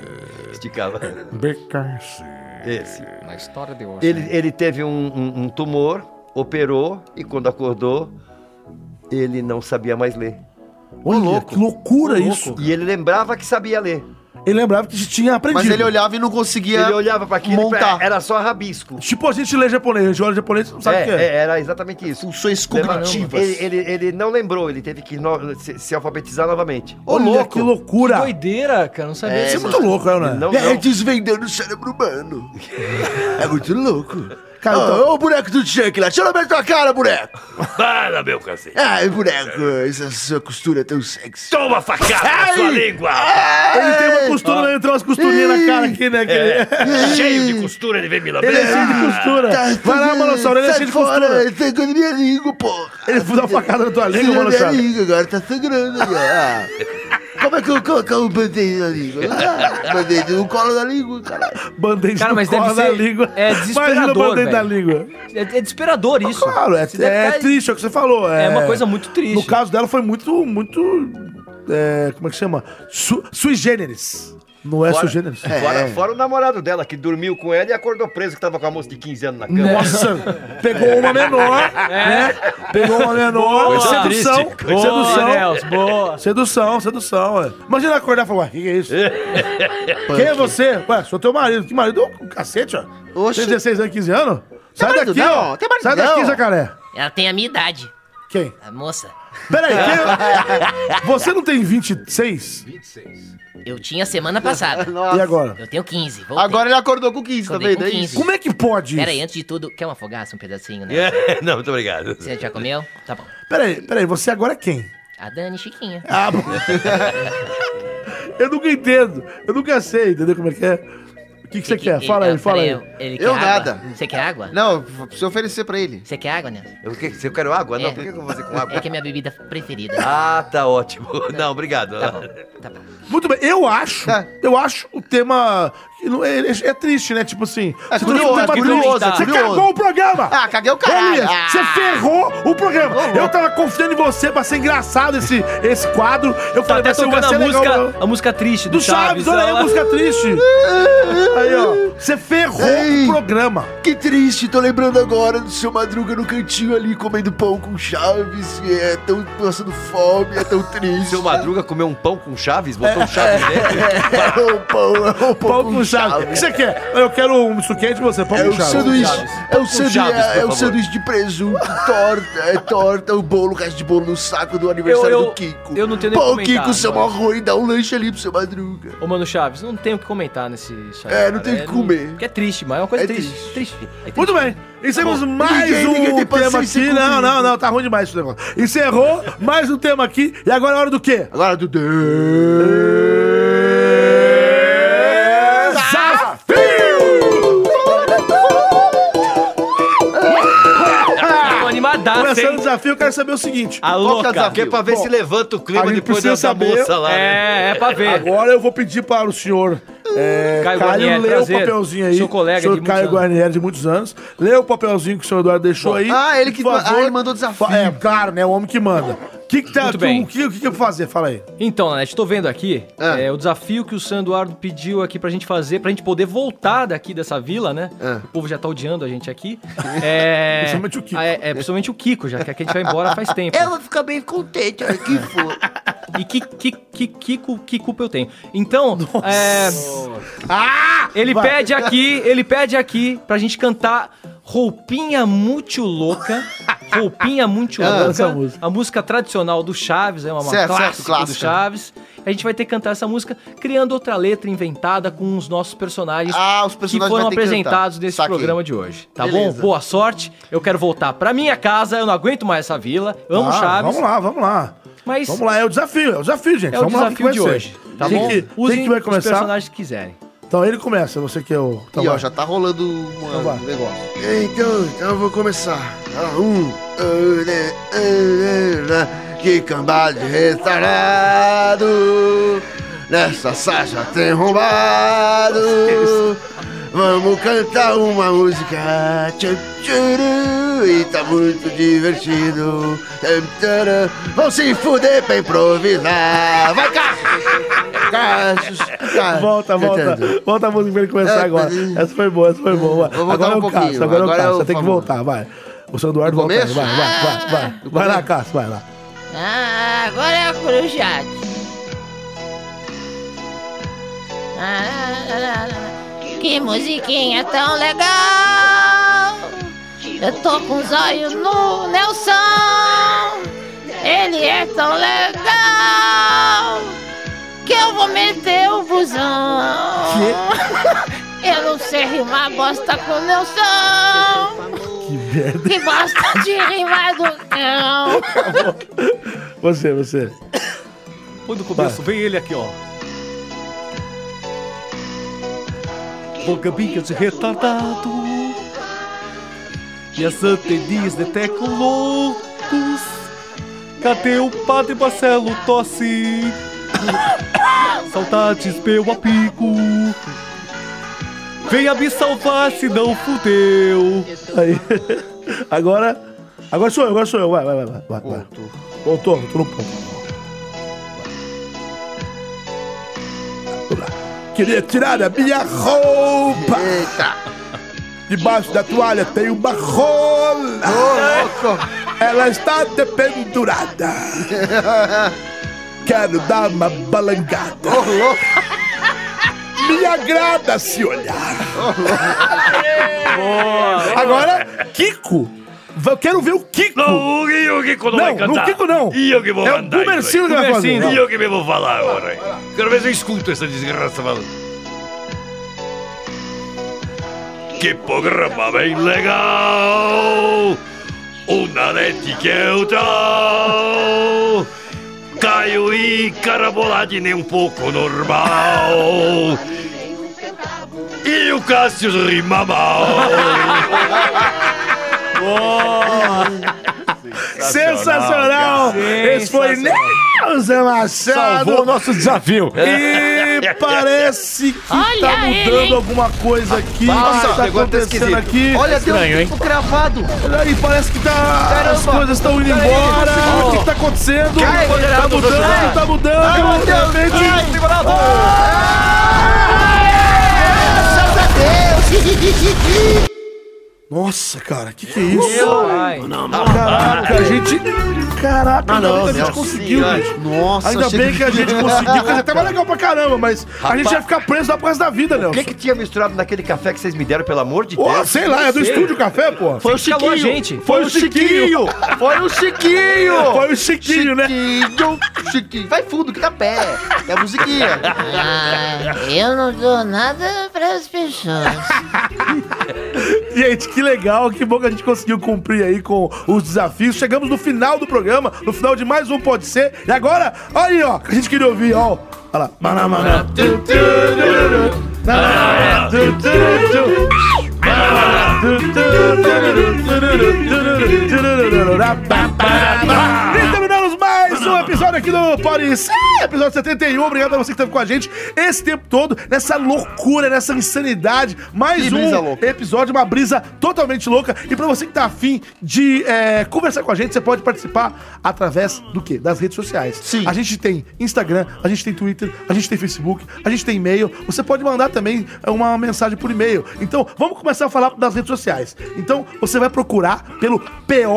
B: Esticava.
A: BKS.
B: Esse.
D: Na história de hoje. né?
B: Ele, ele teve um, um- um tumor, operou e quando acordou, ele não sabia mais ler.
A: Olha, que loucura
B: Ô, louco.
A: isso.
B: E ele lembrava que sabia ler.
A: Ele lembrava que tinha aprendido.
J: Mas ele olhava e não conseguia
B: Ele olhava pra aquilo e
J: montar.
B: era só rabisco.
A: Tipo, a gente lê japonês, a gente olha japonês, não sabe
B: é,
A: o que é.
B: é, era exatamente isso.
J: Funções
A: cognitivas.
B: Ele, ele- ele não lembrou, ele teve que no- se, se alfabetizar novamente.
A: Olha, que loucura.
D: Que doideira, cara. Não sabia.
A: Isso é
D: disso.
A: muito louco, né?
B: Não,
J: É
B: não.
J: desvendando o cérebro humano. é muito louco.
A: Cara, então-
J: Ô, ô, boneco do Chuck lá, deixa eu ver tua cara, boneco.
G: Para, meu cacete.
J: Ai, boneco, essa sua costura é tão sexy.
G: Toma facada na sua
J: Ai!
G: língua.
J: Ele tem
E: É,
J: uma costura,
A: né?
G: Ah.
J: ele entrou umas costurinhas na cara aqui, né, que ele-
G: É. Cheio
J: Tá
G: de costura, ele vem me lamber.
A: Ele é cheio de costura.
E: tá
A: Vai lá, Manossauro, ele é
J: Sai
A: cheio de
J: fora,
A: costura.
J: Ele tá com minha língua, porra.
A: Ele dá uma facada na tua língua,
J: Sangrou minha
A: Manossauro.
J: língua agora, tá sangrando agora. Ah. Como é que eu colocar um band-aid na língua? Ah, band-aid no colo da língua, caralho.
A: Band-aid
D: Cara, mas deve ser. É
A: Imagina o
D: desesperador.
A: band-aid na
D: velho.
A: língua.
D: É, é desesperador isso.
A: Claro, é,
D: Você deve
A: é
D: ficar-
A: triste, é o que você falou.
D: É uma coisa muito triste.
A: No caso dela foi muito, muito... é, como é que chama? Su, sui generis. Não é sui generis.
B: Fora, fora o namorado dela, que dormiu com ela e acordou preso, que tava com a moça de 15 anos na cama.
J: Né.
A: Nossa, pegou uma menor, né? Pegou uma menor, sedução,
B: Coisa triste, coisa
A: sedução,
D: né,
B: triste. Nelson,
D: boa.
A: sedução, sedução. é. Imagina acordar e falar, ué, o que, que é isso? Quem é você? Ué, sou teu marido. Que marido? Um cacete, ó.
J: Oxi.
A: Tem 16 anos, 15 anos? Sai
J: marido
A: daqui,
J: não,
A: ó.
J: tem marido
A: Sai daqui,
J: não.
A: jacaré.
M: Ela tem a minha idade.
A: Quem?
M: A moça.
A: Peraí, quem... é? você não tem 26?
M: Eu tinha semana passada.
A: E agora?
M: Eu tenho 15. Voltei.
E: Agora ele acordou com tá 15 também,
M: Acordei com
E: daí.
M: 15.
A: Como é que pode
M: Pera aí,
A: isso?
M: antes de tudo, quer uma fogaça, um pedacinho, né?
G: É, Não, muito obrigado.
M: Você já comeu? Tá bom.
A: Peraí, peraí, você agora é quem?
M: A Dani Chiquinha.
A: Ah, bom. Eu nunca entendo. Eu nunca sei, entendeu como é que é? O que, que você quer?
H: é?
A: Fala aí, fala aí.
M: Ele
E: Eu
M: quer
E: nada.
M: água? Você quer água?
E: Não, preciso oferecer pra ele.
M: Você quer água, né?
B: Eu, que, eu quero água? Não,
M: É.
B: por que que eu vou fazer com água?
M: É que é minha bebida preferida. Tá
B: Ah, tá ótimo. Não, obrigado.
A: Muito bem, eu acho,
E: É.
A: eu acho o tema. que não- É, é triste, né? Tipo assim.
E: É
A: você
E: curioso,
A: trouxe um tema
E: curioso,
A: triste. Você
E: curioso.
A: cagou o programa!
E: Ah, caguei o caralho.
A: Elias,
E: Ah.
A: Você ferrou o programa! eu tava confiando em você pra ser engraçado esse, esse quadro. Eu
D: Tá
A: falei,
D: até
A: vai ser, vai
D: tocando a
A: ser legal.
D: música,
A: meu.
D: a música triste do,
A: Do Chaves, olha aí a
D: ela-
A: música triste.
J: Ah.
A: Aí, ó. Você ferrou o programa.
J: Que triste, tô lembrando agora do seu Madruga no cantinho ali, comendo pão com chaves, e é tão passando fome, é tão triste.
B: Seu Madruga comeu um pão com chaves, botou um chaves nele.
J: É um pão, é um pão,
A: Pão com Chaves. O que você quer? Eu quero um suquete de você, pão
J: É
A: com
J: o
A: Chaves.
J: sanduíche, é o sanduíche, é o
A: por favor.
J: sanduíche de presunto, torta, é torta, o bolo, o resto de bolo no saco do aniversário
D: Eu- eu-
J: do Kiko.
D: eu não tenho nem
J: Pô,
D: o que comentar
J: Kiko, seu mó
D: agora.
J: ruim, dá um lanche ali pro seu Madruga.
D: Ô, mano Chaves, não tem o que comentar nesse Chaves.
J: É, não tem o que comer.
D: Porque é triste, mas é uma coisa
J: É
D: triste. Triste.
A: Muito bem, encerramos
D: Tá bom.
A: mais
D: Ninguém-
A: um
D: ninguém tem
A: tema
D: paciência
A: aqui.
D: comigo.
A: Não, não, não, tá ruim demais esse negócio. Encerrou mais um tema aqui e agora é hora do quê?
J: Agora é do
D: Tô animadaço,
A: Começando o
D: hein?
A: desafio, eu quero saber o seguinte.
D: Alô, cara.
B: Porque é pra ver se levanta o clima depois da, da moça lá.
J: É.
D: É,
B: né?
A: Agora eu vou pedir para o senhor é,
D: Caio
A: Caio,
D: Guarnieri,
A: ler
D: prazer.
A: o papelzinho aí.
D: Seu colega
A: senhor
D: de muitos
A: Caio
D: anos.
A: Guarnieri de muitos anos. Lê o papelzinho que o senhor Eduardo deixou aí.
E: Ah, ele que-
A: Por
E: ah, ele mandou desafio.
A: Fa- É, claro, né? O homem que manda. O que, que tá-
D: Muito bem.
A: O que, o que que eu vou fazer? Fala aí.
D: Então, Nanete, tô vendo aqui é, o desafio que o San Eduardo pediu aqui pra gente fazer, pra gente poder voltar daqui dessa vila, né? O povo já tá odiando a gente aqui. É,
A: Principalmente o Kiko.
D: É, é, principalmente o Kiko, já que aqui a gente vai embora faz tempo.
H: Eu vou ficar bem contente, olha que fofo.
D: E que, que, que, que, cu- que culpa eu tenho? Então, é,
A: Ah!
D: ele
A: Vai.
D: pede aqui, ele pede aqui pra gente cantar Roupinha Muito Louca. Roupinha Muito
A: Ah,
D: Louca.
A: essa música.
D: A música tradicional do Chaves, é uma, uma
E: Certo, certo,
D: clássica, do
E: clássica.
D: Chaves. A gente vai ter que cantar essa música criando outra letra inventada com os nossos personagens,
E: Ah, os
D: que
E: personagens
D: foram
E: vai ter que
D: apresentados
E: cantar.
D: nesse
E: Saquei.
D: programa de hoje. Tá bom?
E: Beleza.
D: Boa sorte. Eu quero voltar pra minha casa, eu não aguento mais essa vila. Eu amo
A: Ah,
D: Chaves.
A: Vamos lá, vamos lá.
D: Mas-
A: Vamos lá, é o desafio, é o desafio, gente.
D: É o
A: vamos lá, o que
D: desafio de
A: vai ser?
D: hoje, tá
A: Quem
D: bom?
A: que- quem
D: Usem
A: que vai
D: os
A: começar?
D: personagens que quiserem.
A: Então ele começa, você que é o. Então
E: E ó,
A: vai.
E: já tá rolando uma-
A: Então vai.
E: um negócio.
J: Então, então eu vou começar. Ah, um, ah, né, ah, né, né. que cambada de restaurado. Nessa saja tem roubado. Vamos cantar uma música. Tchau, tchau, e tá muito divertido. Tam, taram. Vão se fuder pra improvisar. Vai cá! Cassius,
E: tá-
J: Cassius.
A: Volta,
E: é,
A: volta.
J: Cantando.
A: Volta a música pra ele começar
J: É,
A: agora.
J: mas-
A: Essa foi boa, essa foi boa.
J: Vou voltar
A: Agora é
J: um
A: o
J: pouquinho,
A: Cássio, agora é o
J: agora é
A: Cássio.
J: o
A: Tem que
J: favor.
A: voltar, vai. O seu Eduardo
E: No
A: volta. aí, Vai,
E: começo?
A: vai, vai, vai.
E: No
A: Vai lá,
E: começo?
A: Cássio, vai lá.
H: Ah, agora é a corujade. Ah, que musiquinha tão legal. Eu tô com os olhos no Nelson. Ele é tão legal. Que eu vou meter o busão. Eu não sei rimar bosta com Nelson.
A: merda.
H: Que gosta de rimar do cão.
A: Você, você.
D: Põe do começo, vem ele aqui, ó. Boca bica de retardado E as anteninhas detectam loucos Cadê o padre Marcelo Tosse? Saudades, meu amigo Venha me salvar, se não fudeu
A: Aí. Agora. Agora sou eu, agora sou eu. Vai, vai, vai, vai. vai, vai. Voltou, voltou no ponto. Vamos lá. Queria tirar a minha roupa. Debaixo da toalha tem uma rola. Ela está dependurada. Quero dar uma balangada. Me agrada se olhar. Agora, Kiko. Va- Quero ver o Kiko.
G: Não, o Gui- o Kiko não,
A: Não,
G: vai cantar.
A: não, Kiko não.
G: E eu que vou
A: É o
G: mandar. isso
A: Gumercindo
G: aí.
A: que vai fazer.
G: E eu que me vou falar agora. aí. Quero ver se eu escuto essa desgraça falando. Que programa bem legal! Uma net que eu dou. Caio e carabolade nem um pouco normal. E o Cássio rima mal.
A: Sensacional! Esse foi Nelson Machado.
K: Salvou o nosso desafio.
A: E parece que tá
E: Olha ele,
A: mudando
E: hein?
A: alguma coisa aqui.
E: Nossa,
A: tá
E: o negócio tá
A: acontecendo
E: esquisito.
A: aqui.
E: Olha, deu um tempo cravado.
A: Olha aí, parece que tá. as
E: Caramba.
A: coisas estão indo
E: Pera aí,
A: embora.
E: ó.
A: O que, que tá acontecendo?
E: Cai,
A: tá
E: moderado,
A: mudando,
E: José.
A: tá mudando.
E: Ai, meu Deus.
A: De repente-
E: Ai,
A: Nossa, cara, que que é isso?
D: pai.
A: Caraca, a gente. Caraca,
E: Ah,
A: ainda
E: não,
A: bem que a
E: Nelson,
A: gente conseguiu,
E: ai.
A: bicho.
E: Nossa,
A: Ainda
E: achei
A: bem que a gente conseguiu, quer dizer, tava legal pra caramba, mas a gente ia ficar preso lá por causa da vida, Nelson.
M: O que, que tinha misturado naquele café que vocês me deram, pelo amor de
A: Ó,
M: Deus?
A: sei lá, é do estúdio café, pô.
M: Foi o Chiquinho.
A: Calou a gente. Foi o Chiquinho.
E: Foi o Chiquinho!
A: Foi o Chiquinho, né?
E: Chiquinho, Chiquinho. Vai fundo,
B: tá
E: que dá pé. É a musiquinha.
H: Ah, Eu não dou nada pras pessoas.
A: Gente, que legal, que bom que a gente conseguiu cumprir aí com os desafios. Chegamos no final do programa, no final de mais um Pode Ser. E agora, olha aí, ó, que a gente queria ouvir, ó. Olha lá. Maná, maná. Tu, tu, tu, tu, tu. Maná, maná. Tu, tu, tu. Maná, maná. Tu, tu, tu, tu, tu, tu, tu, tu, tu, tu, tu, tu, tu. Pá, pá, pá. E terminamos mais um episódio aqui do Pode Ser, episódio 71. Obrigado a você que esteve com a gente esse tempo todo, nessa loucura, nessa insanidade. Mais
E: Que
A: um
E: brisa louca.
A: episódio, uma brisa totalmente louca. E pra você que tá afim de é, conversar com a gente, você pode participar através do quê? Das redes sociais. Sim. A gente tem Instagram, a gente tem Twitter, a gente tem Facebook, a gente tem e-mail. Você pode mandar também é, uma mensagem por e-mail. Então, vamos começar a falar das redes sociais. Então, você vai procurar pelo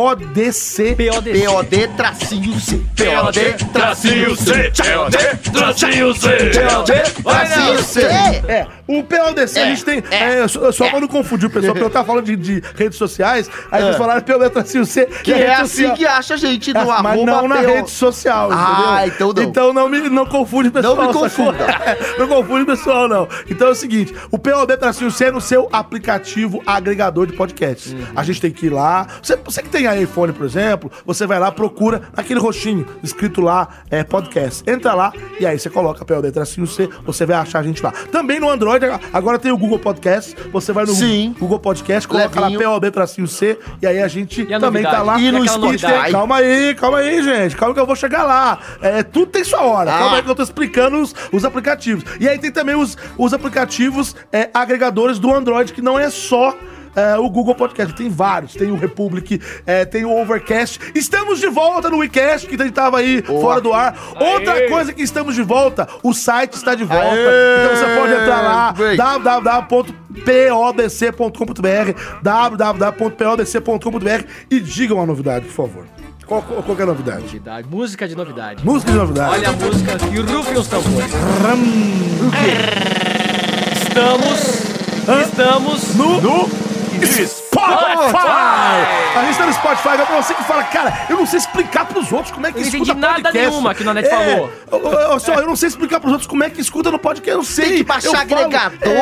A: PODC.
E: PODC. POD tracinho C. POD tracinho C.
G: POD tracinho C.
A: POD tracinho C. É, o PODC a
E: É,
A: gente tem. É, só só pra não confundir o pessoal, porque eu tava falando de, de redes sociais, aí
E: É.
A: eles falaram POD tracinho tá C.
E: Que
A: e a
E: é
A: rede
E: assim que acha a gente, no
A: É, Mas
E: arroba
A: não na
E: PO.
A: rede social,
E: Ah,
A: entendeu? então não. Então não, me, não confunde o pessoal.
E: Não me confunda.
A: sacou? não confunde o pessoal, não. Então é o seguinte, o POD tracinho C é no seu aplicativo agregador de podcasts.
E: Uhum.
A: A gente tem que ir lá. Você, você que tem iPhone, por exemplo, você vai lá, procura aquele roxinho escrito lá, é, podcast. Entra lá e aí você coloca POD tracinho C, tá assim, você vai achar a gente lá. Também no Android, agora tem o Google Podcast, você vai no
E: Sim.
A: Google Podcast, coloca
E: Levinho.
A: lá POD tracinho C tá assim, e aí a gente
E: E a
A: também
E: novidade?
A: tá lá.
E: E no
A: Aquela
E: Spotify?
A: novidade. Calma aí, calma aí, gente. Calma que eu vou chegar lá. É, tudo tem sua hora. Calma aí que eu tô explicando os, os aplicativos. E aí tem também os, os aplicativos é, agregadores do Android, que não é só. é, o Google Podcast, tem vários, tem o Republic, é, tem o Overcast. Estamos de volta no WeCast, que a gente tava aí fora do ar. Outra coisa que estamos de volta, o site está de volta.
E: Aê!
A: Então você pode entrar lá,
E: Bem.
A: www.podc.com.br, www.podc.com.br e diga uma novidade, por favor. Qual, qual, qual que é a novidade?
D: Novidade, música de novidade.
A: Música de novidade.
D: Olha a música e rufem os tambores. Estamos. Estamos.
A: No. no... Spotify! A gente tá no Spotify, é pra você que fala, cara, eu não sei explicar pros outros como é que
D: Eu não
A: escuta
D: entendi nada
A: podcast.
D: nenhuma que o
A: É,
D: Nanete falou.
A: Eu, eu- eu só, eu não sei explicar pros outros como é que escuta no podcast, eu sei.
E: Tem que baixar
A: eu falo- É,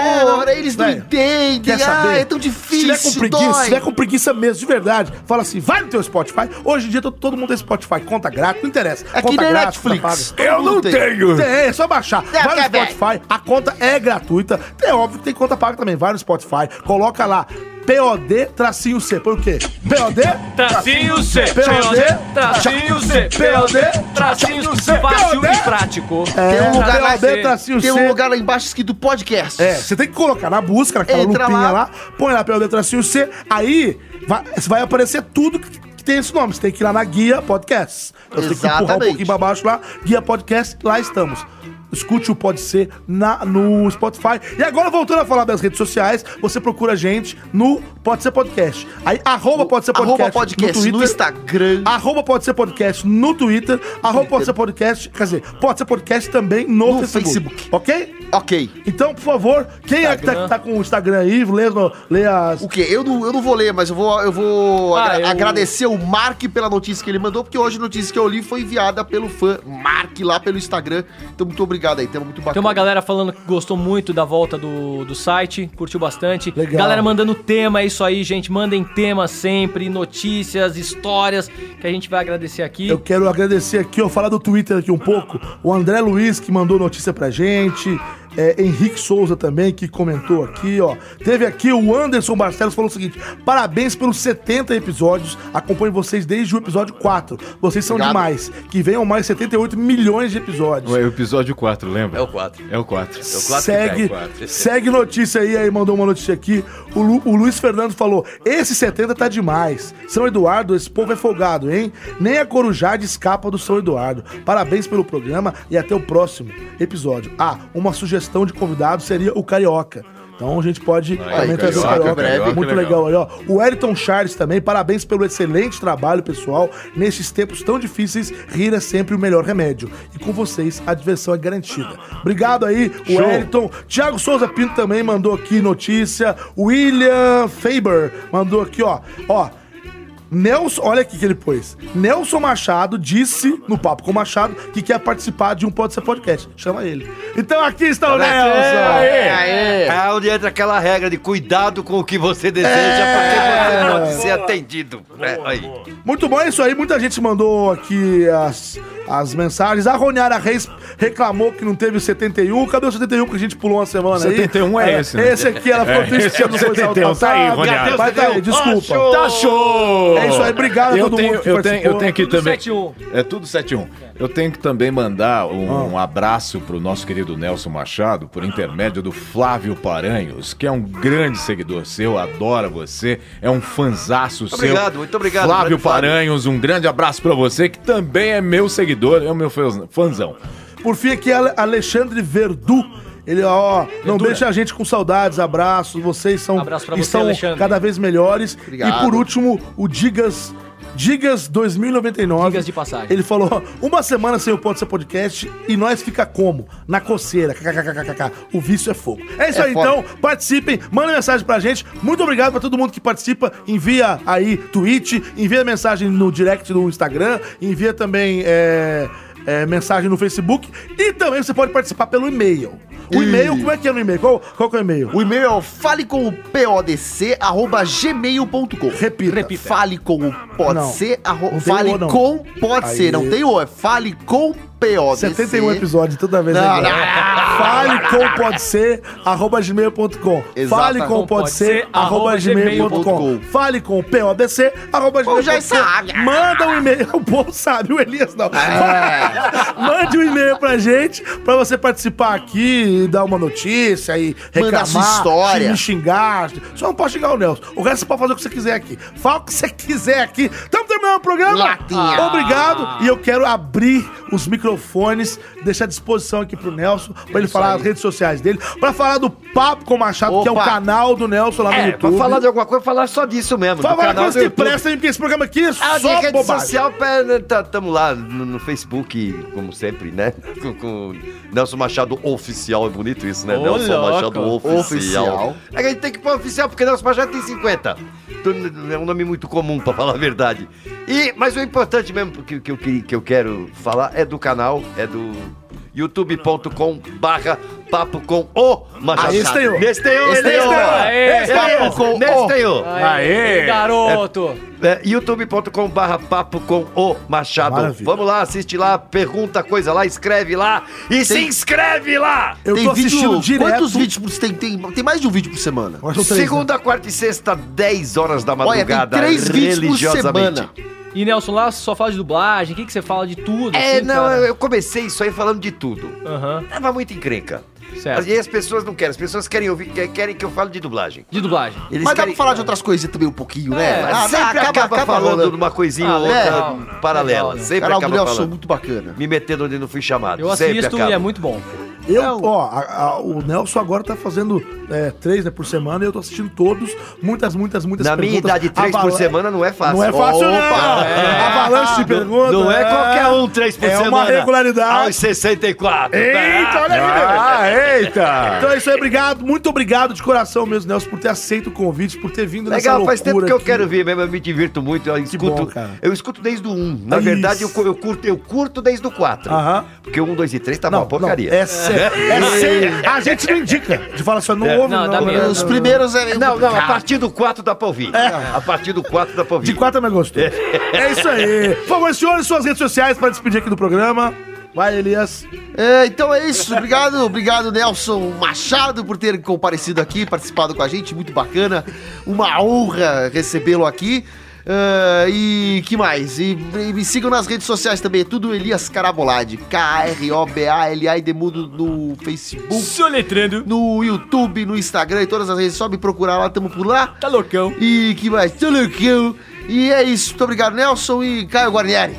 E: agregador, eles não entendem,
A: Quer
E: ah,
A: saber?
E: é tão difícil,
A: Se tiver com preguiça,
E: dói.
A: se tiver com preguiça mesmo, de verdade, fala assim, vai no teu Spotify. Hoje em dia todo- todo mundo tem Spotify, conta grátis, não interessa.
E: É que
A: conta
E: nem
A: grátis,
E: Netflix.
A: tá paga.
E: Eu
A: Todo mundo
E: não
A: tem.
E: tenho.
A: Tem, é só baixar.
E: Não,
A: vai no
E: quer ver?
A: Spotify, a conta é gratuita. É óbvio que tem conta paga também, vai no Spotify, coloca lá. POD tracinho C, põe o quê? POD
D: Tracinho C,
A: POD
D: tracinho C,
A: POD
D: tracinho C, fácil e prático.
E: tem um lugar lá,
A: POD tracinho
E: tem um
A: C.
E: lugar lá embaixo escrito podcast.
A: É, você tem que colocar na busca, naquela
E: Entra
A: lupinha lá.
E: lá.
A: põe lá pelo tracinho C, aí vai, vai aparecer tudo que, que tem esse nome. Você tem que ir lá na guia podcast. Então você tem que empurrar um
E: Exatamente.
A: pouquinho pra baixo lá, guia podcast, lá estamos. Escute o Pode Ser na, no Spotify. E agora, voltando a falar das redes sociais, você procura a gente no Pode Ser Podcast. Aí, arroba Pode Ser Podcast,
E: arroba podcast no
A: Instagram. Arroba Pode Ser Podcast no Twitter. Arroba Pode Ser Podcast, quer dizer, Pode Ser Podcast também no, Facebook. Ok?
E: Ok.
A: Então, por favor, quem é que tá,
E: Instagram.
A: tá com o Instagram aí? Lê, lê as.
E: O quê? Eu não, eu não vou ler, mas eu vou, eu vou
A: Ah,
E: agra-
A: eu-
E: agradecer o Mark pela notícia que ele mandou, porque hoje a notícia que eu li foi enviada pelo fã Mark lá pelo Instagram. Então, muito obrigado aí, tema muito bacana.
D: Tem uma galera falando que gostou muito da volta do, do site, curtiu bastante.
E: Legal.
D: Galera mandando tema, é isso aí, gente. Mandem temas sempre, notícias, histórias, que a gente vai agradecer aqui.
A: Eu quero agradecer aqui, ó, falar do Twitter aqui um pouco. O André Luiz, que mandou notícia pra gente. É, Henrique Souza também, que comentou aqui, ó. Teve aqui o Anderson Barcelos, falou o seguinte: parabéns pelos 70 episódios. Acompanho vocês desde o episódio 4. Vocês são
K: Obrigado.
A: demais. Que venham mais 78 milhões de episódios.
K: É o episódio 4, lembra? É o
B: 4.
K: É o 4.
A: segue, segue notícia aí, aí mandou uma notícia aqui. O, Lu- o Luiz Fernando falou: esse 70 tá demais. São Eduardo, esse povo é folgado, hein? Nem a Corujade escapa do São Eduardo. Parabéns pelo programa e até o próximo episódio. Ah, uma sugestão de convidado seria o Carioca. Então a gente pode também
K: o
A: trazer o
K: Carioca,
A: Carioca.
K: o Carioca,
A: Muito
K: legal.
A: legal aí, ó. O Elton Charles também, parabéns pelo excelente trabalho, pessoal. Nesses tempos tão difíceis, rir é sempre o melhor remédio. E com vocês, a diversão é garantida. Obrigado aí, o
K: Show.
A: Elton. Thiago Souza Pinto também mandou aqui notícia. William Faber mandou aqui, ó. Ó. Nelson, olha aqui que ele pôs. Nelson Machado disse no Papo com o Machado que quer participar de um Pode Ser Podcast. Chama ele. Então aqui está o Nelson.
B: É, é, é onde entra aquela regra de cuidado com o que você deseja, porque você pode ser atendido. É, aí.
A: Muito bom, é isso aí. Muita gente mandou aqui as, as mensagens. A Roniara Reis reclamou que não teve o 71. Cadê o 71 que a gente pulou uma semana aí?
K: 71 é esse, né?
A: Esse aqui, ela ficou
K: É,
A: triste
K: esse é
A: que não
K: o
A: foi
K: 71, tá aí, Roniara.
A: Mas tá aí, desculpa.
K: Tá show!
A: É isso aí, obrigado a
K: eu
A: todo
K: tenho,
A: mundo que
K: eu tenho,
A: participou.
K: eu tenho aqui
A: Tudo
K: também.
A: 71.
K: É tudo 71. Eu tenho que também mandar
A: Ah.
K: um, abraço pro nosso querido Nelson Machado, por intermédio do Flávio Paranhos, que é um grande seguidor seu, adora você, é um fanzaço seu.
B: Obrigado, muito obrigado,
K: Flávio
B: grande Flávio.
K: Paranhos, um grande abraço pra você, que também é meu seguidor, é o meu fãs- fãzão.
A: Por fim, aqui Ale- Alexandre Verdu. Ele, ó, não deixa a gente com saudades, abraços, vocês são
D: Abraço pra
A: e
D: você,
A: são
D: Alexandre.
A: cada vez melhores.
D: Obrigado.
A: E por último, o Digas Digas 2099. Digas de
D: passagem.
A: Ele falou: ó, uma semana sem o Pode Ser Podcast e nós fica como? Na coceira. KKKKK. O vício é fogo. É isso
E: É
A: aí,
E: foda.
A: então. Participem, mandem mensagem pra gente. Muito obrigado pra todo mundo que participa. Envia aí tweet, envia mensagem no direct do Instagram, envia também é, é, mensagem no Facebook. E também você pode participar pelo e-mail. O e-mail, como é que é no e-mail? Qual, qual que é o e-mail?
E: O e-mail é o falecompodc.gmail.com.
A: Repita.
E: Repita. Fale com o pode
A: Não.
E: ser. arro-
A: Não tem
E: Fale
A: o, não.
E: com pode
A: Aí.
E: ser. Não tem o, é fale com PODC.
A: 71 episódios, toda vez.
E: Não,
A: é igual.
E: não,
A: Fale com pode ser, arroba gmail.com. Fale
E: Exatamente.
A: com pode ser, arroba gmail.com. Fale com PODC, arroba
E: povo já É.
A: gmail.com. Manda um e-mail. O povo sabe, o Elias não. Mande um e-mail pra gente, pra você participar aqui, e dar uma notícia e
E: Mandar
A: reclamar.
E: sua história.
A: Me xingar. Só não pode xingar o Nelson. O resto você pode fazer o que você quiser aqui. Fala o que você quiser aqui. Estamos terminando o programa.
E: Latinha.
A: Obrigado. E eu quero abrir os microfones, deixar à disposição aqui pro Nelson, pra ele falar as redes sociais dele, pra falar do Papo com o Machado, que é o
B: Opa.
A: canal do Nelson lá no
B: É, pra
A: YouTube.
B: falar de alguma coisa, falar só disso mesmo.
A: Fala
B: do canal
A: coisa
B: do
A: que
B: YouTube.
A: presta, hein, porque esse programa aqui é
B: Ah, de
A: só
B: rede
A: bobagem.
B: social, pé, tá- tamo lá no, no Facebook, como sempre, né? Com, com Nelson Machado Oficial, é bonito isso, né?
E: Ô,
B: Nelson
E: louco.
B: Machado Oficial.
E: Oficial.
B: É que a gente tem que pôr oficial, porque Nelson Machado tem 50. é um nome muito comum, pra falar a verdade. E, mas o importante mesmo que, que, eu, queria- que eu quero falar é do canal, é do youtube.com barra papo com o Machado.
H: Aí estreou.
B: Nestenhou,
H: Estreou.
B: Nestenhou.
H: Aê.
B: é Papo com o.
H: Nestenhou. Aê, garoto.
B: É, é, youtube.com barra papo com o Machado. Vamos lá, assiste lá, pergunta coisa lá, escreve lá e se inscreve lá.
E: tem vídeo, Quantos vídeos por- tem, tem? Tem mais de um vídeo por semana.
A: né?
B: Segunda, quarta e sexta, 10 horas da
E: Olha, tem
B: madrugada.
E: três vídeos por
B: religiosamente.
E: semana.
D: E Nelson, lá você só fala de dublagem, o que, que você fala de tudo?
B: É,
D: assim,
B: não,
D: cara?
B: eu- eu comecei isso aí falando de tudo. Tava muito encrenca.
D: Certo.
B: E as pessoas não querem, as pessoas querem ouvir, que- querem que eu fale de dublagem.
D: De dublagem.
B: Eles
E: Mas dá
B: querem-
E: pra falar de outras coisas também um pouquinho, né?
B: É, mas
E: Ah,
B: sempre acaba, falando
E: rolando.
B: de uma coisinha ou
E: Ah,
B: outra
E: legal, né?
B: paralela.
E: Legal, né?
B: Sempre
E: Canal do
B: acaba
E: Nelson,
B: falando.
E: muito bacana.
B: Me metendo onde não fui chamado.
E: Eu
B: sempre
E: assisto e
B: acaba.
E: é
D: Muito bom.
A: Eu, ó, a- a- o Nelson agora tá fazendo é, três né, por semana e eu tô assistindo todos. Muitas, muitas, muitas
B: Na minha idade, três por
A: Avala-
B: semana não é fácil. É.
A: Não é fácil, não. É. Avalanche de perguntas.
B: Não é qualquer um três por
A: é
B: semana.
A: uma regularidade.
B: Aos 64.
A: Eita, olha aí,
B: Ah,
A: bebê.
B: eita.
A: Então é isso aí, obrigado. Muito obrigado de coração mesmo, Nelson, por ter aceito o convite, por ter vindo nessa
B: Legal, faz tempo
A: loucura
B: que eu
A: aqui.
B: quero ver mesmo, eu me divirto muito, eu escuto,
A: bom, cara.
B: eu escuto desde o 1. Na
A: Isso.
B: verdade, eu, cu- eu curto, eu curto desde o 4.
A: Aham.
B: Porque o 1, 2 e 3 tá uma Tá porcaria.
A: É sério. É sério. A gente não indica. A gente fala só,
B: É.
A: não ouve, não.
B: Os primeiros é. Não, não, a
E: Ah,
B: partir do 4 dá pra ouvir.
A: É.
B: A partir do 4 dá pra ouvir.
A: De quatro é mais gostoso. É isso aí. Por favor, senhores, suas redes sociais para despedir aqui do programa. Vai, Elias.
E: É, então é isso. Obrigado, obrigado, Nelson Machado, por ter comparecido aqui, participado com a gente. Muito bacana. Uma honra recebê-lo aqui. Ah, e que mais? E, e me sigam nas redes sociais também. É tudo Elias Carabolade. K-R-O-B-A-L-A e Demudo no Facebook.
D: Soletrando.
E: No YouTube, no Instagram e todas as redes. Só me procurar lá, tamo por lá.
D: Tá loucão.
E: E que mais? Tá loucão. E é isso. Muito obrigado, Nelson e Caio Guarnieri.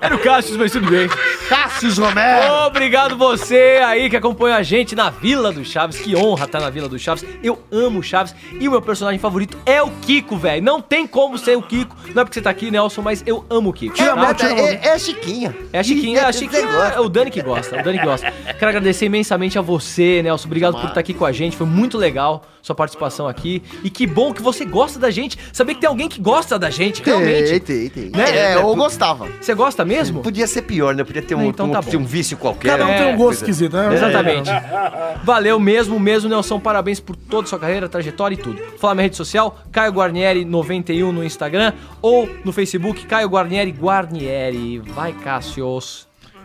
D: Era o Cássio, mas tudo bem.
E: Cássio Romero.
D: Obrigado você aí que acompanha a gente na Vila do Chaves. Que honra estar na Vila do Chaves. Eu amo o Chaves. E o meu personagem favorito é o Kiko, velho. Não tem como ser o Kiko. Não é porque você tá aqui, Nelson, mas eu amo o Kiko.
H: Tira a
D: tá?
H: mão, tira a mão.
B: É a Chiquinha.
D: É a Chiquinha, é a Chiquinha. É o Dani que gosta, é o Dani que gosta. Quero agradecer imensamente a você, Nelson. Obrigado por estar aqui com a gente. Foi muito legal sua participação aqui. E que bom que você gosta da gente. Saber que tem alguém que gosta da gente, realmente.
E: tem, tem.
D: Né?
E: É,
D: É,
E: eu
D: pu-
E: gostava.
D: Você gosta mesmo?
B: Podia ser pior, né? Podia ter um,
D: Não, então
B: um-
D: tá bom.
B: ter um vício qualquer.
D: Cada um tem um gosto esquisito,
A: né?
D: Exatamente. Valeu mesmo, mesmo, Nelson. Parabéns por toda a sua carreira, trajetória e tudo. Fala minha rede social, Caio Guarnieri91 no Instagram ou no Facebook, Caio Guarnieri Guarnieri. Vai, Cássios.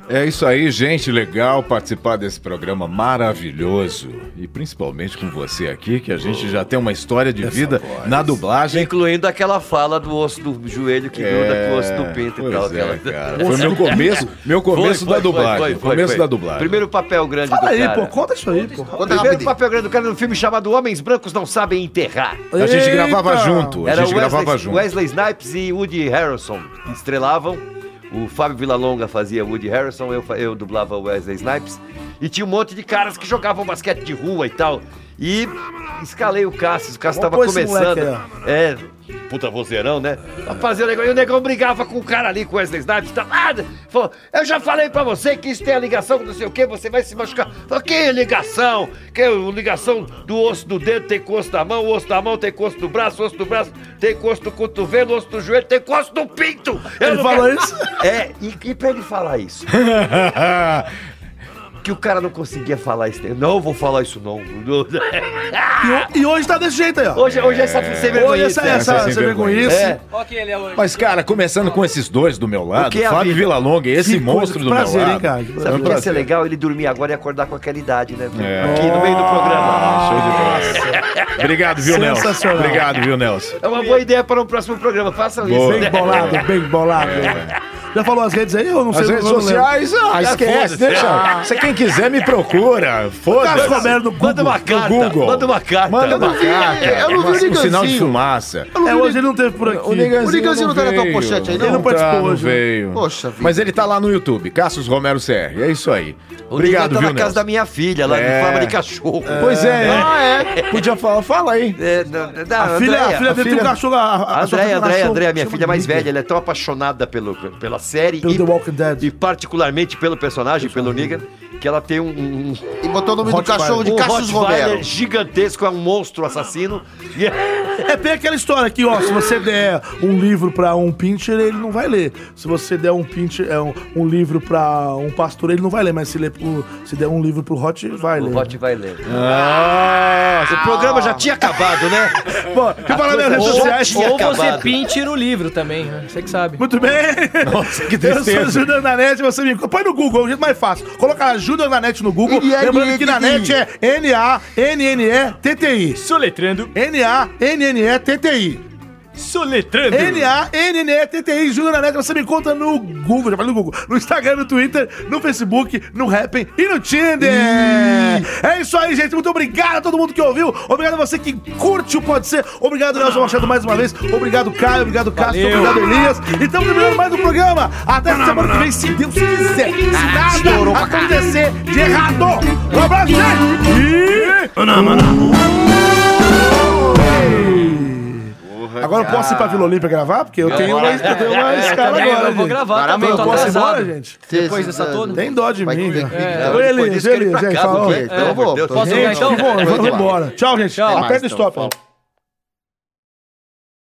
K: É isso aí, gente. Legal participar desse programa maravilhoso. E principalmente com você aqui, que a gente já tem uma história de vida na dublagem.
B: Incluindo aquela fala do osso do joelho que gruda com o osso do peito e
K: É, pois
B: tal.
K: é,
B: aquela-
K: cara. Foi meu começo- meu começo da dublagem, começo da dublagem.
B: Primeiro papel grande do
A: Fala aí,
B: cara.
A: pô. Conta isso aí, pô.
B: O primeiro papel grande do cara no filme chamado Homens Brancos Não Sabem Enterrar.
K: A gente Eita! gravava junto, a
B: Era
K: gente
B: Wesley,
K: gravava junto.
B: Wesley Snipes e Woody Harrelson que estrelavam. O Fábio Villalonga fazia Woody Harrelson, eu, fa- eu dublava Wesley Snipes. E tinha um monte de caras que jogavam basquete de rua e tal. E escalei o Cássio, o
A: Vamos
B: Cássio tava
A: pôr esse
B: começando.
A: moleque
B: É, puta vozeirão, né? Fazer o negócio. E o negão brigava com o cara ali, com o Wesley Snipes. Tá, ah, falou, eu já falei pra você que isso tem a ligação com não sei o que, você vai se machucar. Falou, que ligação? Que é o- ligação do osso do dedo tem com o osso da mão, o osso da mão tem com o osso do braço, o osso do braço tem com o osso do cotovelo, o osso do joelho tem com o osso do pinto. Eu
A: Ele
B: não
A: falou
B: quero-
A: isso?
B: É, e, e pra ele falar isso? que o cara não conseguia falar isso. Não, eu vou falar isso não.
A: E, ho- e hoje tá desse jeito aí, ó.
B: Hoje- hoje é essa sem vergonhice,
A: Hoje essa,
B: né?
A: essa,
B: Essa sem
A: essa vergonhice.
B: vergonhice.
D: Olha quem ele é hoje.
K: Mas, cara, começando com esses dois do meu
B: O
K: lado,
B: que é a
K: Fábio
B: vida?
K: Villalonga e esse
B: Que coisa,
K: monstro
B: que
K: do meu lado. É um
B: prazer, hein, cara? Que Sabe o que ia ser
K: prazer.
B: legal? Ele dormir agora e acordar com aquela idade, né? velho?
K: É.
B: Aqui no meio do programa.
K: Show de graça. Obrigado, viu, Nelson?
B: Sensacional.
K: Obrigado, viu, Nelson?
B: É uma boa ideia para um próximo programa. Façam isso.
K: Boa.
B: É,
K: Bem
A: Bolado, bem bolado. Já falou as redes aí? Eu não
K: As
A: sei.
K: redes
A: eu não lembro.
K: sociais, ah, esquece, deixa.
A: Ah.
K: Você quem quiser me procura. Foda-se.
A: Cássio Romero no Google.
K: Manda uma carta. Manda uma carta.
B: Tá.
K: Manda uma carta.
A: eu não vi o
K: Um sinal de
A: Niganzinho.
K: fumaça.
A: É, hoje ele não teve por aqui.
E: O Niganzinho não tá na tua pochete aí, não?
K: Ele não participou hoje.
E: né?
K: Veio.
E: Poxa vida.
K: Mas ele tá lá no YouTube, Cassius Romero CR. É isso aí. Obrigado,
B: tá
K: viu,
B: na casa
K: Nelson?
B: da minha filha, lá
K: É.
B: no Fábio de Cachorro.
K: Pois é.
B: Ah,
K: é. Podia falar, fala aí.
B: É, não, não,
A: A filha- a filha dele tem um cachorro, a- a- a sua filha
B: Andréia, Andréia,
A: nasceu-
B: Andréia, minha
A: chama
B: filha mais
A: Nick.
B: velha, ela é tão apaixonada pelo, pela série.
A: Pelo
B: e,
A: The Walking Dead.
B: E particularmente pelo personagem, pelo Negan, que ela tem um... um
E: E botou o nome do cachorro de
B: um
E: Cassius
B: Rottweiler
E: Romero.
B: gigantesco, é um monstro assassino. E-
A: É, tem aquela história que, ó, se você der um livro pra um pincher, ele não vai ler. Se você der um pincher, é, um, um livro pra um pastor, ele não vai ler. Mas se, ler pro- se der um livro pro Hot, vai ler. O Hot
B: vai ler. É. Ah, o programa já tinha acabado, né?
A: Bom, que falar nas redes
D: ou,
A: sociais.
D: ou você pintira o livro também, né? Você que sabe.
A: Muito bem. Nossa,
D: que
A: Eu
D: tristeza.
A: sou o Júnior da Net, você me... Põe no Google, é o jeito mais fácil. Coloca lá Júnior da Net no Google.
J: N-I-N-N-I.
A: Lembrando que na Net é N-A-N-N-E-T-T-I.
D: Soletrando.
A: N-A-N-N-E-T-T-I.
D: Soletrando.
A: N-A-N-N-E-T-T-I. Júnior da Net, né? você me conta no Google, já falei no Google, no Instagram, no Twitter, no Facebook, no Rappen e no Tinder. É isso aí, gente. Muito obrigado a todo mundo que ouviu. Obrigado a você que curte o Pode Ser. Obrigado, Nelson Machado, mais uma vez. Obrigado, Caio. Obrigado, Castro.
J: Valeu.
A: Obrigado, Elias. E estamos terminando mais um programa. Até semana que vem, se Deus quiser. Se
J: estourou
A: nada
J: pra caralho.
A: acontecer de errado. Um abraço, gente. E... Agora eu posso ir pra Vila Olímpia gravar? Porque eu tenho
J: Agora-
A: mais, eu tenho
J: é,
A: mais
J: é,
A: cara
J: também
A: agora.
J: eu vou
A: gente.
J: gravar
A: Agora
J: também,
A: eu
J: tô
A: posso ir
J: atrasado.
A: embora, gente?
J: Depois dessa
E: é.
J: toda?
A: Tem dó de mim, né? cara.
J: é,
A: Oi,
J: depois
A: Elias,
J: disso que ele ir
B: né?
A: Elias,
J: pra
A: gente.
B: É,
J: casa,
A: Falou.
J: ok? Então eu vou, tô
A: Posso
J: indo.
A: ir então?
J: Vamos
A: Vamos
J: embora.
A: embora. Tchau, gente.
J: Até mais,
A: Aperta o
J: então.
A: stop.